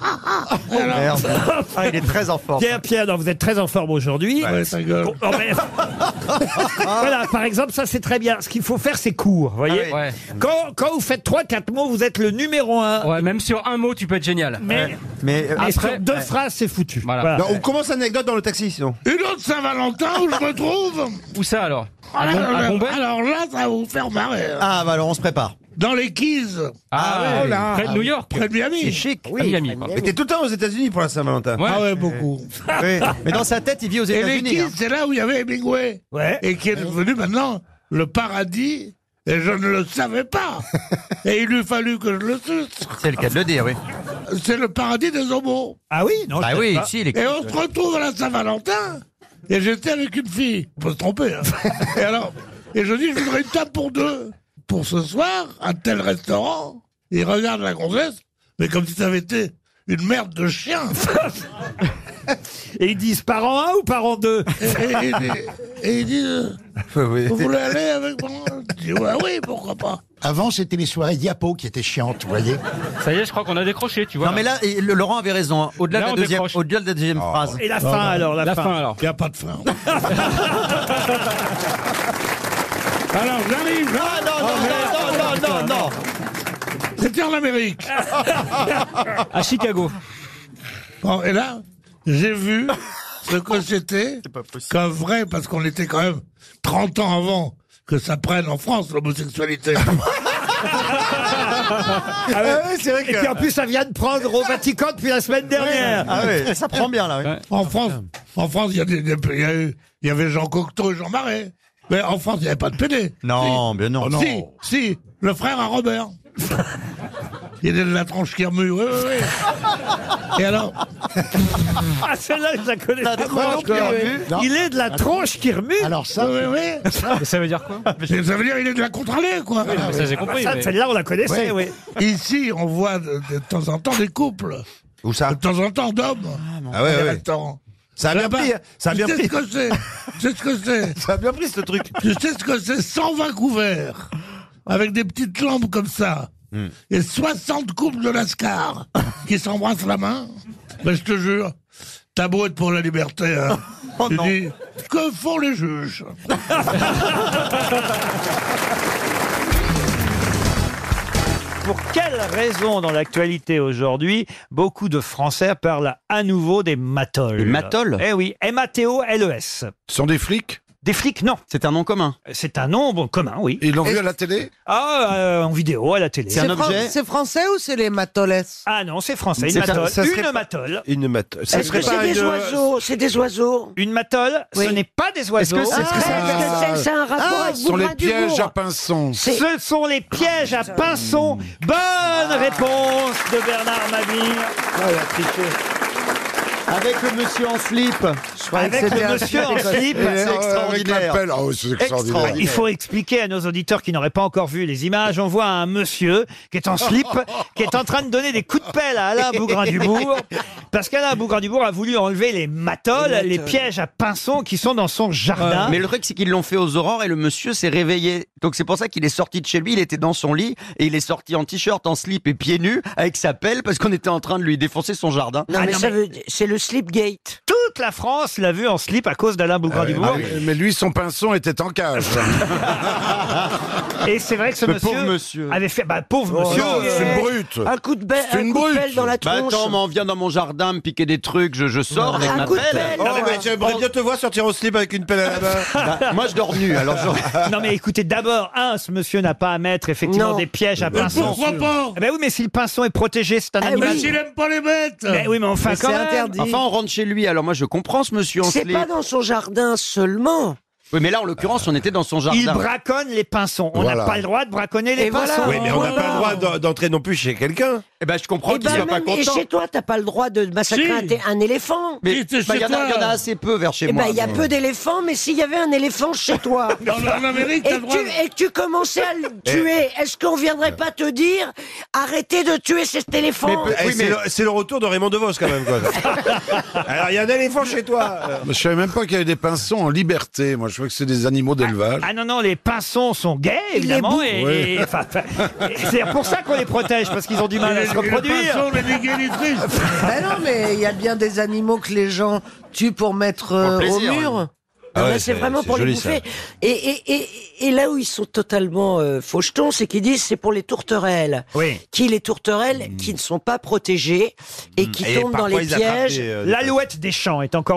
Speaker 7: Alors,
Speaker 3: Merde. Ah, il est très en forme.
Speaker 1: Pierre, Pierre, non, vous êtes très en forme aujourd'hui.
Speaker 7: ouais, ta gueule.
Speaker 1: Oh, mais- voilà, par exemple, ça c'est très bien. Ce qu'il faut faire, c'est court, vous
Speaker 5: Ah
Speaker 1: voyez.
Speaker 6: Ouais.
Speaker 1: Quand, quand vous faites 3-4 mots, vous êtes le numéro 1.
Speaker 6: Ouais, même sur un mot, tu peux être génial.
Speaker 1: Mais,
Speaker 3: Mais euh,
Speaker 1: mais
Speaker 6: Après-
Speaker 1: sur deux
Speaker 6: ouais.
Speaker 1: phrases, c'est foutu.
Speaker 6: Voilà.
Speaker 1: Voilà.
Speaker 5: non, on commence l'anecdote dans le taxi sinon.
Speaker 7: Une autre Saint-Valentin où je me trouve.
Speaker 6: Où ça alors
Speaker 5: Ah
Speaker 6: À, Bom-
Speaker 7: Alors,
Speaker 6: à
Speaker 7: là-
Speaker 6: Bombay
Speaker 7: alors là, ça va vous faire marrer. hein.
Speaker 3: Ah, bah alors on se prépare.
Speaker 7: Dans les Keys,
Speaker 6: Ah,
Speaker 7: ouais.
Speaker 6: oui. Près de New York.
Speaker 7: près de
Speaker 3: C'est
Speaker 7: Miami.
Speaker 3: chic.
Speaker 6: Ah, Miami, pardon.
Speaker 5: Mais t'es tout le temps aux États-Unis pour la Saint-Valentin.
Speaker 6: Ouais.
Speaker 7: Ah ouais, beaucoup.
Speaker 3: Oui. Mais dans sa tête, il vit aux
Speaker 7: Et les
Speaker 3: États-Unis.
Speaker 7: Keys,
Speaker 3: hein.
Speaker 7: c'est là où il y avait Hemingway.
Speaker 1: Ouais.
Speaker 7: Et qui est devenu maintenant le paradis. Et je ne le savais pas. et il lui fallu que je le suce.
Speaker 3: C'est le cas de le dire, oui.
Speaker 7: C'est le paradis des homos.
Speaker 1: Ah oui, non.
Speaker 3: Bah
Speaker 1: je-
Speaker 3: oui, si, les
Speaker 7: Et on se retrouve à la Saint-Valentin. Et j'étais avec une fille. On peut se tromper. hein. et alors, et je dis, je voudrais une table pour deux. Pour ce soir, un tel restaurant. Il regarde la gonzesse, mais comme si ça avait été une merde de chien.
Speaker 1: Et ils disent par an 1 ou par an 2
Speaker 7: et, et- et- et il dit, euh, vous voulez aller avec moi Je dis, ouais, oui, pourquoi pas.
Speaker 31: Avant, c'était les soirées diapo qui étaient chiantes, vous voyez.
Speaker 6: Ça y est, je crois qu'on a décroché, tu vois.
Speaker 3: Non, mais là, et le- Laurent avait raison. hein. Au-delà
Speaker 6: Là,
Speaker 3: de la
Speaker 6: on
Speaker 3: deuxième,
Speaker 6: décroche.
Speaker 3: au-delà de la deuxième phrase.
Speaker 1: Oh. Et la fin alors, la,
Speaker 6: la fin alors.
Speaker 7: Il n'y a pas de fin. Alors, j'arrive.
Speaker 3: Ah non, non, non, non, non, non,
Speaker 7: C'était en Amérique.
Speaker 6: À Chicago.
Speaker 7: Bon, et là, j'ai vu ce que c'était qu'un vrai, parce qu'on était quand même 30 ans avant que ça prenne en France l'homosexualité.
Speaker 1: Ah ouais.
Speaker 5: Ah ouais, c'est vrai
Speaker 1: Et
Speaker 5: que.
Speaker 1: puis en plus, ça vient de prendre au Vatican depuis la semaine dernière.
Speaker 3: Ah ouais, ça prend bien là. oui.
Speaker 7: en France, en France, il y, a des- des- il y a eu- il y avait Jean Cocteau et Jean Marais. Mais en France, il n'y avait pas de PD.
Speaker 3: Non,
Speaker 7: Si.
Speaker 3: mais non.
Speaker 7: Oh,
Speaker 3: non.
Speaker 7: Si, si, le frère à Robert. il y a de la tronche qui remue. Oui, oui, oui. Et alors
Speaker 1: Ah, celle-là, je la connais
Speaker 5: Ah,
Speaker 7: La
Speaker 1: pas
Speaker 7: tronche
Speaker 1: encore.
Speaker 7: qui remue. Non.
Speaker 1: Il est de la tronche qui remue.
Speaker 21: Alors
Speaker 7: ça, Oui, oui, oui.
Speaker 1: ça veut dire quoi
Speaker 7: Mais Ça veut dire qu'il est de la contre-allée, quoi.
Speaker 1: Oui, mais ça, j'ai compris, Ça, mais- celle-là, on la connaissait,
Speaker 7: Ici, on voit de, de temps en temps des couples.
Speaker 3: Où ça
Speaker 7: De temps en temps d'hommes.
Speaker 3: Ah ouais,
Speaker 7: Des
Speaker 3: ouais.
Speaker 7: restaurants.
Speaker 3: Ça a bien
Speaker 7: Là-bas,
Speaker 3: pris, hein. Ça a bien
Speaker 7: tu sais
Speaker 3: pris.
Speaker 7: ce que c'est. Tu sais ce que c'est.
Speaker 3: Ça a bien pris, ce truc.
Speaker 7: Tu sais ce que c'est 120 couverts. Avec des petites lampes comme ça.
Speaker 10: Hmm.
Speaker 7: Et 60 couples de Lascar qui s'embrassent la main. Mais je te jure, t'as beau être pour la liberté. hein.
Speaker 10: Oh
Speaker 7: tu
Speaker 10: non.
Speaker 7: dis, que font les juges
Speaker 1: Ah Pour quelle raison, dans l'actualité aujourd'hui, beaucoup de Français parlent à nouveau des matolls
Speaker 3: Des matolls
Speaker 1: Eh oui, M-A-T-O-L-E-S.
Speaker 3: sont des flics
Speaker 1: E Des flics, non. Euh,
Speaker 3: C'est un nom commun.
Speaker 1: C'est un nom bon, commun, oui.
Speaker 3: Ils l'ont
Speaker 1: vu à
Speaker 3: la télé
Speaker 1: Ah, euh, en vidéo, à la télé.
Speaker 5: C'est fran- C'est français ou c'est les matoles
Speaker 1: Ah non, c'est français. Une
Speaker 5: C'est un-
Speaker 1: matole.
Speaker 5: ça serait
Speaker 1: Une
Speaker 5: pas-
Speaker 1: matole.
Speaker 24: Une matole.
Speaker 1: Ça
Speaker 5: Est-ce
Speaker 1: serait
Speaker 5: que c'est
Speaker 1: pas
Speaker 5: des
Speaker 1: une-
Speaker 5: oiseaux
Speaker 12: C'est des oiseaux.
Speaker 1: Une matole, ce
Speaker 12: Oui.
Speaker 1: n'est pas des oiseaux.
Speaker 12: Est-ce que c'est- est-ce que Ah, ça- est-ce que c'est- c'est un rapport Ah, avec
Speaker 1: ce
Speaker 12: ce sont Boulevard les du pièges Bourg à
Speaker 1: pinson. Ce sont les pièges à pinson. Bonne réponse de Bernard Mabille.
Speaker 3: Ah,
Speaker 1: il a triché.
Speaker 3: Avec le monsieur en slip. Je croyais que
Speaker 1: Avec
Speaker 3: c'était
Speaker 1: le
Speaker 3: un-
Speaker 1: monsieur en slip,
Speaker 3: C'est extraordinaire.
Speaker 1: Il faut expliquer à nos auditeurs qui n'auraient pas encore vu les images. On voit un monsieur qui est en slip, qui est en train de donner des coups de pelle à Alain Bougrain-Dubourg, parce qu'Alain Bougrain-Dubourg a voulu enlever les matolles, les, pièges à pinsons qui sont dans son jardin.
Speaker 3: Mais le truc, c'est qu'ils l'ont fait aux aurores et le monsieur s'est réveillé. Donc c'est pour ça qu'il est sorti de chez lui, il était dans son lit et il est sorti en t-shirt, en slip et pieds nus avec sa pelle parce qu'on était en train de lui défoncer son jardin.
Speaker 16: Ah,
Speaker 12: Non, mais ça veut
Speaker 1: c'est le slipgate. Toute la France l'a vu en slip à cause d'Alain
Speaker 24: Ah
Speaker 1: Bougrain-Dubourg.
Speaker 4: mais lui, son Ah pinson était en cage.
Speaker 1: Et c'est vrai que ce
Speaker 4: Le
Speaker 1: monsieur,
Speaker 4: pauvre monsieur.
Speaker 1: avait fait. Bah, pauvre
Speaker 4: Oh
Speaker 1: monsieur.
Speaker 4: non, c'est une brute. Un
Speaker 12: coup de be- C'est un une coup de brute. pelle dans la
Speaker 3: Bah
Speaker 12: tronche.
Speaker 3: attends, mais on vient dans mon jardin me piquer des trucs, je, je sors avec
Speaker 12: Un
Speaker 3: ma
Speaker 12: coup de
Speaker 3: pelle.
Speaker 12: pelle. Oh, mais
Speaker 1: j'aimerais bien te voir sortir au slip avec une pelle à la main.
Speaker 3: Bah, moi, je dors nu, alors je-
Speaker 1: Non, mais écoutez, d'abord, un, ce monsieur n'a pas à mettre effectivement
Speaker 3: Non.
Speaker 1: des pièges à
Speaker 3: Mais
Speaker 1: pinson.
Speaker 3: pourquoi
Speaker 7: pas
Speaker 1: Eh ben oui, mais si le pinson est protégé, c'est un
Speaker 12: Ah
Speaker 3: Eh
Speaker 1: animal.
Speaker 3: oui. Mais s'il
Speaker 7: aime pas les bêtes
Speaker 1: Mais oui, mais enfin, quand même.
Speaker 3: Enfin, on rentre chez lui, alors moi je comprends ce monsieur en
Speaker 12: C'est
Speaker 3: slip.
Speaker 12: pas dans son jardin seulement.
Speaker 3: Oui, mais là en l'occurrence, on était dans son jardin.
Speaker 1: Il braconne les pinsons. On n'a
Speaker 3: Voilà.
Speaker 1: pas le droit de braconner les
Speaker 12: Et voilà.
Speaker 1: pinsons.
Speaker 12: Oui, mais on n'a pas le droit
Speaker 24: d'en- d'entrer non plus chez quelqu'un.
Speaker 3: Eh ben, je comprends
Speaker 12: Et, bah, même, et chez toi, t'as pas le droit de massacrer
Speaker 3: Si.
Speaker 12: un, té- un éléphant.
Speaker 3: Mais bah, il y, en a- il y en a assez peu vers chez
Speaker 12: Eh
Speaker 3: moi. euh.
Speaker 12: ben, il y a
Speaker 3: mais-
Speaker 12: peu d'éléphants, mais s'il y avait un éléphant chez toi,
Speaker 3: Non, mais en Amérique,
Speaker 12: et,
Speaker 3: t'as le
Speaker 12: que
Speaker 3: droit
Speaker 12: tu, et que tu commençais à le
Speaker 21: Eh.
Speaker 12: tuer, est-ce qu'on viendrait pas te dire arrêtez de tuer cet éléphant
Speaker 24: Eh, c'est le- C'est le, retour de Raymond DeVos quand même. Quoi. Alors il y a un éléphant chez toi.
Speaker 4: Je savais même pas qu'il y avait des pinsons en liberté. Moi, je crois que c'est des animaux d'élevage.
Speaker 1: Ah non, non, les pinsons sont gays,
Speaker 4: Il est
Speaker 1: évidemment.
Speaker 4: beau.
Speaker 1: et-
Speaker 4: Oui.
Speaker 1: et- enfin, et c'est pour ça qu'on les protège, parce qu'ils ont du mal à se reproduire.
Speaker 5: Ben non, mais il y a bien des animaux que les gens tuent pour mettre euh,
Speaker 12: Pour le plaisir,
Speaker 5: au mur.
Speaker 12: Non, mais c'est vraiment pour les bouffer. Et, et, et, et là où ils sont totalement euh, fauchetons, c'est qu'ils disent c'est pour les tourterelles.
Speaker 1: Oui.
Speaker 12: Qui les tourterelles qui ne sont pas protégées
Speaker 3: Mm.
Speaker 12: et qui tombent dans les pièges.
Speaker 3: euh,
Speaker 1: L'alouette des champs est encore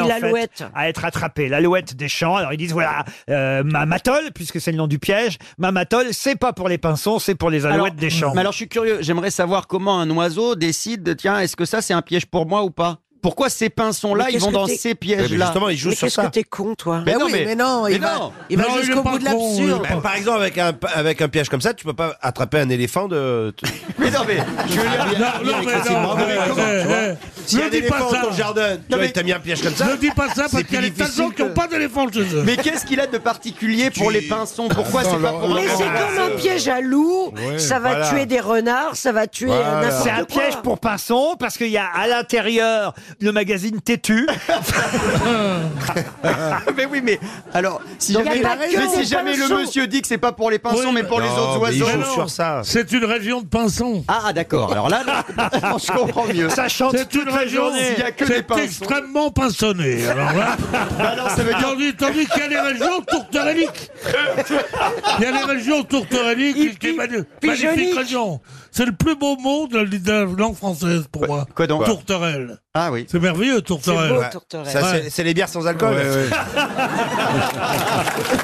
Speaker 12: Oui,
Speaker 1: en fait,
Speaker 12: l'alouette.
Speaker 1: à être attrapée. L'alouette des champs. Alors ils disent voilà, euh, ma matole, puisque c'est le nom du piège, ma matole, c'est pas pour les pinsons, c'est pour les alouettes
Speaker 3: Alors-
Speaker 1: des champs.
Speaker 3: Mais alors je suis curieux, j'aimerais savoir comment un oiseau décide de tiens, est-ce que ça c'est un piège pour moi ou pas Pourquoi ces pinsons-là,
Speaker 12: Mais
Speaker 3: ils
Speaker 12: qu'est-ce
Speaker 3: vont
Speaker 12: que
Speaker 3: dans
Speaker 12: t'es-
Speaker 3: ces pièges-là
Speaker 12: Mais qu'est-ce que t'es con, toi
Speaker 3: Mais
Speaker 5: Ben
Speaker 3: non,
Speaker 5: oui,
Speaker 3: mais-
Speaker 5: mais non, il
Speaker 3: mais
Speaker 5: va,
Speaker 3: non.
Speaker 5: il va
Speaker 3: Non, il est
Speaker 5: jusqu'au
Speaker 3: pas
Speaker 5: bout de
Speaker 3: con, il est
Speaker 5: l'absurde.
Speaker 24: Bah, par exemple, avec un, avec un piège comme ça, tu peux pas attraper un éléphant de.
Speaker 3: Mais non, mais je veux dire,
Speaker 7: Ah, Non, non, mais
Speaker 24: Christine
Speaker 7: non,
Speaker 24: Bravo,
Speaker 7: mais
Speaker 24: mais comment,
Speaker 7: eh,
Speaker 24: tu vois
Speaker 7: eh,
Speaker 24: S'il y a
Speaker 7: ne
Speaker 24: un
Speaker 7: dis pas
Speaker 24: éléphant
Speaker 7: ça.
Speaker 24: dans ton jardin, tu
Speaker 7: Non,
Speaker 24: vois,
Speaker 7: mais-
Speaker 24: il t'a mis un piège comme ça.
Speaker 7: Ne dis pas ça, parce
Speaker 24: c'est
Speaker 7: qu'il y a
Speaker 24: plus
Speaker 7: des tas de
Speaker 24: difficile
Speaker 7: gens qui n'ont
Speaker 24: que-
Speaker 7: pas d'éléphants chez eux.
Speaker 3: Mais qu'est-ce qu'il a de particulier pour les pinsons Pourquoi c'est pas pour
Speaker 12: Mais c'est comme un piège à loup,
Speaker 1: Ouais,
Speaker 12: ça va
Speaker 1: voilà.
Speaker 12: tuer des renards, ça va tuer euh, n'importe
Speaker 1: C'est
Speaker 12: quoi.
Speaker 1: un piège pour pinsons parce qu'il y a à l'intérieur le magazine Têtu.
Speaker 3: mais oui, mais alors, si
Speaker 1: Donc,
Speaker 3: jamais,
Speaker 1: il a pas que
Speaker 3: mais si
Speaker 1: des
Speaker 3: jamais le
Speaker 1: pinsons.
Speaker 3: monsieur dit que c'est pas pour les pinsons, mais pour les autres oiseaux.
Speaker 7: C'est une région de pinsons.
Speaker 3: Ah, ah, d'accord. Alors là, non, je comprends mieux.
Speaker 1: Ça chante
Speaker 7: C'est
Speaker 1: toute
Speaker 7: une
Speaker 1: la
Speaker 7: région.
Speaker 1: journée.
Speaker 7: s'il y a que des pinsons. C'est extrêmement pinsonné. Alors là.
Speaker 3: Ah, non, ça veut dire-
Speaker 7: Tandis, tandis qu'il y a des régions tourterelliques. Il y a des régions tourterelliques. qui magnifiques
Speaker 10: pigeonniques.
Speaker 7: régions. C'est le plus beau mot de la- de la langue française pour moi.
Speaker 3: quoi donc
Speaker 7: Tourterelle.
Speaker 3: Ah oui.
Speaker 7: C'est merveilleux, tourterelle.
Speaker 24: Ouais. Ça, c'est- C'est les bières sans alcool.
Speaker 7: Ouais, ouais.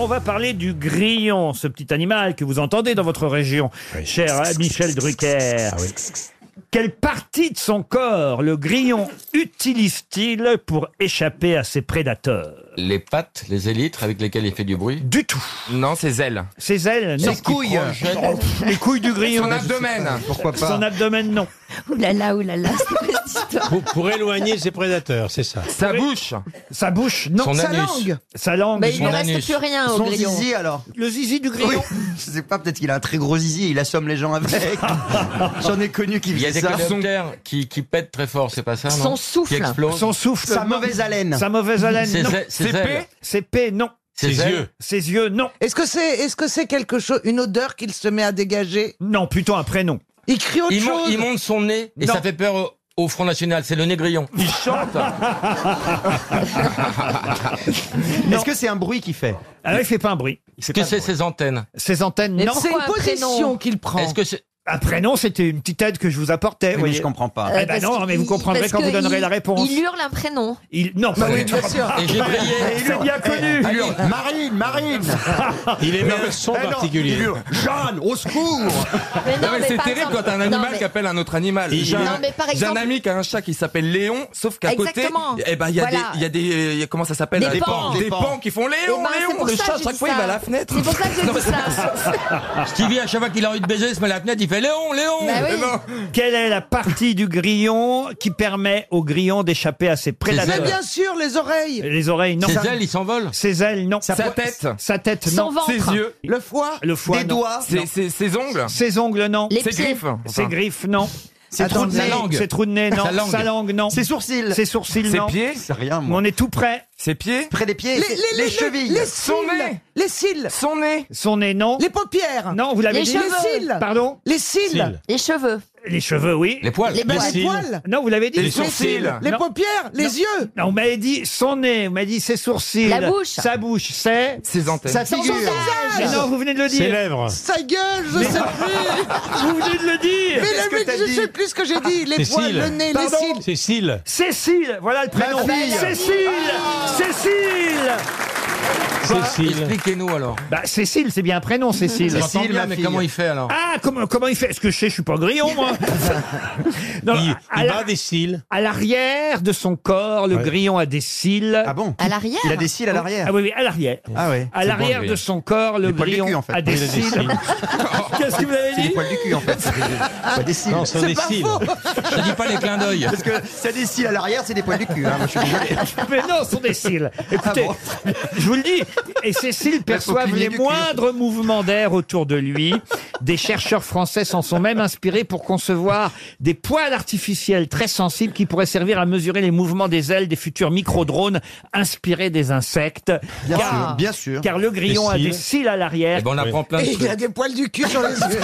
Speaker 1: On va parler du grillon, ce petit animal que vous entendez dans votre région, cher Michel Drucker. Quelle partie de son corps le grillon utilise-t-il pour échapper à ses prédateurs
Speaker 11: Les pattes, les élytres avec lesquelles il fait du bruit
Speaker 1: Du tout.
Speaker 11: Non, ses ailes.
Speaker 1: Ses ailes
Speaker 11: Ses
Speaker 1: non.
Speaker 11: couilles.
Speaker 1: Oh, pff, Les couilles du grillon
Speaker 11: Son abdomen, pourquoi pas.
Speaker 1: Son abdomen, non.
Speaker 16: Ouh là là, ouh là là, c'est quoi cette histoire
Speaker 19: Pour, pour éloigner ses prédateurs, c'est ça.
Speaker 1: Sa bouche Sa bouche, non.
Speaker 19: Son Sa anus. langue
Speaker 1: Sa langue.
Speaker 19: Bah, il
Speaker 1: son
Speaker 19: lui reste
Speaker 1: anus.
Speaker 11: plus rien au Son grillon.
Speaker 3: zizi, alors.
Speaker 1: Le zizi du
Speaker 3: grillon Je sais pas, peut-être qu'il a un très gros zizi, il assomme les gens avec. J'en ai connu qui
Speaker 11: Il y a
Speaker 3: faisaient
Speaker 11: des
Speaker 3: ça.
Speaker 11: coléoptères qui, qui pètent très fort, c'est pas ça, non
Speaker 3: Son souffle.
Speaker 11: Qui explosent.
Speaker 1: Son souffle.
Speaker 3: Sa
Speaker 1: non.
Speaker 3: mauvaise haleine.
Speaker 1: Sa mauvaise haleine,
Speaker 11: Ses
Speaker 1: non.
Speaker 11: ailes- ses
Speaker 1: C'est
Speaker 11: ailes.
Speaker 1: C'est P, non.
Speaker 11: Ses Ses ailes. yeux.
Speaker 1: Ses yeux, non.
Speaker 5: Est-ce que c'est est-ce que c'est quelque chose, une odeur qu'il se met à dégager
Speaker 1: Non, plutôt un prénom.
Speaker 5: Il crie autre
Speaker 11: Il, mon-
Speaker 5: chose.
Speaker 11: il monte son nez et
Speaker 5: Non.
Speaker 11: ça fait peur au, au Front National, c'est le nez grillon. Il chante
Speaker 3: Est-ce que c'est un bruit qu'il fait
Speaker 1: Alors, Ah il fait pas un bruit.
Speaker 11: Est-ce que c'est ses antennes
Speaker 1: Ses antennes,
Speaker 11: Et
Speaker 1: non.
Speaker 11: c'est une Pourquoi un prénom position
Speaker 5: qu'il prend.
Speaker 11: Est-ce que c'est.
Speaker 1: Un prénom, Eh c'était une petite aide que je vous apportais.
Speaker 3: mais je comprends pas.
Speaker 1: Eh ben
Speaker 32: Parce
Speaker 1: non,
Speaker 32: qu'il-
Speaker 1: mais vous comprendrez
Speaker 32: parce
Speaker 1: quand vous
Speaker 32: que
Speaker 1: donnerez
Speaker 32: il-
Speaker 1: la réponse.
Speaker 32: Il hurle un prénom.
Speaker 1: Il... Non,
Speaker 11: Bah
Speaker 5: Bah
Speaker 1: pas du tout.
Speaker 11: Et j'ai brillé.
Speaker 1: Et il est bien connu.
Speaker 3: Marine, Marine
Speaker 19: Il émet
Speaker 11: Non,
Speaker 19: un son
Speaker 11: eh non, il
Speaker 19: particulier.
Speaker 11: hurle.
Speaker 3: Jeanne, au secours
Speaker 32: Mais non,
Speaker 11: Non, mais
Speaker 32: mais
Speaker 11: c'est
Speaker 32: par
Speaker 11: terrible
Speaker 32: exemple-
Speaker 11: quand un
Speaker 32: non,
Speaker 11: animal
Speaker 32: mais-
Speaker 11: qui appelle un autre animal.
Speaker 19: Et
Speaker 11: J'ai
Speaker 32: non,
Speaker 11: un-
Speaker 32: mais par
Speaker 11: j'ai un
Speaker 32: exemple-
Speaker 11: ami qui a un chat qui s'appelle Léon, sauf qu'à côté,
Speaker 32: Exactement.
Speaker 11: eh ben il y a
Speaker 32: Voilà.
Speaker 11: des, il y a des, euh, il y a- comment ça s'appelle
Speaker 32: Des
Speaker 11: là,
Speaker 32: pans.
Speaker 11: des
Speaker 32: Des pans.
Speaker 11: pans qui font Léon,
Speaker 32: Eh ben, c'est
Speaker 11: Léon.
Speaker 32: pour
Speaker 11: Le
Speaker 32: ça
Speaker 11: chat
Speaker 32: que
Speaker 11: à
Speaker 32: j'ai
Speaker 11: chaque
Speaker 32: dit
Speaker 11: fois il
Speaker 32: ça.
Speaker 11: va à la fenêtre.
Speaker 32: C'est pour ça que j'ai dit ça.
Speaker 11: Stevie à chaque fois qu'il a envie de baiser, il se met à la fenêtre, il fait Léon, Léon.
Speaker 32: Bah oui.
Speaker 11: Eh ben,
Speaker 1: Quelle est la partie du grillon qui permet au grillon d'échapper à ses
Speaker 5: Mais
Speaker 1: prédateurs
Speaker 5: bien sûr, les oreilles.
Speaker 1: Les oreilles, non.
Speaker 11: Ses ailes, il s'envole.
Speaker 1: Ses ailes, non.
Speaker 11: Sa tête.
Speaker 1: Sa tête, non.
Speaker 11: Ses yeux.
Speaker 5: Le foie.
Speaker 1: Le foie,
Speaker 11: Des
Speaker 1: non.
Speaker 11: doigts. Ses,
Speaker 1: Non.
Speaker 11: ses- ses ongles.
Speaker 1: Ses ongles, non.
Speaker 11: Les Ses pieds. griffes, enfin.
Speaker 1: Ses griffes, non. Ses
Speaker 3: Attends,
Speaker 1: trous de
Speaker 3: sa
Speaker 1: nez.
Speaker 3: langue.
Speaker 1: Ses trous de nez, non.
Speaker 3: Sa langue.
Speaker 1: non.
Speaker 3: Ses sourcils.
Speaker 1: Ses sourcils,
Speaker 11: Ses
Speaker 1: non.
Speaker 11: pieds.
Speaker 3: C'est rien,
Speaker 1: Mais
Speaker 3: moi.
Speaker 1: On est tout près.
Speaker 11: Ses pieds.
Speaker 3: Près des pieds,
Speaker 5: Les,
Speaker 3: c'est-
Speaker 5: les- les-
Speaker 3: chevilles.
Speaker 5: Les
Speaker 11: Son
Speaker 5: cils.
Speaker 11: nez.
Speaker 5: Les cils.
Speaker 11: Son nez.
Speaker 1: Son nez, non.
Speaker 5: Les paupières.
Speaker 1: Non, vous l'avez
Speaker 32: Les
Speaker 1: dit.
Speaker 32: cheveux.
Speaker 5: Les cils.
Speaker 1: Pardon
Speaker 5: Les cils.
Speaker 32: Les cheveux.
Speaker 1: Les cheveux, oui.
Speaker 11: Les poils.
Speaker 5: Les, ben, les poils.
Speaker 1: Non, vous l'avez dit.
Speaker 11: Les Les sourcils. sourcils.
Speaker 5: Les
Speaker 1: Non.
Speaker 5: paupières. Les yeux.
Speaker 1: Non, on m'a dit son nez, on m'a dit ses sourcils.
Speaker 32: La bouche.
Speaker 1: Sa bouche, c'est.
Speaker 11: Ses antennes.
Speaker 3: Sa
Speaker 5: Son
Speaker 3: figure.
Speaker 1: Mais
Speaker 5: visage.
Speaker 1: non, vous venez de le
Speaker 19: Ses
Speaker 1: dire.
Speaker 19: lèvres.
Speaker 5: Sa gueule, je sais plus.
Speaker 1: Vous venez de le
Speaker 5: Mais
Speaker 1: dire.
Speaker 3: Qu'est-ce
Speaker 5: le
Speaker 3: que
Speaker 5: mec,
Speaker 3: t'as
Speaker 5: je
Speaker 3: dit Ah,
Speaker 5: sais plus ce que j'ai dit. Les
Speaker 19: Ses
Speaker 5: poils,
Speaker 19: cils.
Speaker 5: le nez, les
Speaker 1: Pardon
Speaker 5: cils.
Speaker 19: Ses cils.
Speaker 1: Cécile, voilà le prénom.
Speaker 3: fille.
Speaker 1: Cécile
Speaker 5: Ah.
Speaker 1: Cécile
Speaker 19: Ses cils.
Speaker 11: Expliquez-nous alors.
Speaker 1: Bah, Cécile, c'est bien un prénom, Cécile.
Speaker 11: J'entends bien, mais comment il fait alors
Speaker 1: Ah, comment, comment il fait Est-ce que je sais, je suis pas grillon, moi Non,
Speaker 19: Il,
Speaker 1: à,
Speaker 19: il
Speaker 1: la-
Speaker 19: bat des cils.
Speaker 1: à l'arrière de son corps, le
Speaker 19: Ouais.
Speaker 1: grillon a des cils.
Speaker 3: Ah bon
Speaker 32: À l'arrière.
Speaker 3: Il a des cils à l'arrière.
Speaker 1: Ah oui, oui, à l'arrière.
Speaker 3: Ah ouais.
Speaker 1: À l'arrière de son corps, le
Speaker 3: Les poils du
Speaker 1: grillon
Speaker 3: cul, en fait.
Speaker 1: a des
Speaker 19: Il a des
Speaker 1: cils.
Speaker 19: cils.
Speaker 1: Qu'est-ce que vous avez
Speaker 3: C'est
Speaker 1: dit
Speaker 3: des poils du cul en fait. Pas Ah, des cils.
Speaker 19: Non, ce sont des cils.
Speaker 11: Je dis pas les clins d'œil.
Speaker 3: Parce que c'est des cils à l'arrière, c'est des poils du cul.
Speaker 33: Ah,
Speaker 3: hein, moi, je suis désolé.
Speaker 1: Mais non, ce sont des cils. Écoutez, je vous le dis, et ces cils perçoivent
Speaker 3: cligner
Speaker 1: les
Speaker 3: du cul.
Speaker 1: moindres mouvements d'air autour de lui. Des chercheurs français s'en sont même inspirés pour concevoir des poils artificiels très sensibles qui pourraient servir à mesurer les mouvements des ailes des futurs micro-drones inspirés des insectes.
Speaker 3: Bien
Speaker 1: car,
Speaker 3: sûr, bien sûr.
Speaker 1: car le grillon a
Speaker 19: Des cils.
Speaker 1: des cils à l'arrière.
Speaker 11: Eh ben on apprend plein de
Speaker 5: Et il a
Speaker 11: trucs.
Speaker 5: des poils du cul sur les yeux.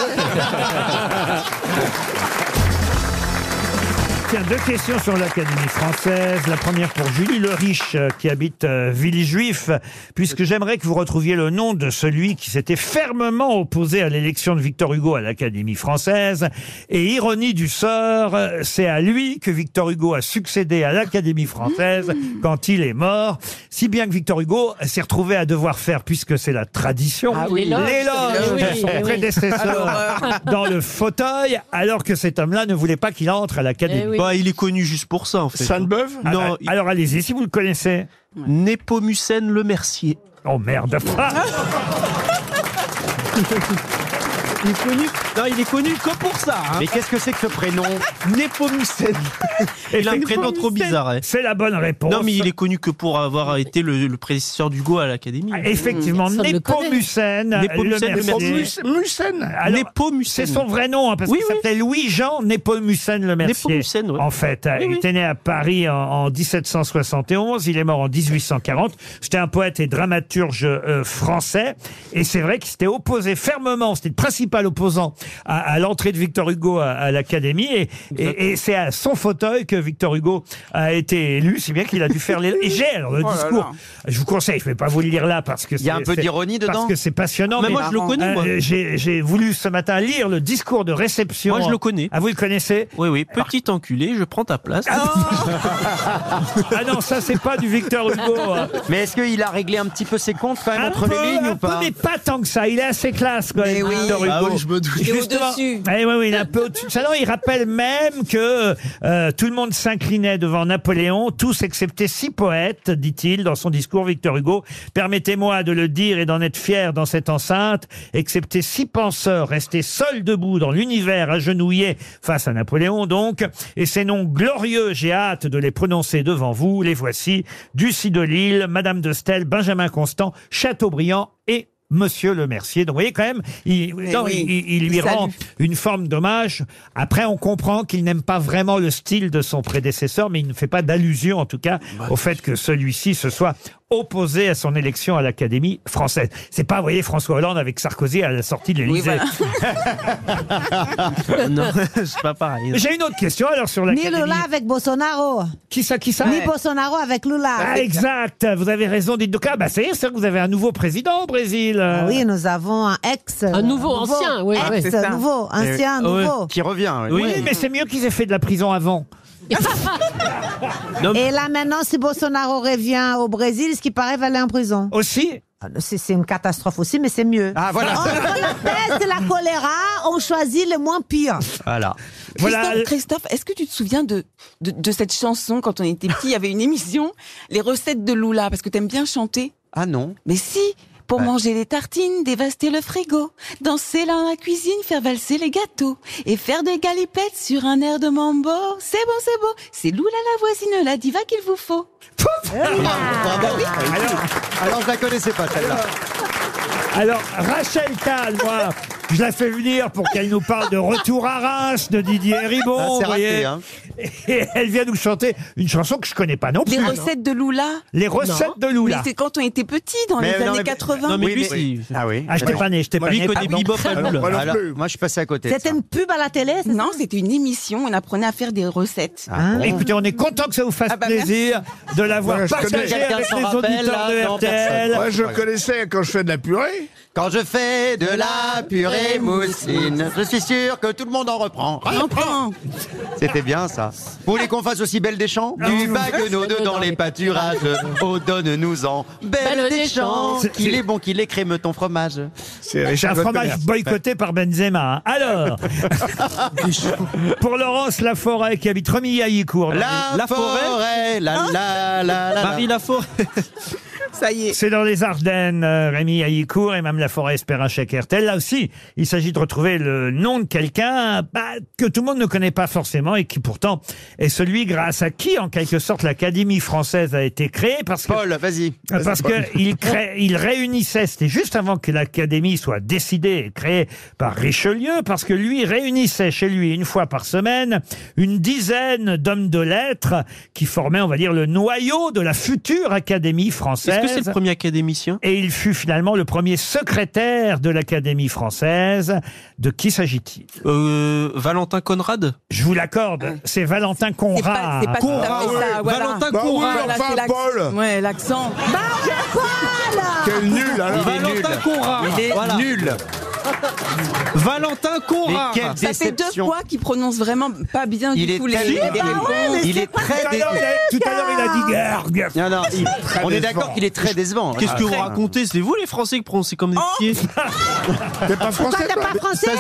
Speaker 1: Tiens, deux questions sur l'Académie française. La première pour Julie Le Riche, euh, qui habite euh, Villejuif, puisque j'aimerais que vous retrouviez le nom de celui qui s'était fermement opposé à l'élection de Victor Hugo à l'Académie française. Et ironie du sort, euh, c'est à lui que Victor Hugo a succédé à l'Académie française
Speaker 32: Mmh.
Speaker 1: quand il est mort. Si bien que Victor Hugo s'est retrouvé à devoir faire, puisque c'est la tradition,
Speaker 32: Ah oui, l'éloge.
Speaker 1: l'éloge de
Speaker 32: Oui,
Speaker 1: son
Speaker 32: oui. euh,
Speaker 1: prédécesseur dans le fauteuil, alors que cet homme-là ne voulait pas qu'il entre à l'Académie.
Speaker 32: Eh oui.
Speaker 33: Bah, il est connu juste pour ça, en fait.
Speaker 19: Sainte-Beuve
Speaker 1: Ah
Speaker 33: Non,
Speaker 1: bah, alors allez-y si vous le connaissez.
Speaker 33: Népomucène Le Mercier.
Speaker 1: Oh merde. Ah,
Speaker 33: Il est connu, non, il est connu que pour ça. Hein.
Speaker 3: Mais qu'est-ce que c'est que ce prénom Eh
Speaker 33: Népomucène. Il a un prénom trop bizarre. hein.
Speaker 1: C'est la bonne réponse.
Speaker 33: Non, mais il est connu que pour avoir été le, le prédécesseur d'Hugo à l'Académie.
Speaker 1: Ah, Effectivement,
Speaker 32: Personne ne le connaît.
Speaker 1: Népomucène.
Speaker 33: Népomucène,
Speaker 1: le Mercier.
Speaker 33: Népomucène.
Speaker 19: Mussen.
Speaker 1: Alors, C'est
Speaker 33: Népomucène.
Speaker 1: son vrai nom, hein, parce
Speaker 33: Oui,
Speaker 1: qu'il
Speaker 33: oui.
Speaker 1: s'appelait Louis-Jean Népomucène le Mercier.
Speaker 33: Népomucène, ouais.
Speaker 1: En fait, il
Speaker 33: oui.
Speaker 1: était né à Paris en, en 1771, il est mort en 1840. C'était un poète et dramaturge euh, français, et c'est vrai qu'il s'était opposé fermement, c'était le principal opposant à, à l'entrée de Victor Hugo à, à l'Académie, et, et, et c'est à son fauteuil que Victor Hugo a été élu, si bien qu'il a dû faire les... Et j'ai alors le
Speaker 20: Oh là
Speaker 1: discours, je vous conseille, je ne vais pas vous le lire là, parce que
Speaker 3: Il y a
Speaker 1: c'est-
Speaker 3: un peu
Speaker 1: c'est-
Speaker 3: d'ironie
Speaker 1: Parce
Speaker 3: dedans
Speaker 1: que c'est passionnant.
Speaker 33: Mais moi, je le connais, moi.
Speaker 1: euh, j'ai j'ai voulu ce matin lire le discours de réception.
Speaker 33: Moi, je le connais.
Speaker 1: Ah, vous le connaissez
Speaker 33: Oui, oui, petit enculé, je prends ta place.
Speaker 1: Ah non, ça, c'est pas du Victor Hugo. hein.
Speaker 3: Mais est-ce qu'il a réglé un petit peu ses comptes quand même
Speaker 1: Un
Speaker 3: entre
Speaker 1: peu,
Speaker 3: les lignes
Speaker 1: un
Speaker 3: ou
Speaker 1: peu,
Speaker 3: pas Ah
Speaker 1: mais pas tant que ça. Il est assez classe, quand même, Victor Hugo.
Speaker 33: je me doute.
Speaker 1: est au-dessus. Eh oui, oui, il est un peu au-dessus de ça. Non, il rappelle même que euh, tout le monde s'inclinait devant Napoléon, tous excepté six poètes, dit-il dans son discours, Victor Hugo. Permettez-moi de le dire et d'en être fier dans cette enceinte, excepté six penseurs restés seuls debout dans l'univers agenouillés face à Napoléon, donc. Et ces noms glorieux, j'ai hâte de les prononcer devant vous. Les voici. Ducy de Lille, Madame de Stel, Benjamin Constant, Chateaubriand et Monsieur le Mercier. Donc, vous voyez, quand même, il,
Speaker 12: Mais
Speaker 1: non,
Speaker 12: Eh oui,
Speaker 1: il- il- il lui
Speaker 12: il salue.
Speaker 1: rend une forme d'hommage. Après, on comprend qu'il n'aime pas vraiment le style de son prédécesseur, mais il ne fait pas d'allusion, en tout cas, au fait que celui-ci se soit opposé à son élection à l'Académie française. C'est pas, vous voyez, François Hollande avec Sarkozy à la sortie de l'Élysée.
Speaker 5: non, c'est pas pareil. non.
Speaker 1: J'ai une autre question, alors, sur
Speaker 16: Ni
Speaker 1: l'Académie.
Speaker 16: Lula avec Bolsonaro.
Speaker 1: Qui ça, qui ça
Speaker 16: Ni Bolsonaro avec Lula.
Speaker 1: Ah, exact, vous avez raison, dites donc. Ah, bah, ça y est, c'est vrai que vous avez un nouveau président au Brésil. Euh,
Speaker 16: Ah Oui, nous avons un ex. Un
Speaker 34: nouveau, ancien, oui, oui,
Speaker 16: Ex,
Speaker 1: c'est ça.
Speaker 16: nouveau, ancien,
Speaker 1: Eh oui.
Speaker 16: nouveau.
Speaker 1: Qui
Speaker 3: ah,
Speaker 1: revient, oui. Oui, mais c'est mieux qu'ils aient fait de la prison avant.
Speaker 16: Et là maintenant, si Bolsonaro revient au Brésil, ce qui paraît va aller en prison. Ah,
Speaker 1: Aussi
Speaker 16: c'est c'est une catastrophe aussi, mais c'est mieux. Ah
Speaker 13: voilà.
Speaker 16: On, on la peste, la choléra, on choisit le moins pire.
Speaker 13: Voilà. Christophe, Christophe, est-ce que tu te souviens de, de, de cette chanson quand on était petit Il y avait une émission, Les recettes de Lula, parce que t'aimes bien chanter.
Speaker 3: Ah non.
Speaker 13: Mais si pour manger des tartines, dévaster le frigo, danser dans la cuisine, faire valser les gâteaux et faire des galipettes sur un air de mambo. C'est bon, c'est beau, c'est Lula la voisine, la diva qu'il vous faut. Ah,
Speaker 3: Alors, alors, je la connaissais pas celle-là.
Speaker 1: Alors, Rachel Kahn, moi, je la fais venir pour qu'elle nous parle de Retour à Reims de Didier Ribon.
Speaker 13: Ah, c'est
Speaker 1: vous
Speaker 13: raté,
Speaker 1: voyez.
Speaker 13: hein.
Speaker 1: Et elle vient nous chanter une chanson que je connais pas non plus.
Speaker 13: Les recettes de Lula.
Speaker 1: Les recettes de Lula.
Speaker 13: Mais c'est quand on était petit, dans les années 80.
Speaker 3: Ah oui.
Speaker 1: Ah, je t'ai
Speaker 3: Non.
Speaker 1: pas né, je t'ai Moi, pas lui, né, il connaît pardon. Bebop et Boule.
Speaker 3: Alors,
Speaker 1: Moi non
Speaker 3: alors,
Speaker 1: plus.
Speaker 3: moi, je suis passé à côté. de ça.
Speaker 13: une pub à la télé Non, c'était une émission. On apprenait à faire des recettes.
Speaker 16: Ah,
Speaker 1: Hein Écoutez, on est content que ça vous fasse
Speaker 13: Ah, bah,
Speaker 1: plaisir de l'avoir
Speaker 13: Ouais, je connais.
Speaker 1: partagé
Speaker 13: Chacun
Speaker 1: avec
Speaker 13: s'en
Speaker 1: les
Speaker 13: rappelle,
Speaker 1: auditeurs
Speaker 13: là,
Speaker 1: de
Speaker 13: non,
Speaker 1: RTL.
Speaker 13: personne.
Speaker 35: Moi, je connaissais quand je fais de la purée.
Speaker 3: Quand je fais de la purée moussine, je suis sûr que tout le monde en reprend. Reprend C'était bien ça. Vous voulez qu'on fasse aussi belle des champs Du baguenaud dans les pâturages, oh donne-nous-en. Belle des champs
Speaker 1: C'est-
Speaker 3: Qu'il est bon, qu'il est crémeux ton fromage.
Speaker 1: C'est un fromage boycotté par Benzema. hein. Alors, pour Laurence Laforêt qui habite Remilly-Aillicourt. dans
Speaker 3: La,
Speaker 1: les-
Speaker 3: forêt, la la la la.
Speaker 1: Marie
Speaker 3: Laforêt.
Speaker 13: Ça y
Speaker 1: C'est dans les Ardennes, euh, Rémi Haïcourt et même la forêt espère un chèque RTL. Là aussi, il s'agit de retrouver le nom de quelqu'un bah, que tout le monde ne connaît pas forcément et qui pourtant est celui grâce à qui, en quelque sorte, l'Académie française a été créée. Parce que,
Speaker 3: Paul, vas-y.
Speaker 1: Ah, Parce
Speaker 3: Vas-y, Paul.
Speaker 1: qu'il il réunissait, c'était juste avant que l'Académie soit décidée et créée par Richelieu, parce que lui réunissait chez lui une fois par semaine une dizaine d'hommes de lettres qui formaient, on va dire, le noyau de la future Académie française.
Speaker 5: Est-ce que c'est le premier académicien
Speaker 1: Et il fut finalement le premier secrétaire de l'Académie française. De qui s'agit-il
Speaker 5: Euh, Valentin Conrad
Speaker 1: Je vous l'accorde, c'est Valentin Conrad.
Speaker 13: Ah. C'est pas tout à
Speaker 1: Ah
Speaker 13: fait ça. voilà.
Speaker 5: Valentin Bah oui, Conrad. mais
Speaker 13: Voilà,
Speaker 5: enfin,
Speaker 13: c'est l'accent.
Speaker 5: Paul.
Speaker 13: Ouais, l'accent.
Speaker 5: Ah Quel nul alors Valentin Conrad
Speaker 13: Il est
Speaker 5: Voilà.
Speaker 13: nul.
Speaker 5: Valentin Conrad
Speaker 13: Ça fait deux fois qu'il prononce vraiment pas bien
Speaker 5: Il
Speaker 13: du
Speaker 5: est
Speaker 13: tout les
Speaker 3: Ah
Speaker 5: tellement
Speaker 13: les
Speaker 5: dégueu.
Speaker 13: réponses.
Speaker 5: Il est
Speaker 13: Tout à
Speaker 5: très
Speaker 13: l'heure,
Speaker 5: dégueu.
Speaker 13: il a-
Speaker 1: Tout à l'heure, il a dit Gerg.
Speaker 3: Non, non,
Speaker 5: Très
Speaker 3: il- on est
Speaker 5: décevant. Oh
Speaker 3: d'accord qu'il est très décevant.
Speaker 5: Qu'est-ce
Speaker 3: Ah,
Speaker 5: que vous
Speaker 3: très.
Speaker 5: racontez C'est vous les Français qui prononcez comme des pieds T'es pas
Speaker 16: Pourquoi t'es pas français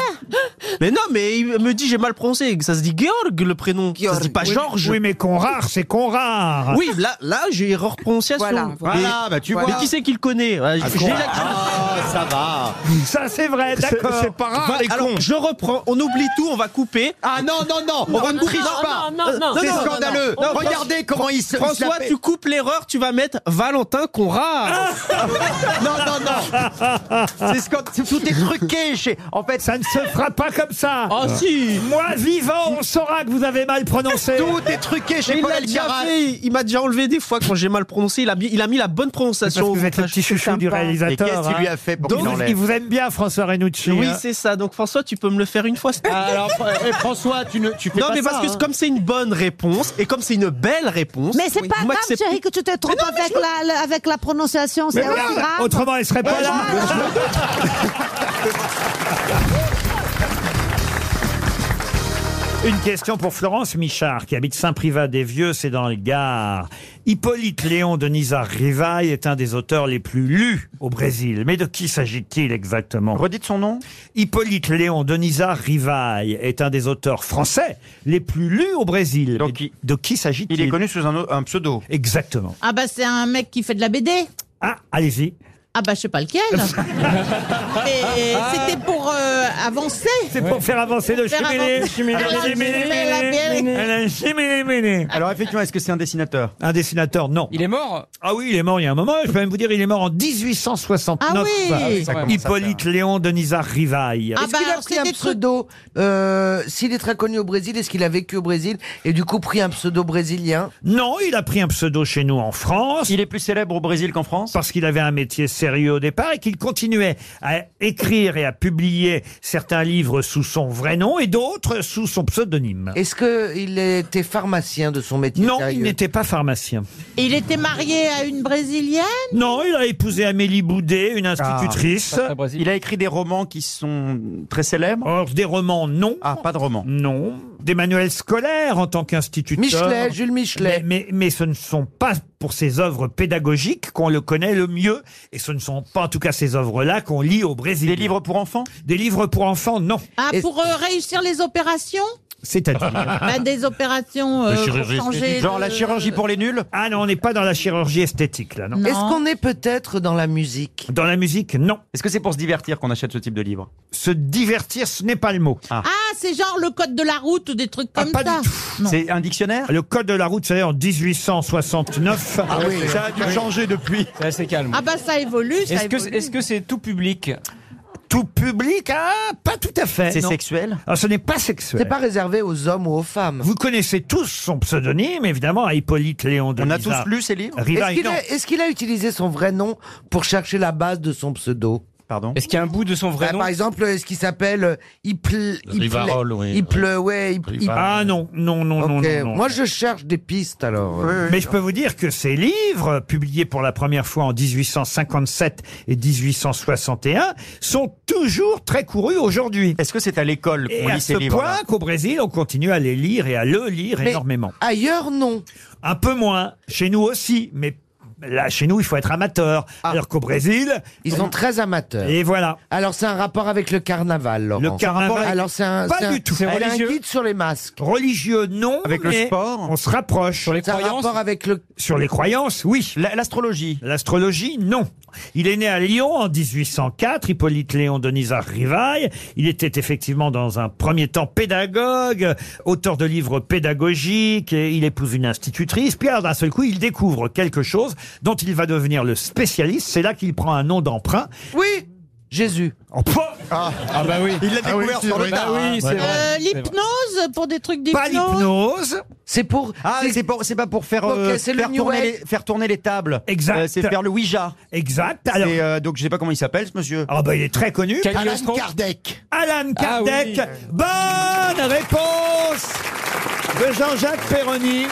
Speaker 5: Mais non, mais il me dit j'ai mal prononcé. Ça se dit Georg le prénom. Ça se dit pas
Speaker 1: Oui,
Speaker 5: Georges.
Speaker 1: Oui, mais Conrard, c'est Conrard.
Speaker 5: Oui, là, là j'ai erreur de prononciation.
Speaker 1: Voilà,
Speaker 5: Mais-
Speaker 1: voilà. bah, tu
Speaker 5: Mais
Speaker 1: vois.
Speaker 5: qui c'est qui le connaît Ouais,
Speaker 1: Ah,
Speaker 5: j'ai
Speaker 1: quoi.
Speaker 5: la-
Speaker 3: Ah, ça va.
Speaker 1: Ça, c'est vrai, d'accord.
Speaker 5: Va- Alors, je reprends. On oublie tout, on va couper.
Speaker 3: Ah non, non, non, on va
Speaker 5: ne
Speaker 3: couper pas. C'est scandaleux. Regardez comment il se-
Speaker 5: François,
Speaker 3: il se la
Speaker 5: tu coupes l'erreur, tu vas mettre Valentin Conrad.
Speaker 3: Ah. Non, non, non. C'est ce qu'on- c'est- tout est truqué chez. En fait, Ah,
Speaker 1: ça ne se fera pas comme ça.
Speaker 5: Oh, si.
Speaker 1: Moi vivant, on saura que vous avez mal prononcé.
Speaker 5: Tout
Speaker 3: est truqué
Speaker 5: Mais il l'a déjà fait, il- il m'a déjà enlevé des fois quand j'ai mal prononcé. Il a, bi- il a mis la bonne prononciation.
Speaker 1: Parce que vous
Speaker 5: au
Speaker 1: êtes le
Speaker 5: montage.
Speaker 1: petit chouchou du réalisateur. hein. Donc, il vous aime bien, François Renucci.
Speaker 5: Oui,
Speaker 1: hein.
Speaker 5: c'est ça. Donc François, tu peux me le faire une fois. s'il te plaît
Speaker 3: Alors, eh, François, tu ne, tu
Speaker 5: non, mais parce que
Speaker 3: hein.
Speaker 5: c'est- comme c'est une bonne réponse et comme c'est une belle réponse.
Speaker 16: Mais c'est
Speaker 5: vous
Speaker 16: pas grave,
Speaker 5: m'acceptez-
Speaker 16: chérie, que tu te trompes avec, la, la- avec la prononciation. C'est
Speaker 5: Mais
Speaker 16: aussi
Speaker 5: merde,
Speaker 16: grave.
Speaker 1: Autrement, elle serait pas là. Une question pour Florence Michard, qui habite Saint-Privat-des-Vieux, c'est dans le Gard. Hippolyte Léon de Nizar Rivail est un des auteurs les plus lus au Brésil. Mais de qui s'agit-il exactement Redites son nom. Hippolyte Léon de Nizar Rivail est un des auteurs français les plus lus au Brésil. Mais de qui s'agit-il Il est connu sous un, pseudo. Exactement.
Speaker 13: Ah bah c'est un mec qui fait de la BD.
Speaker 1: Ah, allez-y.
Speaker 13: Ah bah je sais pas lequel. Et c'était pour euh, avancer.
Speaker 1: C'est pour faire avancer le chimélé, chimélé, chimélé,
Speaker 3: Alors effectivement, est-ce que c'est un dessinateur
Speaker 1: Un dessinateur, non. Il est mort Ah oui, il est mort il y a un moment. Je peux même vous dire, il est mort en 1869.
Speaker 5: Ah oui Ça commence à
Speaker 1: Hippolyte Léon de Nizar Rivail.
Speaker 5: Est-ce qu'il a pris un pseudo euh, S'il est très connu au Brésil, est-ce qu'il a vécu au Brésil et du coup pris un pseudo brésilien
Speaker 1: Non, il a pris un pseudo chez nous en France. Il est plus célèbre au Brésil qu'en France Parce qu'il avait un métier sérieux au départ et qu'il continuait à écrire et à publier certains livres sous son vrai nom et d'autres sous son pseudonyme.
Speaker 5: Est-ce qu'il était pharmacien de son métier
Speaker 1: Non, il n'était pas pharmacien.
Speaker 13: Et il était marié à une brésilienne.
Speaker 1: Non, il a épousé Amélie Boudet, une institutrice.
Speaker 3: Ah, pas très brésilien.
Speaker 1: il a écrit des romans qui sont très célèbres. Or, des romans, non. Ah, pas de romans. Non. Des manuels scolaires en tant qu'instituteur.
Speaker 5: Michelet, Jules Michelet.
Speaker 1: Mais, mais, mais ce ne sont pas pour ses œuvres pédagogiques qu'on le connaît le mieux. Et ce ne sont pas, en tout cas, ces œuvres-là qu'on lit au Brésil. Des livres pour enfants Des livres pour enfants, non.
Speaker 13: Ah pour euh, réussir les opérations.
Speaker 1: C'est-à-dire
Speaker 13: Bah, des opérations euh, pour changer de-
Speaker 1: pour les nuls Ah non, on n'est pas dans la chirurgie esthétique là, non.
Speaker 5: Est-ce qu'on est peut-être dans la musique
Speaker 1: Dans la musique, non.
Speaker 3: Est-ce que c'est pour se divertir qu'on achète ce type de livre
Speaker 1: Se divertir, ce n'est pas le mot.
Speaker 13: Ah, c'est genre le code de la route ou des trucs
Speaker 1: Ah,
Speaker 13: comme ça.
Speaker 1: C'est un dictionnaire Le code de la route, c'est en 1869.
Speaker 19: Ah oui, ça a dû changer
Speaker 1: depuis. C'est assez calme.
Speaker 13: Ah bah ça évolue, ça
Speaker 1: Est-ce que-
Speaker 13: évolue. Euh,
Speaker 1: est-ce que c'est tout public Tout public Ah, pas tout à fait.
Speaker 5: C'est
Speaker 1: non.
Speaker 5: sexuel
Speaker 1: Ah, Ce n'est pas sexuel.
Speaker 5: C'est pas réservé aux hommes ou aux femmes.
Speaker 1: Vous connaissez tous son pseudonyme, évidemment, à Hippolyte Léon de
Speaker 5: On a
Speaker 1: Mizar.
Speaker 5: tous lu ses livres
Speaker 1: Rivail,
Speaker 5: Est-ce qu'il
Speaker 1: non.
Speaker 5: a, est-ce qu'il a utilisé son vrai nom pour chercher la base de son pseudo
Speaker 3: Pardon
Speaker 5: Est-ce qu'il y a un bout de son vrai nom Par exemple, est-ce qu'il s'appelle euh, il pleut
Speaker 1: Rivarol, oui.
Speaker 5: Il pleut, ouais. il- il-
Speaker 1: Ah non, non, non, non,
Speaker 5: Ok,
Speaker 1: non, non.
Speaker 5: Moi, je cherche des pistes alors.
Speaker 1: Mais je peux vous dire que ces livres, publiés pour la première fois en 1857 et 1861, sont toujours très courus aujourd'hui. Est-ce que c'est à l'école
Speaker 3: qu'on lit
Speaker 1: à
Speaker 3: ces
Speaker 1: ce
Speaker 3: livres-là
Speaker 1: point qu'au Brésil, on continue à les lire et à le lire
Speaker 3: Mais
Speaker 1: énormément.
Speaker 5: Ailleurs, non.
Speaker 1: Un peu moins. Chez nous aussi, mais là, chez nous, il faut être amateur. Alors qu'au Brésil...
Speaker 5: Ah. Ils sont très amateurs.
Speaker 1: Et voilà.
Speaker 5: Alors, c'est un rapport avec le carnaval, Laurent.
Speaker 1: Le carnaval.
Speaker 5: Alors, c'est un.
Speaker 1: Pas
Speaker 5: c'est un-
Speaker 1: du tout.
Speaker 5: elle a un guide sur les masques.
Speaker 1: Religieux, non.
Speaker 5: Avec le
Speaker 1: mais
Speaker 5: sport
Speaker 1: On se rapproche. Sur les
Speaker 5: Ça a croyances rapport avec le...
Speaker 1: Sur les croyances, oui. L'astrologie L'astrologie, non. Il est né à Lyon en 1804, Hippolyte Léon Denisard Rivail. Il était effectivement dans un premier temps pédagogue, auteur de livres pédagogiques, et il épouse une institutrice. Puis alors, d'un seul coup, il découvre quelque chose dont il va devenir le spécialiste. C'est là qu'il prend un nom d'emprunt.
Speaker 5: Oui Jésus.
Speaker 1: Ah,
Speaker 5: bah oui.
Speaker 1: Il l'a
Speaker 5: Ah oui,
Speaker 1: découvert
Speaker 5: c'est
Speaker 1: sur le
Speaker 5: vrai.
Speaker 1: tard.
Speaker 5: Bah oui, c'est
Speaker 1: Ouais.
Speaker 5: vrai.
Speaker 13: Euh, l'hypnose pour des trucs d'hypnose.
Speaker 1: Pas l'hypnose.
Speaker 5: C'est pour.
Speaker 3: Ah, c'est pour. C'est pas pour faire. euh,
Speaker 5: Ok, c'est le
Speaker 3: faire,
Speaker 5: New
Speaker 3: tourner
Speaker 5: Age.
Speaker 3: les, faire tourner les tables.
Speaker 1: Exact.
Speaker 3: Euh, c'est faire le Ouija.
Speaker 1: Exact.
Speaker 3: Alors. donc je sais pas comment il s'appelle ce monsieur.
Speaker 1: Ah bah il est très connu.
Speaker 21: Alan Kardec.
Speaker 1: Alan
Speaker 21: Ah oui.
Speaker 1: Kardec. Bonne réponse de Jean-Jacques Perroni.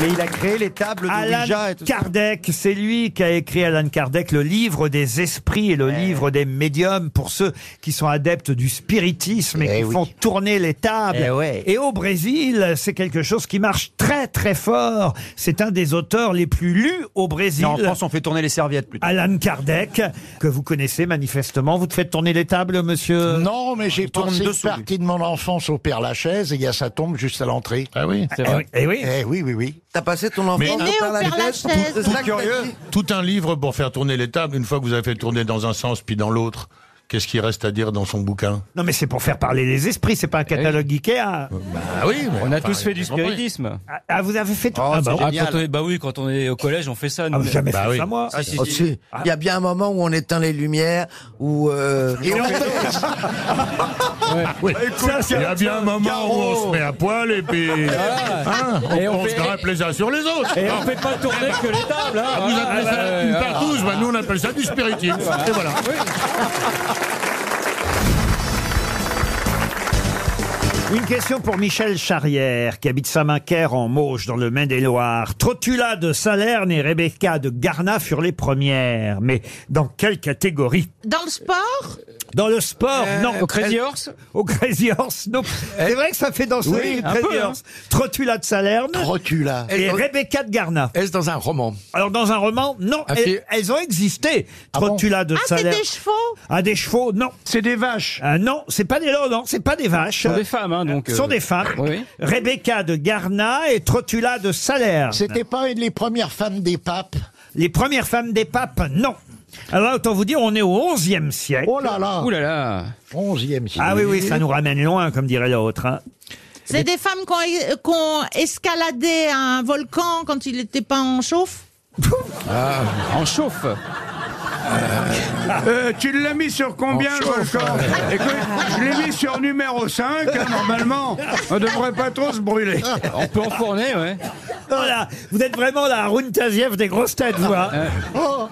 Speaker 3: Mais il a créé les tables de
Speaker 1: Alan
Speaker 3: Ouija et tout ça.
Speaker 1: Kardec, c'est lui qui a écrit Alan Kardec le livre des esprits et le livre des médiums pour ceux qui sont adeptes du spiritisme et, qui font tourner les tables.
Speaker 3: Eh ouais.
Speaker 1: Et au Brésil, c'est quelque chose qui marche très très fort. C'est un des auteurs les plus lus au Brésil.
Speaker 3: Non, en France, on fait tourner les serviettes plutôt.
Speaker 1: Alan Kardec, que vous connaissez manifestement. Vous te faites tourner les tables, monsieur
Speaker 21: Non, mais j'ai
Speaker 1: tourne
Speaker 21: passé une
Speaker 1: dessous.
Speaker 21: partie de mon enfance au Père Lachaise et il y a sa tombe juste à l'entrée. Ah oui,
Speaker 1: c'est vrai. Eh oui.
Speaker 21: Eh oui, oui, oui.
Speaker 5: T'as passé ton enfance
Speaker 8: Mais-
Speaker 5: au
Speaker 8: Né
Speaker 5: Père
Speaker 8: au Père
Speaker 5: Lachaise
Speaker 8: Lachaise.
Speaker 5: C'est
Speaker 8: Tout
Speaker 5: ça que t'as
Speaker 8: curieux.
Speaker 5: dit
Speaker 8: Tout un livre pour faire tourner les tables, une fois que vous avez fait tourner dans un sens puis dans l'autre, qu'est-ce qu'il reste à dire dans son bouquin
Speaker 1: Non, mais c'est pour faire parler les esprits, c'est pas
Speaker 3: Eh
Speaker 1: un catalogue
Speaker 3: Bah
Speaker 1: Ikea.
Speaker 8: Ah oui, mais-
Speaker 6: On a
Speaker 8: enfin,
Speaker 6: tous fait du
Speaker 8: j'ai compris.
Speaker 6: spiritisme.
Speaker 1: Ah, ah, vous avez fait tout ah, bah,
Speaker 6: Ah,
Speaker 1: ah,
Speaker 6: quand on est- bah oui, quand on est au collège, on fait ça. nous.
Speaker 1: vous avez jamais fait ça, moi.
Speaker 6: Ah, si,
Speaker 5: Oh,
Speaker 6: si.
Speaker 5: si. Il y a bien un moment où on éteint les lumières, où. euh,
Speaker 8: Bah, Il y a bien un moment où on se met à poil et puis
Speaker 6: Voilà.
Speaker 8: hein, on,
Speaker 6: Ah. Et on
Speaker 8: on
Speaker 6: fait-
Speaker 8: se grimpe les uns sur les autres.
Speaker 6: Et
Speaker 8: Hein.
Speaker 6: on fait pas tourner que les tables. hein.
Speaker 8: Ah, vous
Speaker 6: Voilà.
Speaker 8: appelez ça
Speaker 6: Ah,
Speaker 8: une
Speaker 6: ouais,
Speaker 8: partouze, bah, nous on appelle ça du spiritisme.
Speaker 6: Voilà.
Speaker 8: Et voilà.
Speaker 6: Oui.
Speaker 1: Une question pour Michel Charrière, qui habite Saint-Mincaire en Mauges, dans le Maine-et-Loire. Trotula de Salerne et Rebecca de Garna furent les premières. Mais dans quelle catégorie
Speaker 13: Dans le sport
Speaker 1: Dans le sport,
Speaker 13: Euh,
Speaker 1: non.
Speaker 13: au Crazy
Speaker 1: Horse Au Crazy Horse, non. C'est vrai que ça fait danser
Speaker 13: Oui,
Speaker 1: le
Speaker 13: un
Speaker 1: Crazy
Speaker 13: peu, hein.
Speaker 1: Horse. Trotula de Salerne. Trotula. Et
Speaker 19: Est-ce-
Speaker 1: Rebecca de Garna. Est-ce dans un roman Alors, dans un roman, non.
Speaker 19: Un
Speaker 1: Elles,
Speaker 19: film
Speaker 1: elles ont existé. Trotula de
Speaker 13: Ah, c'est
Speaker 1: Salerne.
Speaker 13: des chevaux
Speaker 1: Ah, des chevaux, non. C'est des vaches. non, c'est pas des non, non, c'est pas des vaches.
Speaker 6: Ce sont des femmes, hein, donc,
Speaker 1: Ce sont
Speaker 6: euh,
Speaker 1: des femmes.
Speaker 6: oui, oui.
Speaker 1: Rebecca de Garna et Trotula de Salerne.
Speaker 5: C'était pas les premières femmes des papes.
Speaker 1: Les premières femmes des papes, non. Alors là, autant vous dire, on est au XIe siècle.
Speaker 5: Oh là là. Ouh là
Speaker 1: là
Speaker 5: 11e siècle.
Speaker 1: Ah oui, oui, ça nous ramène loin, comme dirait l'autre. hein.
Speaker 13: C'est des femmes qui ont, euh, qui ont escaladé un volcan quand il n'était pas en chauffe
Speaker 12: Ah.
Speaker 6: en chauffe.
Speaker 12: Euh, tu l'as mis sur combien
Speaker 6: En
Speaker 12: le
Speaker 6: chauffe.
Speaker 12: volcan Écoute, je l'ai mis sur numéro 5, hein, normalement. On devrait pas trop se brûler.
Speaker 6: On peut enfourner, ouais.
Speaker 1: Voilà, vous êtes vraiment la Rountaziev des grosses têtes, vous. hein.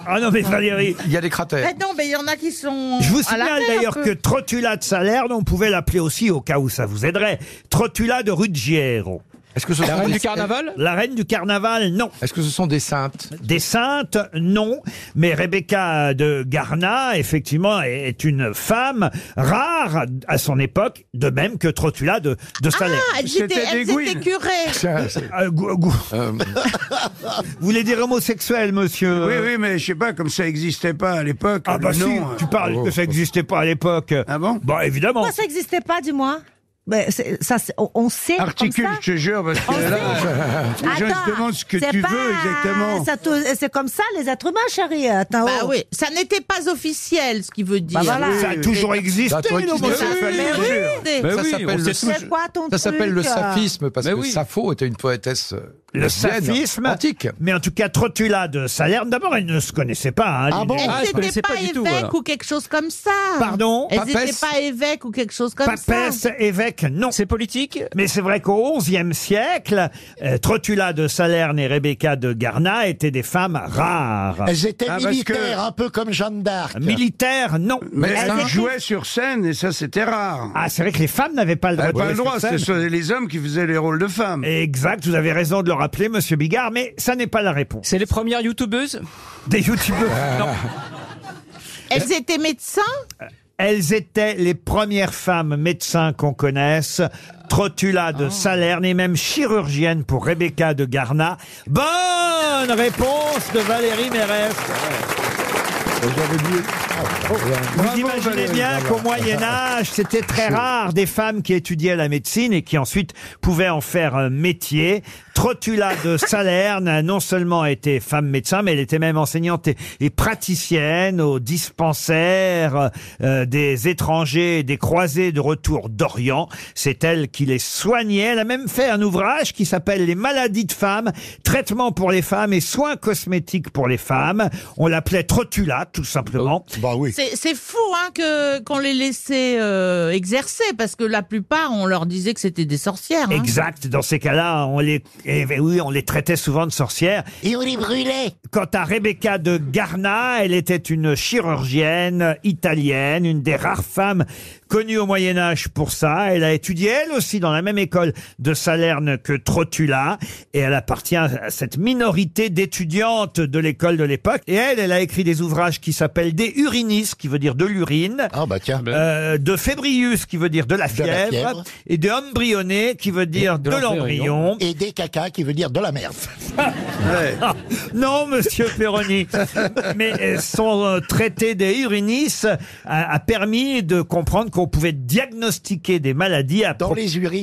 Speaker 1: Ah non, mais Valérie. Il y a des cratères.
Speaker 13: Eh Non, mais il y en a qui sont.
Speaker 1: Je vous
Speaker 13: à la
Speaker 1: signale
Speaker 13: terre,
Speaker 1: d'ailleurs
Speaker 13: un
Speaker 1: que
Speaker 13: peu.
Speaker 1: Trotula de Salerne, on pouvait l'appeler aussi, au cas où ça vous aiderait, Trotula de Ruggiero. Est-ce que
Speaker 19: ce La sont reine des- du carnaval
Speaker 1: La reine du carnaval, non. Est-ce que ce sont des saintes Des saintes, non. Mais Rebecca de Garna, effectivement, est est une femme rare à son époque, de même que Trotula de, de Salerne.
Speaker 13: Ah, elles étaient, elles étaient curées.
Speaker 1: Euh, gou- gou- Vous voulez dire homosexuel, monsieur
Speaker 12: Oui, oui, mais je sais pas, comme ça n'existait pas à l'époque. euh.
Speaker 1: Ah bah si, tu parles que ça n'existait pas à l'époque.
Speaker 12: Ah bon
Speaker 1: Bah évidemment.
Speaker 16: Pourquoi ça n'existait pas, dis-moi Ben, c'est- ça, c'est- on- on sait. comme
Speaker 12: Articule,
Speaker 16: ça.
Speaker 12: je te jure, parce que
Speaker 16: On
Speaker 12: là,
Speaker 16: sait.
Speaker 12: les gens
Speaker 16: Attends,
Speaker 12: se demandent ce que
Speaker 16: c'est
Speaker 12: tu
Speaker 16: pas-
Speaker 12: veux exactement.
Speaker 16: ça te- C'est comme ça, les êtres humains, chérie. Attends,
Speaker 13: Bah
Speaker 16: oh.
Speaker 13: oui, ça n'était pas officiel, ce qui veut dire.
Speaker 16: Bah voilà. Ça a
Speaker 1: toujours existé,
Speaker 19: Ah,
Speaker 5: Bah,
Speaker 16: Ça a toujours
Speaker 1: l'homosexualité.
Speaker 16: existé.
Speaker 1: Mais oui.
Speaker 16: Mais
Speaker 19: ça
Speaker 16: oui,
Speaker 19: s'appelle
Speaker 16: on
Speaker 19: le,
Speaker 16: sait tous. C'est quoi ton
Speaker 19: ça s'appelle le
Speaker 16: truc, euh
Speaker 19: saphisme parce
Speaker 1: Mais
Speaker 19: que
Speaker 1: oui.
Speaker 19: Sappho était une poétesse euh,
Speaker 1: Le
Speaker 19: lesbienne,
Speaker 1: saphisme.
Speaker 19: antique.
Speaker 1: Mais en tout cas, Trotula de Salerne, d'abord, elle ne se connaissait pas. hein, les-
Speaker 13: Elles n'étaient pas, évêques ou quelque chose comme ça.
Speaker 1: Pardon
Speaker 13: Elles
Speaker 1: Papesse
Speaker 13: n'étaient pas évêques ou quelque chose comme
Speaker 1: Papesse,
Speaker 13: ça.
Speaker 1: évêque, non. C'est politique Mais c'est vrai qu'au XIe siècle, euh, Trotula de Salerne et Rebecca de Garna étaient des femmes rares.
Speaker 5: Elles étaient
Speaker 19: Ah,
Speaker 5: militaires, hein. un peu comme Jeanne d'Arc.
Speaker 1: Militaires, non.
Speaker 12: Mais elles jouaient sur scène et ça, c'était rare.
Speaker 1: Ah, c'est vrai que les femmes n'avaient pas le droit
Speaker 12: Elles
Speaker 1: de
Speaker 12: pas le
Speaker 1: jouer
Speaker 12: droit,
Speaker 1: sur scène.
Speaker 12: c'est les hommes qui faisaient les rôles de femmes.
Speaker 1: Exact, vous avez raison de le rappeler, monsieur Bigard, mais ça n'est pas la réponse. C'est les premières youtubeuses Des youtubeuses, non.
Speaker 13: Elles étaient médecins
Speaker 1: Elles étaient les premières femmes médecins qu'on connaisse. Trotula de Salerne et même chirurgienne pour Rebecca de Garna. Bonne réponse de Valérie Mérès. Vous imaginez
Speaker 36: Valérie,
Speaker 1: bien
Speaker 36: bravo.
Speaker 1: qu'au Moyen Âge, c'était très rare des femmes qui étudiaient la médecine et qui ensuite pouvaient en faire un métier. Trotula de Salerne a non seulement été femme médecin, mais elle était même enseignante et, et praticienne au dispensaire euh, des étrangers, et des croisés de retour d'Orient. C'est elle qui les soignait. Elle a même fait un ouvrage qui s'appelle Les maladies de femmes, traitement pour les femmes et soins cosmétiques pour les femmes. On l'appelait Trotula, tout simplement.
Speaker 5: Bah oui.
Speaker 13: C'est c'est fou hein, que- qu'on les laissait euh, exercer, parce que la plupart, on leur disait que c'était des sorcières. hein.
Speaker 1: Exact. Dans ces cas-là, on les, eh ben oui, on les traitait souvent de sorcières.
Speaker 5: Et on les brûlait.
Speaker 1: Quant à Rebecca de Garna, elle était une chirurgienne italienne, une des rares femmes connues au Moyen Âge pour ça. Elle a étudié elle aussi dans la même école de Salerne que Trotula, et elle appartient à cette minorité d'étudiantes de l'école de l'époque. Et elle, elle a écrit des ouvrages qui s'appellent des urinis, qui veut dire de l'urine.
Speaker 5: Ah bah tiens.
Speaker 1: Euh, de fébrius, qui veut dire de la
Speaker 5: De
Speaker 1: fièvre,
Speaker 5: la fièvre.
Speaker 1: et de embryoné, qui veut dire de, l'embryon.
Speaker 5: Et des caca qui veut dire de la merde.
Speaker 1: non, monsieur Perroni. Mais euh, son euh, traité des urinis a, a permis de comprendre qu'on pouvait diagnostiquer des maladies à, pro-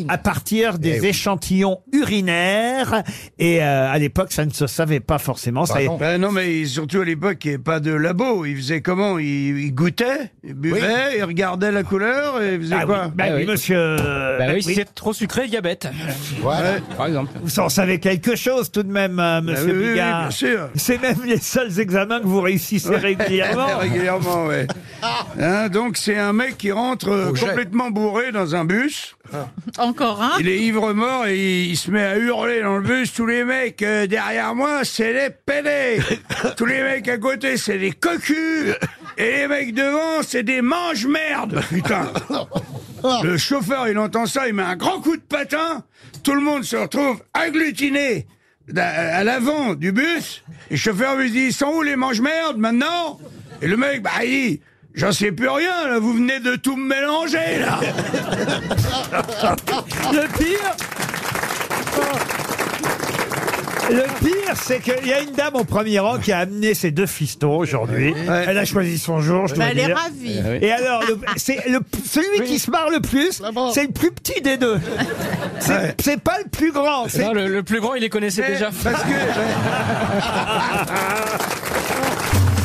Speaker 1: à partir des
Speaker 5: Eh oui.
Speaker 1: échantillons urinaires. Et euh, à l'époque, ça ne se savait pas forcément. ça y est.
Speaker 12: Ben non, mais surtout à l'époque, il n'y avait pas de labo. Ils faisaient comment ils, ils goûtaient, ils buvaient, ils regardaient la couleur et ils faisaient
Speaker 1: Ah oui,
Speaker 12: quoi
Speaker 1: bah oui, monsieur.
Speaker 12: euh,
Speaker 1: euh,
Speaker 6: Bah oui,
Speaker 1: oui.
Speaker 6: si c'est trop sucré, diabète.
Speaker 1: Voilà.
Speaker 6: Par exemple.
Speaker 1: Vous en savez quelque chose tout de même, euh, monsieur
Speaker 12: Bah oui, oui, oui,
Speaker 1: Bigard.
Speaker 12: bien sûr.
Speaker 1: C'est même les seuls examens que vous réussissez
Speaker 12: Ouais.
Speaker 1: régulièrement.
Speaker 12: régulièrement, ouais. Hein, donc c'est un mec qui rentre euh,
Speaker 1: Au jet.
Speaker 12: complètement bourré dans un bus.
Speaker 13: Encore un
Speaker 12: Il est ivre mort et il, il se met à hurler dans le bus. Tous les mecs euh, derrière moi, c'est les pédés. Tous les mecs à côté, c'est des cocus. Et les mecs devant, c'est des mange-merde. Putain. Le chauffeur, il entend ça, il met un grand coup de patin. Tout le monde se retrouve agglutiné d'a- à l'avant du bus. Et le chauffeur lui dit, ils sont où les mange-merdes maintenant Et le mec, bah, il dit, j'en sais plus rien, là, vous venez de tout me mélanger, là.
Speaker 1: Le pire Le pire, c'est qu'il y a une dame au premier rang qui a amené ses deux fistons aujourd'hui.
Speaker 37: Ouais.
Speaker 1: Elle a choisi son jour, je
Speaker 37: Bah,
Speaker 1: dois
Speaker 37: elle est
Speaker 1: dire.
Speaker 37: ravie.
Speaker 5: Eh
Speaker 37: Ouais, ouais.
Speaker 1: Et alors, le- c'est le, celui qui se marre le plus, c'est le plus petit des deux. C'est c'est pas le plus grand. c'est-
Speaker 38: Non, le, le plus grand, il les connaissait
Speaker 1: Mais
Speaker 38: déjà.
Speaker 1: parce que-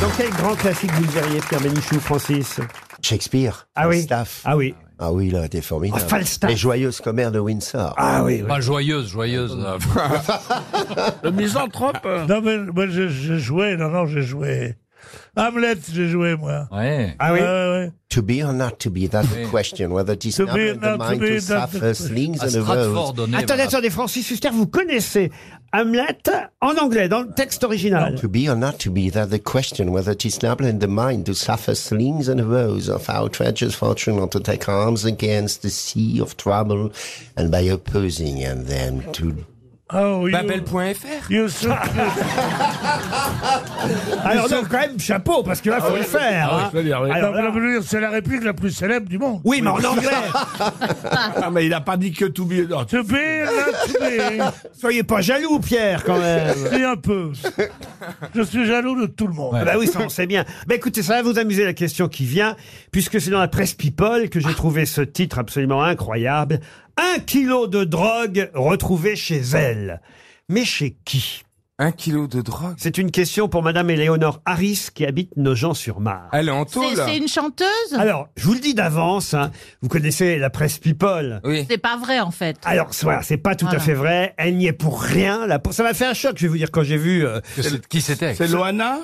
Speaker 6: Dans quel grand classique vous diriez Pierre Bénichou, Francis
Speaker 25: Shakespeare.
Speaker 1: Ah oui.
Speaker 25: Falstaff.
Speaker 1: Ah oui.
Speaker 25: Ah oui, il a été formidable.
Speaker 7: Oh,
Speaker 6: Ah, Falstaff.
Speaker 25: Les joyeuses commères de Windsor.
Speaker 7: Ah
Speaker 1: Ah
Speaker 5: Pas joyeuse, joyeuse.
Speaker 7: Le misanthrope. euh. Non, mais moi, j'ai j'ai joué, non, non, j'ai joué. Hamlet, j'ai joué, moi.
Speaker 25: Ouais.
Speaker 7: Ah oui. Ouais, ouais.
Speaker 25: To be or not to be, that's the question. Whether it is
Speaker 7: To
Speaker 25: not
Speaker 7: be
Speaker 25: in
Speaker 7: or
Speaker 25: the
Speaker 7: not to
Speaker 25: mind
Speaker 7: be,
Speaker 25: to
Speaker 7: that's the
Speaker 25: suffer
Speaker 7: question.
Speaker 25: slings
Speaker 7: À
Speaker 25: and
Speaker 7: Stratford,
Speaker 25: arrows.
Speaker 7: on est-
Speaker 1: Attendez, attendez, Francis Huster, vous connaissez Hamlet en anglais, dans le texte original.
Speaker 25: To be or not to be, that's the question. Whether it is not in the mind to suffer slings and arrows of outrageous fortune or to take arms against the sea of trouble and by opposing and then to
Speaker 7: Oh, you-
Speaker 5: Babel.fr
Speaker 7: You so
Speaker 1: Alors, donc, quand même, chapeau, parce
Speaker 7: Ah
Speaker 1: que là, faut le faire. hein. Alors
Speaker 7: Alors,
Speaker 1: là-
Speaker 7: c'est la réplique la plus célèbre du monde.
Speaker 1: Oui, mais en anglais.
Speaker 7: ah, mais il n'a pas dit que tout be not to be.
Speaker 1: Soyez pas jaloux, Pierre, quand même.
Speaker 7: Si, un peu. Je suis jaloux de tout le monde.
Speaker 1: Ah Bah oui, ça on sait bien. Bah écoutez, ça va vous amuser la question qui vient, puisque c'est dans la presse People que j'ai trouvé ce titre absolument incroyable. Un kilo de drogue retrouvé chez elle. Mais chez qui
Speaker 5: Un kilo de drogue
Speaker 1: C'est une question pour Madame Éléonore Harris qui habite Nogent-sur-Marne.
Speaker 5: Elle est en
Speaker 13: C'est c'est une chanteuse
Speaker 1: Alors, je vous le dis d'avance, hein, vous connaissez la presse People.
Speaker 13: C'est pas vrai en fait.
Speaker 1: Alors voilà, c'est pas tout à
Speaker 13: Voilà.
Speaker 1: fait vrai. Elle n'y est pour rien. La Ça m'a fait un choc, je vais vous dire, quand j'ai vu. euh,
Speaker 5: Qui c'était
Speaker 1: ce-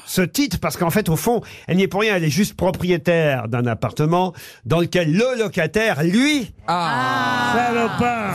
Speaker 1: Ce titre, parce qu'en fait, au fond, elle n'y est pour rien. Elle est juste propriétaire d'un appartement dans lequel le locataire, lui,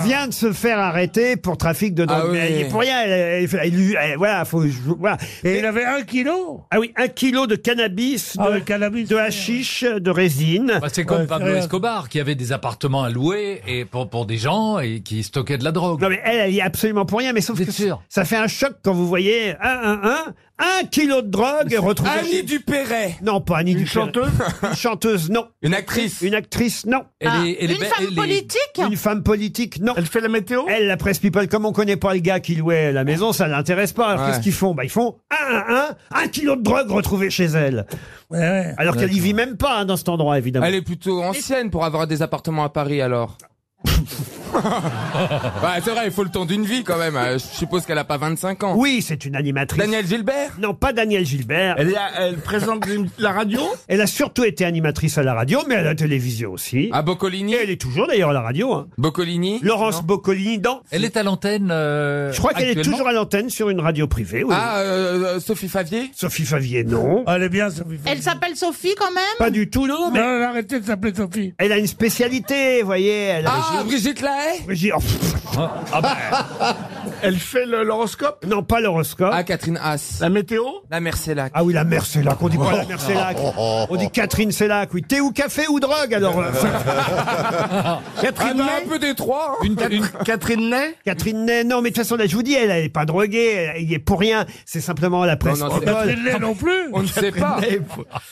Speaker 1: vient de se faire arrêter pour trafic de drogue.
Speaker 7: Ah oui.
Speaker 1: Mais elle n'y est pour rien. Elle, elle- elle- elle- elle- voilà, faut. je- voilà.
Speaker 7: Et il avait un kilo Ah,
Speaker 1: Ah oui, un kilo de cannabis, de, de hashish, de résine.
Speaker 15: Bah, c'est comme Pablo Escobar qui avait des appartements à louer et pour, pour des gens et qui stockaient de la drogue.
Speaker 1: Non mais elle, elle y est absolument pour rien, mais sauf que ça fait un choc quand vous voyez un, un, un, un kilo de drogue retrouvé.
Speaker 5: Annie
Speaker 1: chez-
Speaker 5: Dupéret.
Speaker 1: Non, pas Annie
Speaker 5: Une
Speaker 1: Dupéret.
Speaker 5: chanteuse
Speaker 1: Une chanteuse, non.
Speaker 5: Une actrice
Speaker 1: Une actrice, non.
Speaker 5: Elle est- Ah, elle est une be- femme elle est- politique
Speaker 1: Une femme politique, non. Elle fait la météo Elle, la presse people, comme on connaît pas le gars qui louait la maison, ça l'intéresse pas. Alors
Speaker 5: Ouais.
Speaker 1: qu'est-ce qu'ils font Bah ils font un, un, un, un kilo de drogue retrouvé chez elle.
Speaker 7: Eh
Speaker 1: Alors qu'elle y vit même pas hein, dans cet endroit, évidemment.
Speaker 5: Elle est plutôt ancienne pour avoir des appartements à Paris alors. Ouais, c'est vrai, il faut le temps d'une vie quand même. Euh, Je suppose qu'elle a pas 25 ans.
Speaker 1: Oui, c'est une animatrice.
Speaker 5: Daniel Gilbert
Speaker 1: Non, pas Daniel Gilbert.
Speaker 5: Elle est à- elle présente une- la radio
Speaker 1: Elle a surtout été animatrice à la radio, mais à la télévision aussi.
Speaker 5: À Ah, Boccolini
Speaker 1: Elle est toujours d'ailleurs à la radio. Hein.
Speaker 5: Boccolini
Speaker 1: Laurence Boccolini, dans.
Speaker 15: Elle est à l'antenne. euh,
Speaker 1: Je crois qu'elle est
Speaker 15: actuellement
Speaker 1: toujours à l'antenne sur une radio privée. oui.
Speaker 5: Ah, euh, euh, Sophie Favier
Speaker 1: Sophie Favier, non.
Speaker 7: Elle est bien, Sophie
Speaker 13: Elle s'appelle Sophie quand même
Speaker 1: Pas du tout, non, mais.
Speaker 7: Non, non, arrêtez de s'appeler Sophie.
Speaker 1: Elle a une spécialité, vous voyez. Elle a-
Speaker 5: Ah, Brigitte Lahaye
Speaker 1: Brigitte- oh,
Speaker 15: hein.
Speaker 1: Ah
Speaker 5: Elle fait l'horoscope
Speaker 1: bah. Non, pas l'horoscope.
Speaker 5: Ah, Catherine Haas. La météo Oh. La Mercellac.
Speaker 1: Ah oui, la mère Célac. On dit pas la mère Célac. On dit Catherine Célac. Oui, thé ou café ou drogue, alors. euh,
Speaker 5: Catherine Ah bah, Un peu des trois. hein.
Speaker 1: Catherine Ney Catherine Ney, non, mais de toute façon, là, je vous dis, elle n'est pas droguée, elle y est pour rien. C'est simplement la presse.
Speaker 5: Non, non, c'est
Speaker 1: people.
Speaker 5: pas- Catherine Ney non plus. On ne sait pas.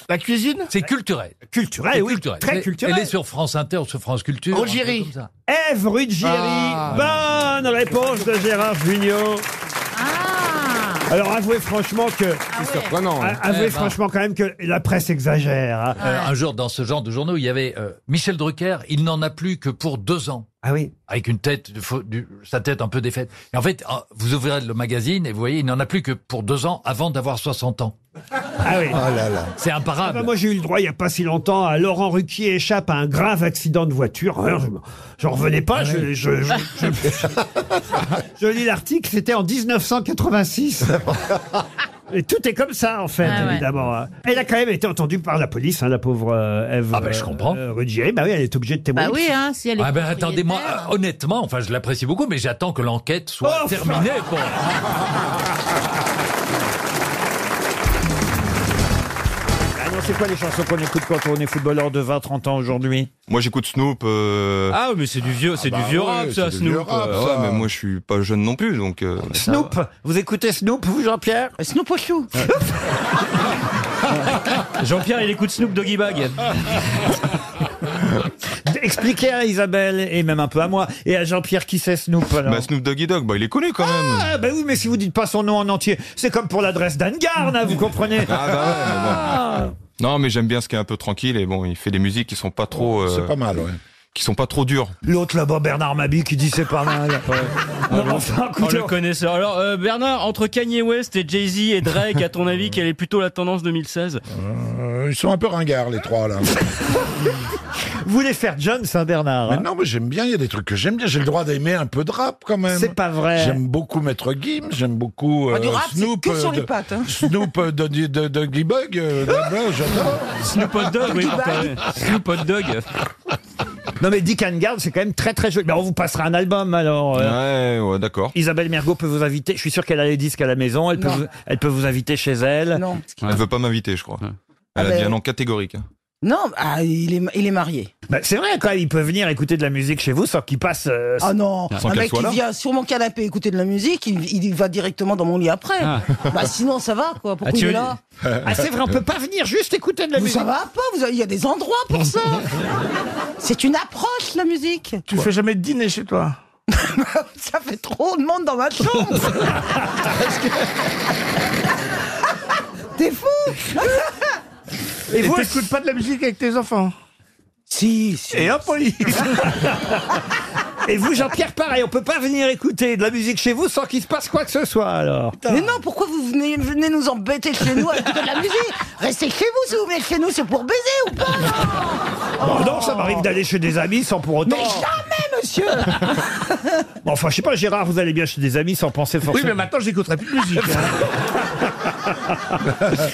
Speaker 15: La cuisine C'est culturel.
Speaker 1: Culturel,
Speaker 15: C'est
Speaker 1: oui, très
Speaker 15: Elle-
Speaker 1: culturel.
Speaker 15: Elle est sur France Inter, sur France Culture. un truc comme ça.
Speaker 1: Ève Ruggieri.
Speaker 15: Ah.
Speaker 1: Bonne réponse de Gérard Junior. Alors avouez franchement que
Speaker 15: surprenant, hein.
Speaker 1: A- avouez
Speaker 15: Eh ben.
Speaker 1: franchement quand même que la presse exagère. hein.
Speaker 15: Euh, un jour, dans ce genre de journaux, il y avait euh, Michel Drucker, il n'en a plus que pour deux ans.
Speaker 1: Ah oui.
Speaker 15: Avec une tête, de faux- du- sa tête un peu défaite. Et en fait, euh, vous ouvrez le magazine et vous voyez, il n'en a plus que pour deux ans avant d'avoir 60 ans.
Speaker 1: Ah oui.
Speaker 15: C'est
Speaker 1: Ah
Speaker 15: imparable.
Speaker 1: bah, moi j'ai eu le droit il n'y a pas si longtemps à Laurent Ruquier échappe à un grave accident de voiture. Alors, je- J'en revenais
Speaker 5: Ah
Speaker 1: pas. Je, je- je- je- je lis l'article, c'était en 1986. Et tout est comme ça en fait,
Speaker 37: Ah ouais.
Speaker 1: évidemment. hein. Elle a quand même été entendue par la police, hein, la pauvre euh, Ève.
Speaker 15: Ah bah, je
Speaker 1: euh,
Speaker 15: comprends.
Speaker 1: euh, Ruggieri. Bah oui, elle est obligée de témoigner.
Speaker 13: Bah oui, hein, si elle est.
Speaker 15: Ah ben attendez, moi, euh, honnêtement, enfin, je l'apprécie beaucoup, mais j'attends que l'enquête
Speaker 1: Oh.
Speaker 15: soit terminée. pour-
Speaker 1: Ah non, Laurent, c'est quoi les chansons qu'on écoute quand on est footballeur de 20-30 ans aujourd'hui
Speaker 19: Moi j'écoute Snoop. euh, bah
Speaker 1: Ah, mais c'est du vieux- c'est du vieux rap, ça,
Speaker 19: c'est du vieux
Speaker 1: Snoop,
Speaker 19: rap,
Speaker 1: euh,
Speaker 19: ça.
Speaker 1: ouais.
Speaker 19: Ouais, mais moi je suis pas jeune non plus donc. euh,
Speaker 1: Snoop Vous écoutez Snoop, vous, Jean-Pierre Snoop au chou
Speaker 39: Jean-Pierre, il écoute Snoop Doggy Bag.
Speaker 6: Ah.
Speaker 1: Expliquez à Isabelle, et même un peu à moi, et à Jean-Pierre qui c'est Snoop alors
Speaker 19: Bah Snoop Doggy Dogg, bah il est connu quand même.
Speaker 1: Ah, bah oui, mais si vous dites pas son nom en entier, c'est comme pour l'adresse d'Anne-Garde, hein, vous comprenez
Speaker 19: Ah bah ouais, mais bon.
Speaker 1: Ah.
Speaker 19: Non mais j'aime bien ce qui est un peu tranquille et bon il fait des musiques qui sont pas trop.
Speaker 1: C'est pas
Speaker 19: mal ouais. Qui sont pas trop dures.
Speaker 1: L'autre là-bas, Bernard Mabi, qui dit c'est pas mal. Non, mais enfin,
Speaker 6: Ah On
Speaker 1: écoutez,
Speaker 6: le connaisseur. Alors, euh, Bernard, entre Kanye West et Jay-Z et Drake, à ton avis, quelle est plutôt la tendance 2016
Speaker 4: Euh, Ils sont un peu ringards, les trois, là.
Speaker 1: Vous voulez faire John Saint-Bernard
Speaker 4: Mais
Speaker 6: hein
Speaker 4: non, mais j'aime bien, il y a des trucs que j'aime bien. J'ai le droit d'aimer un peu de rap, quand même.
Speaker 1: C'est pas vrai.
Speaker 4: J'aime beaucoup Maître Gims, j'aime beaucoup
Speaker 1: Ah, du
Speaker 4: euh,
Speaker 1: rap, c'est
Speaker 4: Snoop.
Speaker 1: que sur
Speaker 4: euh,
Speaker 1: les
Speaker 4: de-
Speaker 1: pattes, hein.
Speaker 4: Snoop euh, de, de, de, de Glibug, euh, blablabla, j'adore.
Speaker 6: Snoop Hot Dogg, oui, pour toi, oui. Snoop Hot Dogg.
Speaker 1: Non mais Dick Angarde, c'est quand même très très joli. Ben, on vous passera un album alors. euh,
Speaker 19: Ouais Eh, ouais d'accord.
Speaker 1: Isabelle Mergot peut vous inviter. Je suis sûr qu'elle a les disques à la maison. Elle peut,
Speaker 19: Non.
Speaker 1: vous, elle peut vous inviter chez elle. Non.
Speaker 19: Elle veut pas m'inviter je crois. Elle a
Speaker 1: Ah,
Speaker 19: dit
Speaker 1: ben-
Speaker 19: un non catégorique. hein.
Speaker 1: Non, il, est, il est marié. Bah, c'est vrai, quand même, il peut venir écouter de la musique chez vous sans qu'il passe. euh,
Speaker 16: Ah non,
Speaker 1: sans
Speaker 16: un
Speaker 1: qu'elle
Speaker 16: mec
Speaker 1: soit
Speaker 16: qui
Speaker 1: là.
Speaker 16: vient sur mon canapé écouter de la musique, il, il va directement dans mon lit après.
Speaker 1: Ah.
Speaker 16: Bah sinon ça va quoi, pourquoi
Speaker 1: Ah, tu
Speaker 16: il est
Speaker 1: veux
Speaker 16: là
Speaker 1: dire- Ah, c'est vrai, on peut pas venir juste écouter de la
Speaker 16: Vous,
Speaker 1: musique.
Speaker 16: Ça va pas, vous avez- il y a des endroits pour ça. C'est une approche la musique.
Speaker 5: Tu fais jamais de dîner chez toi
Speaker 16: ça fait trop de monde dans ma chambre. T'es fou
Speaker 5: Et, vous, t'écoutes pas de la musique avec tes enfants
Speaker 16: Si,
Speaker 5: Et hop, on y-
Speaker 1: Et vous, Jean-Pierre, pareil, on peut pas venir écouter de la musique chez vous sans qu'il se passe quoi que ce soit alors.
Speaker 16: Mais non, pourquoi vous venez, venez nous embêter chez nous avec de la musique Restez chez vous si vous venez chez nous, c'est pour baiser ou pas
Speaker 1: Bon, Oh non, ça m'arrive d'aller chez des amis sans pour autant.
Speaker 16: Mais jamais, monsieur
Speaker 1: Bon, enfin, je sais pas, Gérard, vous allez bien chez des amis sans penser forcément.
Speaker 5: Oui, mais maintenant, j'écouterai plus de musique. hein.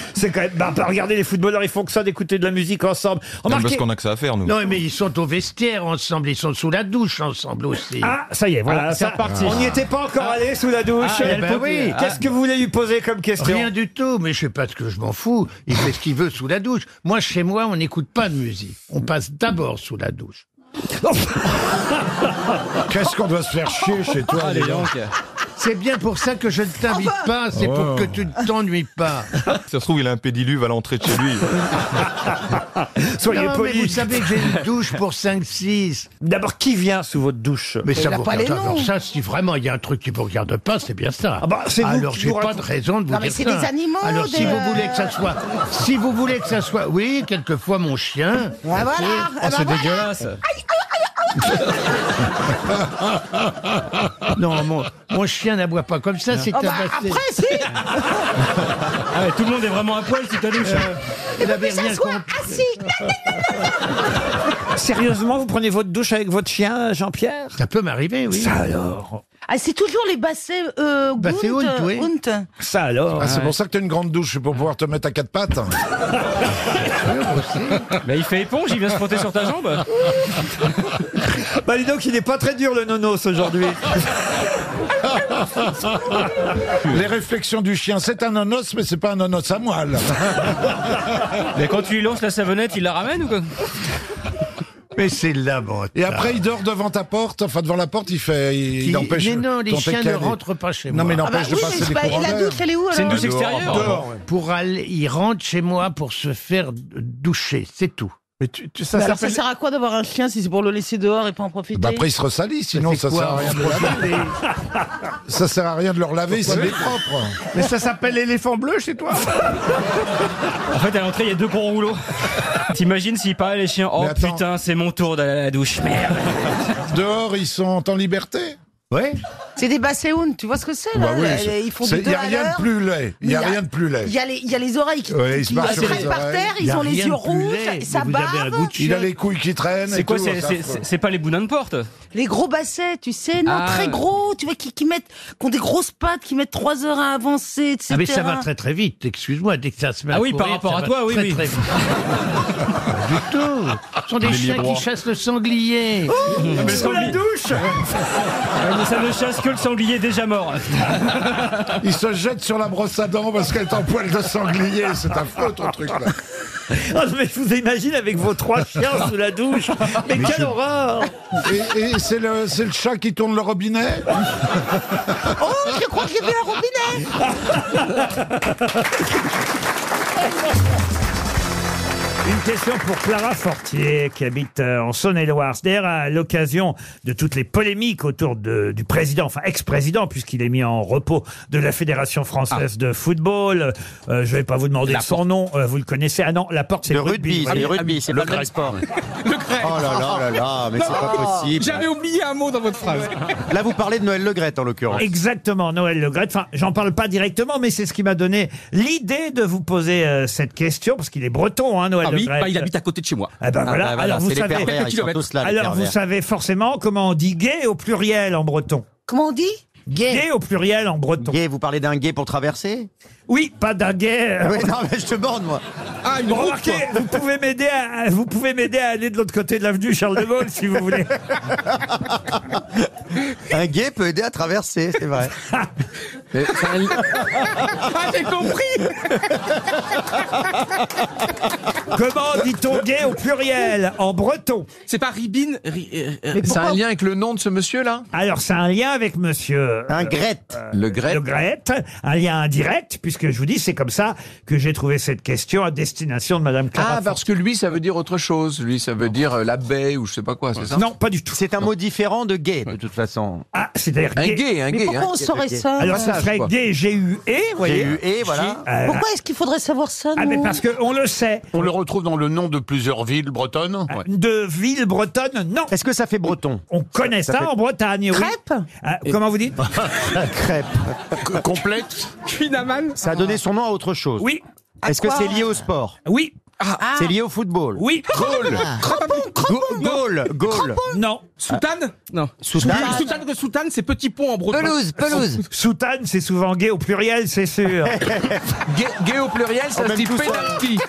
Speaker 1: C'est quand même. Bah, bah, regardez, les footballeurs, ils font que ça d'écouter de la musique ensemble.
Speaker 19: Non,
Speaker 1: Remarquez-
Speaker 19: parce qu'on a que ça à faire nous.
Speaker 7: Non, mais ils sont au vestiaire ensemble, ils sont sous la douche ensemble aussi.
Speaker 1: Ah, ça y est, voilà. ça- On n'y était pas encore allé sous la douche.
Speaker 7: Ah, eh ben oui.
Speaker 1: Qu'est-ce que vous voulez lui poser comme question
Speaker 7: Rien du tout, mais je sais pas ce que je m'en fous. Il fait ce qu'il veut sous la douche. Moi, chez moi, on n'écoute pas de musique. On passe d'abord sous la douche.
Speaker 4: Qu'est-ce qu'on doit se faire chier chez toi,
Speaker 7: Ah,
Speaker 4: les
Speaker 7: dis
Speaker 4: gens
Speaker 7: donc. C'est bien pour ça que je ne t'invite
Speaker 1: Ah.
Speaker 7: pas, c'est pour
Speaker 19: Oh.
Speaker 7: que tu ne t'ennuies pas.
Speaker 19: Ça se trouve il a un pédiluve à l'entrée de chez lui.
Speaker 7: non, Oh, mais vous savez que j'ai une douche pour 5-6.
Speaker 1: D'abord, qui vient sous votre douche
Speaker 7: Mais Mais ça il a vous pas regarde. les noms. Alors ça, si vraiment il y a un truc qui vous regarde pas, c'est bien ça. Ah bah, c'est vous Alors qui j'ai nous pas racontez. de raison de vous
Speaker 16: Non, mais
Speaker 7: dire
Speaker 16: c'est
Speaker 7: ça.
Speaker 16: des animaux,
Speaker 7: Alors si
Speaker 16: des-
Speaker 7: vous voulez que ça soit, si vous voulez que ça soit, oui, quelquefois mon chien.
Speaker 16: Ah, voilà.
Speaker 7: Oh,
Speaker 16: Ah, bah,
Speaker 7: c'est
Speaker 16: voilà.
Speaker 7: dégueulasse. non, mon, mon chien n'aboie pas comme ça, c'est
Speaker 16: Ah bah,
Speaker 7: tabassé.
Speaker 16: Après, si
Speaker 7: Ah, tout le monde est vraiment à poil si t'as douche. hein.
Speaker 16: Il faut que ça soit assis
Speaker 7: Ah.
Speaker 1: Sérieusement, vous prenez votre douche avec votre chien, Jean-Pierre
Speaker 7: Ça peut m'arriver, oui.
Speaker 1: Ça euh, alors
Speaker 16: Ah, c'est toujours les bassets euh,
Speaker 4: Bassets
Speaker 16: Gunt,
Speaker 4: Hunt, oui.
Speaker 16: Gunt.
Speaker 1: Ça alors
Speaker 4: Ah, c'est
Speaker 7: hein.
Speaker 16: Ouais.
Speaker 4: pour ça que t'as une grande douche, c'est pour pouvoir te mettre à quatre pattes.
Speaker 7: Mais il fait éponge, il vient se frotter sur ta jambe.
Speaker 1: Bah dis donc, il n'est pas très dur le nonos aujourd'hui.
Speaker 4: Les réflexions du chien, c'est un nonos, mais c'est pas un nonos à moelle.
Speaker 7: Mais quand tu lui lances la savonnette, il la ramène ou quoi Mais c'est lamentable.
Speaker 4: Et après, il dort devant ta porte, enfin devant la porte, il fait, il,
Speaker 7: Qui-
Speaker 4: il empêche.
Speaker 7: Mais non, les
Speaker 4: ton
Speaker 7: chiens
Speaker 4: pécan
Speaker 7: ne
Speaker 4: et-
Speaker 7: rentrent pas chez moi. Ah bah
Speaker 4: Non, mais il empêche de passer les courants d'air. Dehors, ouais.
Speaker 7: Pour aller, ils rentrent chez moi pour se faire doucher, c'est tout. Mais tu,
Speaker 16: Mais Bah, alors, ça sert à quoi d'avoir un chien si c'est pour le laisser dehors et pas en profiter
Speaker 4: Bah après, il se ressalit, sinon ça sert à rien de le laver. Ça sert à rien de leur laver,
Speaker 7: Pourquoi
Speaker 4: s'il est
Speaker 7: pas
Speaker 4: propre.
Speaker 7: Mais ça s'appelle l'éléphant bleu chez toi En fait, à l'entrée, il y a deux gros rouleaux. T'imagines s'il parlait les chiens Oh putain, c'est mon tour d'aller à la douche, merde
Speaker 4: Dehors, ils sont en liberté.
Speaker 7: Ouais.
Speaker 16: C'est des basséounes, tu vois ce que c'est là
Speaker 4: Bah oui,
Speaker 16: Les-
Speaker 4: c'est-
Speaker 16: Ils font
Speaker 4: c'est-
Speaker 16: du
Speaker 4: il y
Speaker 16: deux
Speaker 4: a
Speaker 16: à
Speaker 4: rien de
Speaker 16: l'heure.
Speaker 4: plus laid. Il y a rien de plus laid.
Speaker 16: Il y a les, il y a les oreilles qui,
Speaker 4: Ouais, il se
Speaker 16: qui
Speaker 4: marche sur les
Speaker 16: traînent par
Speaker 4: oreilles.
Speaker 16: terre,
Speaker 4: Il y
Speaker 16: ils
Speaker 4: a
Speaker 16: ont les
Speaker 4: rien
Speaker 16: yeux
Speaker 4: de plus
Speaker 16: rouges,
Speaker 4: laid, mais
Speaker 16: ça
Speaker 4: vous avez un
Speaker 16: bave.
Speaker 4: goût de Il a chien. les couilles qui traînent et
Speaker 7: C'est quoi
Speaker 4: tout,
Speaker 7: c'est-
Speaker 4: c'est
Speaker 7: C'est
Speaker 4: affreux.
Speaker 7: c'est- c'est pas les boudins de porte
Speaker 4: Euh,
Speaker 16: Les gros bassets, tu sais, non,
Speaker 7: Ah.
Speaker 16: très gros, tu vois, qui, qui mettent, qui ont des grosses pattes, qui mettent trois heures à avancer, etc.
Speaker 7: Ah mais ça va très très vite, excuse-moi, dès que ça se met Ah à oui, par courir, rapport ça à va toi, oui, très, oui. très vite. Pas du tout. Ce sont des Les chiens miroirs.
Speaker 1: Oh,
Speaker 7: qui chassent le sanglier. Ah, mais Mmh. sous la douche Ouais, mais ça ne chasse
Speaker 6: que le sanglier est déjà mort.
Speaker 4: Il se jette sur la brosse à dents parce qu'elle est en poil de sanglier. C'est affreux ton truc là.
Speaker 1: Oh, mais je vous imagine avec vos trois chiens sous la douche. Mais, quelle horreur
Speaker 4: Et, et c'est le, c'est le chat qui tourne le robinet
Speaker 16: Oh, je crois que j'ai vu un robinet
Speaker 1: Une question pour Clara Fortier qui habite euh, en Saône-et-Loire. C'est D'ailleurs, à l'occasion de toutes les polémiques autour de- du président, enfin ex-président, puisqu'il est mis en repos de la Fédération
Speaker 3: Ah.
Speaker 1: française de football. Euh, je ne vais pas vous demander son nom, euh, vous le connaissez. Ah non, la porte c'est
Speaker 3: Le rugby, c'est
Speaker 1: oui.
Speaker 3: le
Speaker 5: Ah
Speaker 3: rugby, c'est pas le même sport. Oh là là là là, mais c'est pas possible.
Speaker 5: J'avais oublié un mot dans votre phrase.
Speaker 3: Là, vous parlez de Noël Le Graët, en l'occurrence.
Speaker 1: Exactement, Noël Le Graët. Enfin, j'en parle pas directement, mais c'est ce qui m'a donné l'idée de vous poser euh, cette question, parce qu'il est breton, hein, Noël
Speaker 5: Ah
Speaker 1: Le
Speaker 5: oui,
Speaker 1: Graët.
Speaker 5: bah, il habite à côté de chez moi.
Speaker 1: Ah bah
Speaker 5: Ah
Speaker 1: voilà.
Speaker 5: bah voilà,
Speaker 1: Alors, vous
Speaker 5: c'est les
Speaker 1: savez...
Speaker 5: pervers, ils sont
Speaker 1: kilomètres.
Speaker 5: tous là, les
Speaker 1: Alors vous
Speaker 5: pervers.
Speaker 1: savez forcément comment on dit gay au pluriel en breton.
Speaker 16: Comment on dit
Speaker 1: Gay. au pluriel en breton.
Speaker 3: Gay, vous parlez d'un gay pour traverser
Speaker 1: Oui, pas d'un gay. euh,
Speaker 3: Oui, non, mais je te borne, moi.
Speaker 1: Ah,
Speaker 3: une route,
Speaker 1: Remarquez,
Speaker 3: quoi.
Speaker 1: vous pouvez m'aider à, à- vous pouvez m'aider à aller de l'autre côté de l'avenue Charles de Gaulle si vous voulez.
Speaker 3: Un gay peut aider à traverser, c'est vrai.
Speaker 25: Ah, j'ai compris
Speaker 1: Comment dit-on gay au pluriel en breton
Speaker 5: C'est pas Ribine euh,
Speaker 7: C'est un lien avec le nom de ce monsieur là
Speaker 1: Alors, c'est un lien avec monsieur.
Speaker 7: Un
Speaker 1: Grette.
Speaker 7: Le Graët.
Speaker 1: Le Graët. Un lien indirect, puisque je vous dis, c'est comme ça que j'ai trouvé cette question à destination de madame Clara.
Speaker 7: Ah, parce que lui, ça veut dire autre chose. Lui, ça veut dire euh, la baie ou je sais pas quoi, c'est ça
Speaker 1: Non, pas du tout.
Speaker 3: C'est un mot différent de gay, de toute façon.
Speaker 1: Ah, c'est-à-dire
Speaker 7: Un gay, un Mais gay, pourquoi
Speaker 16: hein. on saurait ça
Speaker 1: Alors, ça
Speaker 16: Passage,
Speaker 1: serait
Speaker 16: quoi.
Speaker 1: gay, G-U-E, voyez.
Speaker 3: G-U-E, voilà.
Speaker 1: Euh,
Speaker 16: Pourquoi est-ce qu'il faudrait savoir ça
Speaker 1: Ah, mais
Speaker 16: nous
Speaker 1: parce qu'on le sait. Ah,
Speaker 40: On le retrouve dans le nom de plusieurs villes bretonnes.
Speaker 1: De ville bretonne, non.
Speaker 3: Est-ce que ça fait breton
Speaker 1: On connaît Ah, ça,
Speaker 40: Ça fait-
Speaker 1: en Bretagne, oui.
Speaker 16: Crêpe
Speaker 1: Ah, Comment vous dites
Speaker 3: Crêpe.
Speaker 40: Complète
Speaker 3: Ça a donné son nom à autre chose.
Speaker 1: Oui. À
Speaker 3: Est-ce que
Speaker 1: quoi
Speaker 3: c'est lié au sport
Speaker 1: Oui.
Speaker 5: Ah.
Speaker 3: C'est lié au football
Speaker 1: Oui.
Speaker 3: Goal. Goal. Goal.
Speaker 1: Non.
Speaker 5: Soutane Non.
Speaker 3: Soutane.
Speaker 5: Soutane, soutane, c'est petit pont en breton.
Speaker 1: Soutane, c'est souvent gay au pluriel, c'est sûr.
Speaker 7: Gay, gay au pluriel, ça
Speaker 1: Oh,
Speaker 7: se
Speaker 1: même
Speaker 7: dit
Speaker 1: tout seul.
Speaker 7: penalty.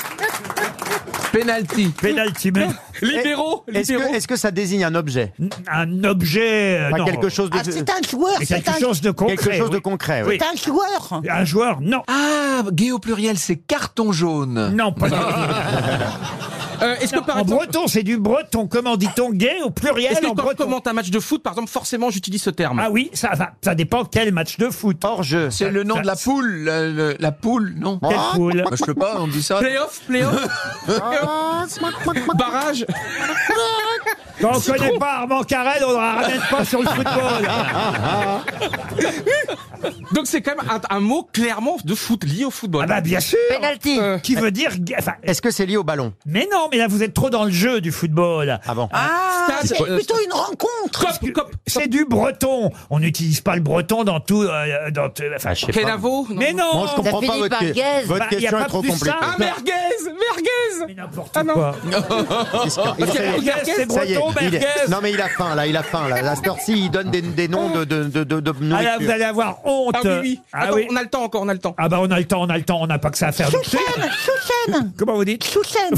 Speaker 7: penalty.
Speaker 1: Penalty, Eh, même.
Speaker 3: Libéraux. Est-ce que, est-ce que ça désigne un objet
Speaker 1: Un objet. euh,
Speaker 3: Enfin,
Speaker 1: non.
Speaker 3: quelque chose de.
Speaker 16: Ah, c'est un joueur,
Speaker 1: Mais
Speaker 16: c'est
Speaker 1: quelque
Speaker 16: un-
Speaker 1: chose de concret.
Speaker 3: Quelque chose de
Speaker 1: oui.
Speaker 3: concret, oui.
Speaker 1: Oui.
Speaker 16: C'est un joueur.
Speaker 1: Un joueur, non.
Speaker 7: Ah, gay au pluriel, c'est carton jaune.
Speaker 1: Non, pas
Speaker 5: Est-ce que par
Speaker 1: En
Speaker 5: exemple,
Speaker 1: breton, c'est du breton. Comment dit-on gay au pluriel
Speaker 5: est-ce que
Speaker 1: en
Speaker 5: quand je
Speaker 1: breton
Speaker 5: commente un match de foot, par exemple, forcément j'utilise ce terme
Speaker 1: Ah oui, ça va. Ça dépend quel match de foot.
Speaker 3: Hors jeu.
Speaker 7: C'est le nom de la poule, la, la- la poule, non
Speaker 1: Quelle
Speaker 7: Ah,
Speaker 1: poule
Speaker 7: bah, Je sais pas, on dit ça.
Speaker 5: Playoff, playoff, barrage.
Speaker 1: Quand on connaît pas Armand Carrel, on ne ramène pas sur le football.
Speaker 5: Donc c'est quand même un, un mot clairement de foot lié au football.
Speaker 1: Ah bah bien sûr.
Speaker 3: Penalty.
Speaker 1: Qui veut dire gay- enfin,
Speaker 3: Euh, Est-ce que c'est lié au ballon
Speaker 1: Mais non, mais là vous êtes trop dans le jeu du football.
Speaker 3: Avant.
Speaker 16: Ah,
Speaker 5: Stade,
Speaker 16: c'est
Speaker 5: euh,
Speaker 16: plutôt une rencontre.
Speaker 5: Cop, cop.
Speaker 1: C'est du breton. On n'utilise pas le breton dans tout. euh, dans tout- enfin,
Speaker 3: je sais pas.
Speaker 5: Kenavo non.
Speaker 1: Mais non.
Speaker 3: Moi, je comprends pas votre, votre
Speaker 1: Bah, y a
Speaker 3: question
Speaker 1: pas
Speaker 3: est trop
Speaker 1: plus
Speaker 3: compliquée.
Speaker 1: simple.
Speaker 5: Ah merguez, merguez.
Speaker 1: Mais n'importe
Speaker 5: Ah non.
Speaker 1: quoi.
Speaker 3: Il
Speaker 5: Parce que
Speaker 3: fait-
Speaker 5: merguez, c'est
Speaker 3: Ça y est,
Speaker 1: breton,
Speaker 3: il est-
Speaker 1: merguez.
Speaker 3: Non mais il a faim là, il a faim là. À cette heure-ci, il donne des, des noms de, de, de, de, de
Speaker 1: Ah là, vous
Speaker 3: nourriture.
Speaker 1: allez avoir honte.
Speaker 5: Ah oui, oui.
Speaker 1: Ah
Speaker 5: Attends,
Speaker 1: oui.
Speaker 5: on a le temps encore, on a le temps.
Speaker 1: Ah bah on a le temps, on a le temps, on n'a pas que ça à faire.
Speaker 16: Souchène, Souchène,
Speaker 1: Comment vous dites
Speaker 16: Souchène.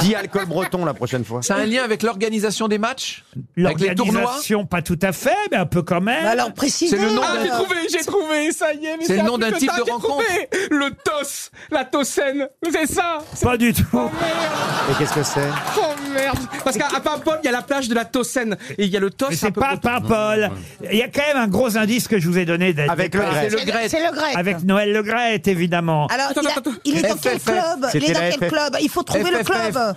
Speaker 3: Dis alcool breton la prochaine fois.
Speaker 7: Ça a un lien avec l'organisation des matchs Avec les tournois
Speaker 1: L'organisation, pas tout à fait, mais un peu quand même.
Speaker 16: Mais Bah, Alors précisez.
Speaker 7: C'est le nom
Speaker 5: Ah,
Speaker 7: d'un-
Speaker 5: j'ai trouvé, j'ai trouvé, ça y est. mais
Speaker 7: C'est le
Speaker 5: un
Speaker 7: nom
Speaker 5: truc
Speaker 7: d'un
Speaker 5: que
Speaker 7: type
Speaker 5: t'as,
Speaker 7: de
Speaker 5: j'ai
Speaker 7: rencontre.
Speaker 5: trouvé. Le TOS, la TOSEN, c'est ça. C'est-
Speaker 1: Pas du tout.
Speaker 5: Oh merde,
Speaker 3: Et qu'est-ce que c'est
Speaker 5: oh merde. Parce qu'à à Paimpol, il y a la plage de la TOSEN et il y a le TOS.
Speaker 1: Mais
Speaker 5: un
Speaker 1: c'est
Speaker 5: peu
Speaker 1: pas
Speaker 5: breton.
Speaker 1: Paimpol. Il y a quand même un gros indice que je vous ai donné d'être-
Speaker 3: Avec le
Speaker 7: C'est
Speaker 3: grec.
Speaker 7: le grec.
Speaker 16: C'est le grec.
Speaker 1: avec Noël Le Graët, évidemment.
Speaker 16: Alors,
Speaker 5: Attends,
Speaker 16: il, a-
Speaker 5: attends, attends.
Speaker 16: il est dans quel
Speaker 3: FFF.
Speaker 16: club Il est
Speaker 3: C'était
Speaker 16: dans
Speaker 3: la
Speaker 16: quel
Speaker 3: FFF.
Speaker 16: club Il faut trouver le
Speaker 7: FFF.
Speaker 16: club.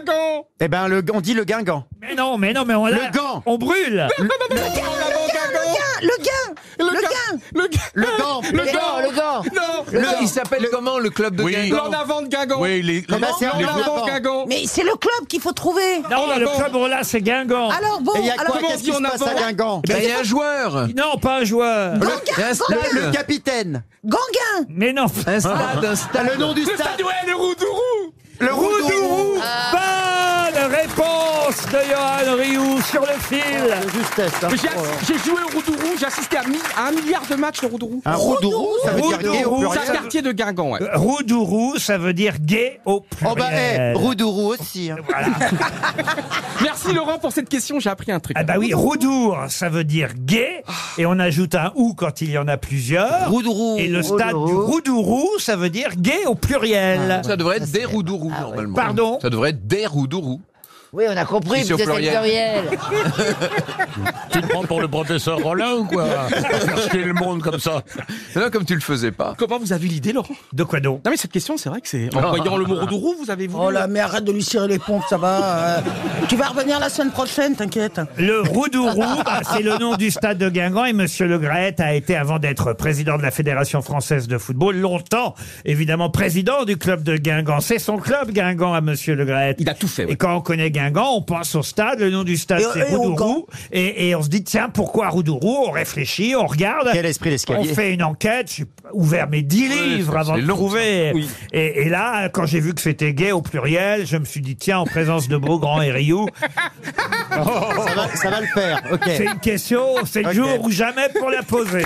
Speaker 5: Guingamp.
Speaker 3: Eh ben le, on dit le guingamp.
Speaker 1: Mais non, mais non, mais on l'a-
Speaker 3: Le gant.
Speaker 1: On brûle.
Speaker 16: Le gain, le gain, le gain.
Speaker 5: Le gars.
Speaker 3: Le gant.
Speaker 5: Le
Speaker 16: Le
Speaker 5: gars.
Speaker 16: gant, le gant.
Speaker 5: Non.
Speaker 7: Le- il s'appelle comment le club de
Speaker 40: Oui.
Speaker 7: Guingamp
Speaker 5: L'en avant de Guingamp.
Speaker 40: Oui, les,
Speaker 3: Eh ben, c'est
Speaker 5: L'en
Speaker 3: le
Speaker 5: avant
Speaker 3: Guingamp.
Speaker 5: de Guingamp.
Speaker 16: Mais c'est le club qu'il faut trouver.
Speaker 1: Non, dans le club, on l'a, c'est Guingamp.
Speaker 16: Alors bon,
Speaker 3: Et il y a
Speaker 16: alors
Speaker 3: quoi
Speaker 5: comment on
Speaker 3: Qu'est-ce qui
Speaker 5: dit
Speaker 3: se
Speaker 5: en
Speaker 3: passe à
Speaker 5: avant
Speaker 3: Guingamp
Speaker 7: Ben, Il y a un joueur
Speaker 1: Non, pas un joueur.
Speaker 7: Il y a un stade
Speaker 3: Le capitaine.
Speaker 16: Ganguin.
Speaker 1: Mais non.
Speaker 7: Un stade, un stade
Speaker 3: Le nom du
Speaker 5: Ah, Le
Speaker 3: stade.
Speaker 5: stade, ouais, le Roudourou. Ah.
Speaker 3: Le Roudourou.
Speaker 1: Bonne réponse réponse de Johan Rioux sur le fil.
Speaker 5: Mais j'ai- J'ai joué au Roudourou, j'ai assisté à, mi- à un milliard de matchs au Roudourou.
Speaker 1: Un Roudourou, ça veut dire gay au
Speaker 5: Roudourou,
Speaker 1: pluriel.
Speaker 5: c'est un quartier de Guingamp, ouais.
Speaker 1: Roudourou, Euh, ça veut dire gay au pluriel.
Speaker 5: Oh bah, eh, Roudourou
Speaker 1: aussi.
Speaker 5: Merci Laurent pour cette question, j'ai appris un truc.
Speaker 1: Ah bah oui, Roudour, ça veut dire gay, et on ajoute un ou quand il y en a plusieurs.
Speaker 5: Roudourou.
Speaker 1: Et le stade du Roudourou, ça veut dire gay au
Speaker 8: Ah,
Speaker 5: Ah,
Speaker 1: pluriel.
Speaker 41: Ça devrait être des roudourous, normalement.
Speaker 1: Pardon
Speaker 41: Ça devrait être des roudourous.
Speaker 8: Oui, on a compris,
Speaker 41: Si, c'est au
Speaker 8: puisque c'est le
Speaker 41: pluriel.
Speaker 8: pluriel.
Speaker 4: Tu te prends pour le professeur Rollin ou quoi Chercher le monde comme ça.
Speaker 41: Là, comme tu le faisais pas.
Speaker 5: Comment vous avez l'idée, Laurent
Speaker 1: De quoi donc
Speaker 5: Non mais cette question, c'est vrai que c'est... En voyant le mot Roudourou, vous avez voulu...
Speaker 16: Oh là, mais arrête de lui cirer les pompes, ça va. euh. tu vas revenir la semaine prochaine, t'inquiète.
Speaker 1: Le Roudourou, bah, c'est le nom du stade de Guingamp et Monsieur Le Graët a été, avant d'être président de la Fédération française de football, longtemps, évidemment, président du club de Guingamp. C'est son club, Guingamp, à Monsieur Le Graët. Il a tout fait. Et quand on connaît Guingamp, on pense au stade, le nom du stade
Speaker 16: Et-
Speaker 1: c'est
Speaker 16: et au
Speaker 1: Roudourou. Et, et on se dit, tiens, pourquoi Roudourou On réfléchit, on regarde.
Speaker 3: Quel esprit d'escalier.
Speaker 1: On fait une enquête, j'ai ouvert mes dix
Speaker 3: Oui,
Speaker 1: livres
Speaker 3: c'est-
Speaker 1: avant
Speaker 3: c'est
Speaker 1: de
Speaker 3: long,
Speaker 1: trouver.
Speaker 3: ça. Oui.
Speaker 1: Et, et là, quand j'ai vu que c'était gay au pluriel, je me suis dit, tiens, en présence de Beaugrand et Rioux,
Speaker 3: Ça va, ça va le faire, ok.
Speaker 1: c'est une question, c'est le
Speaker 3: Ok.
Speaker 1: jour ou jamais pour la poser.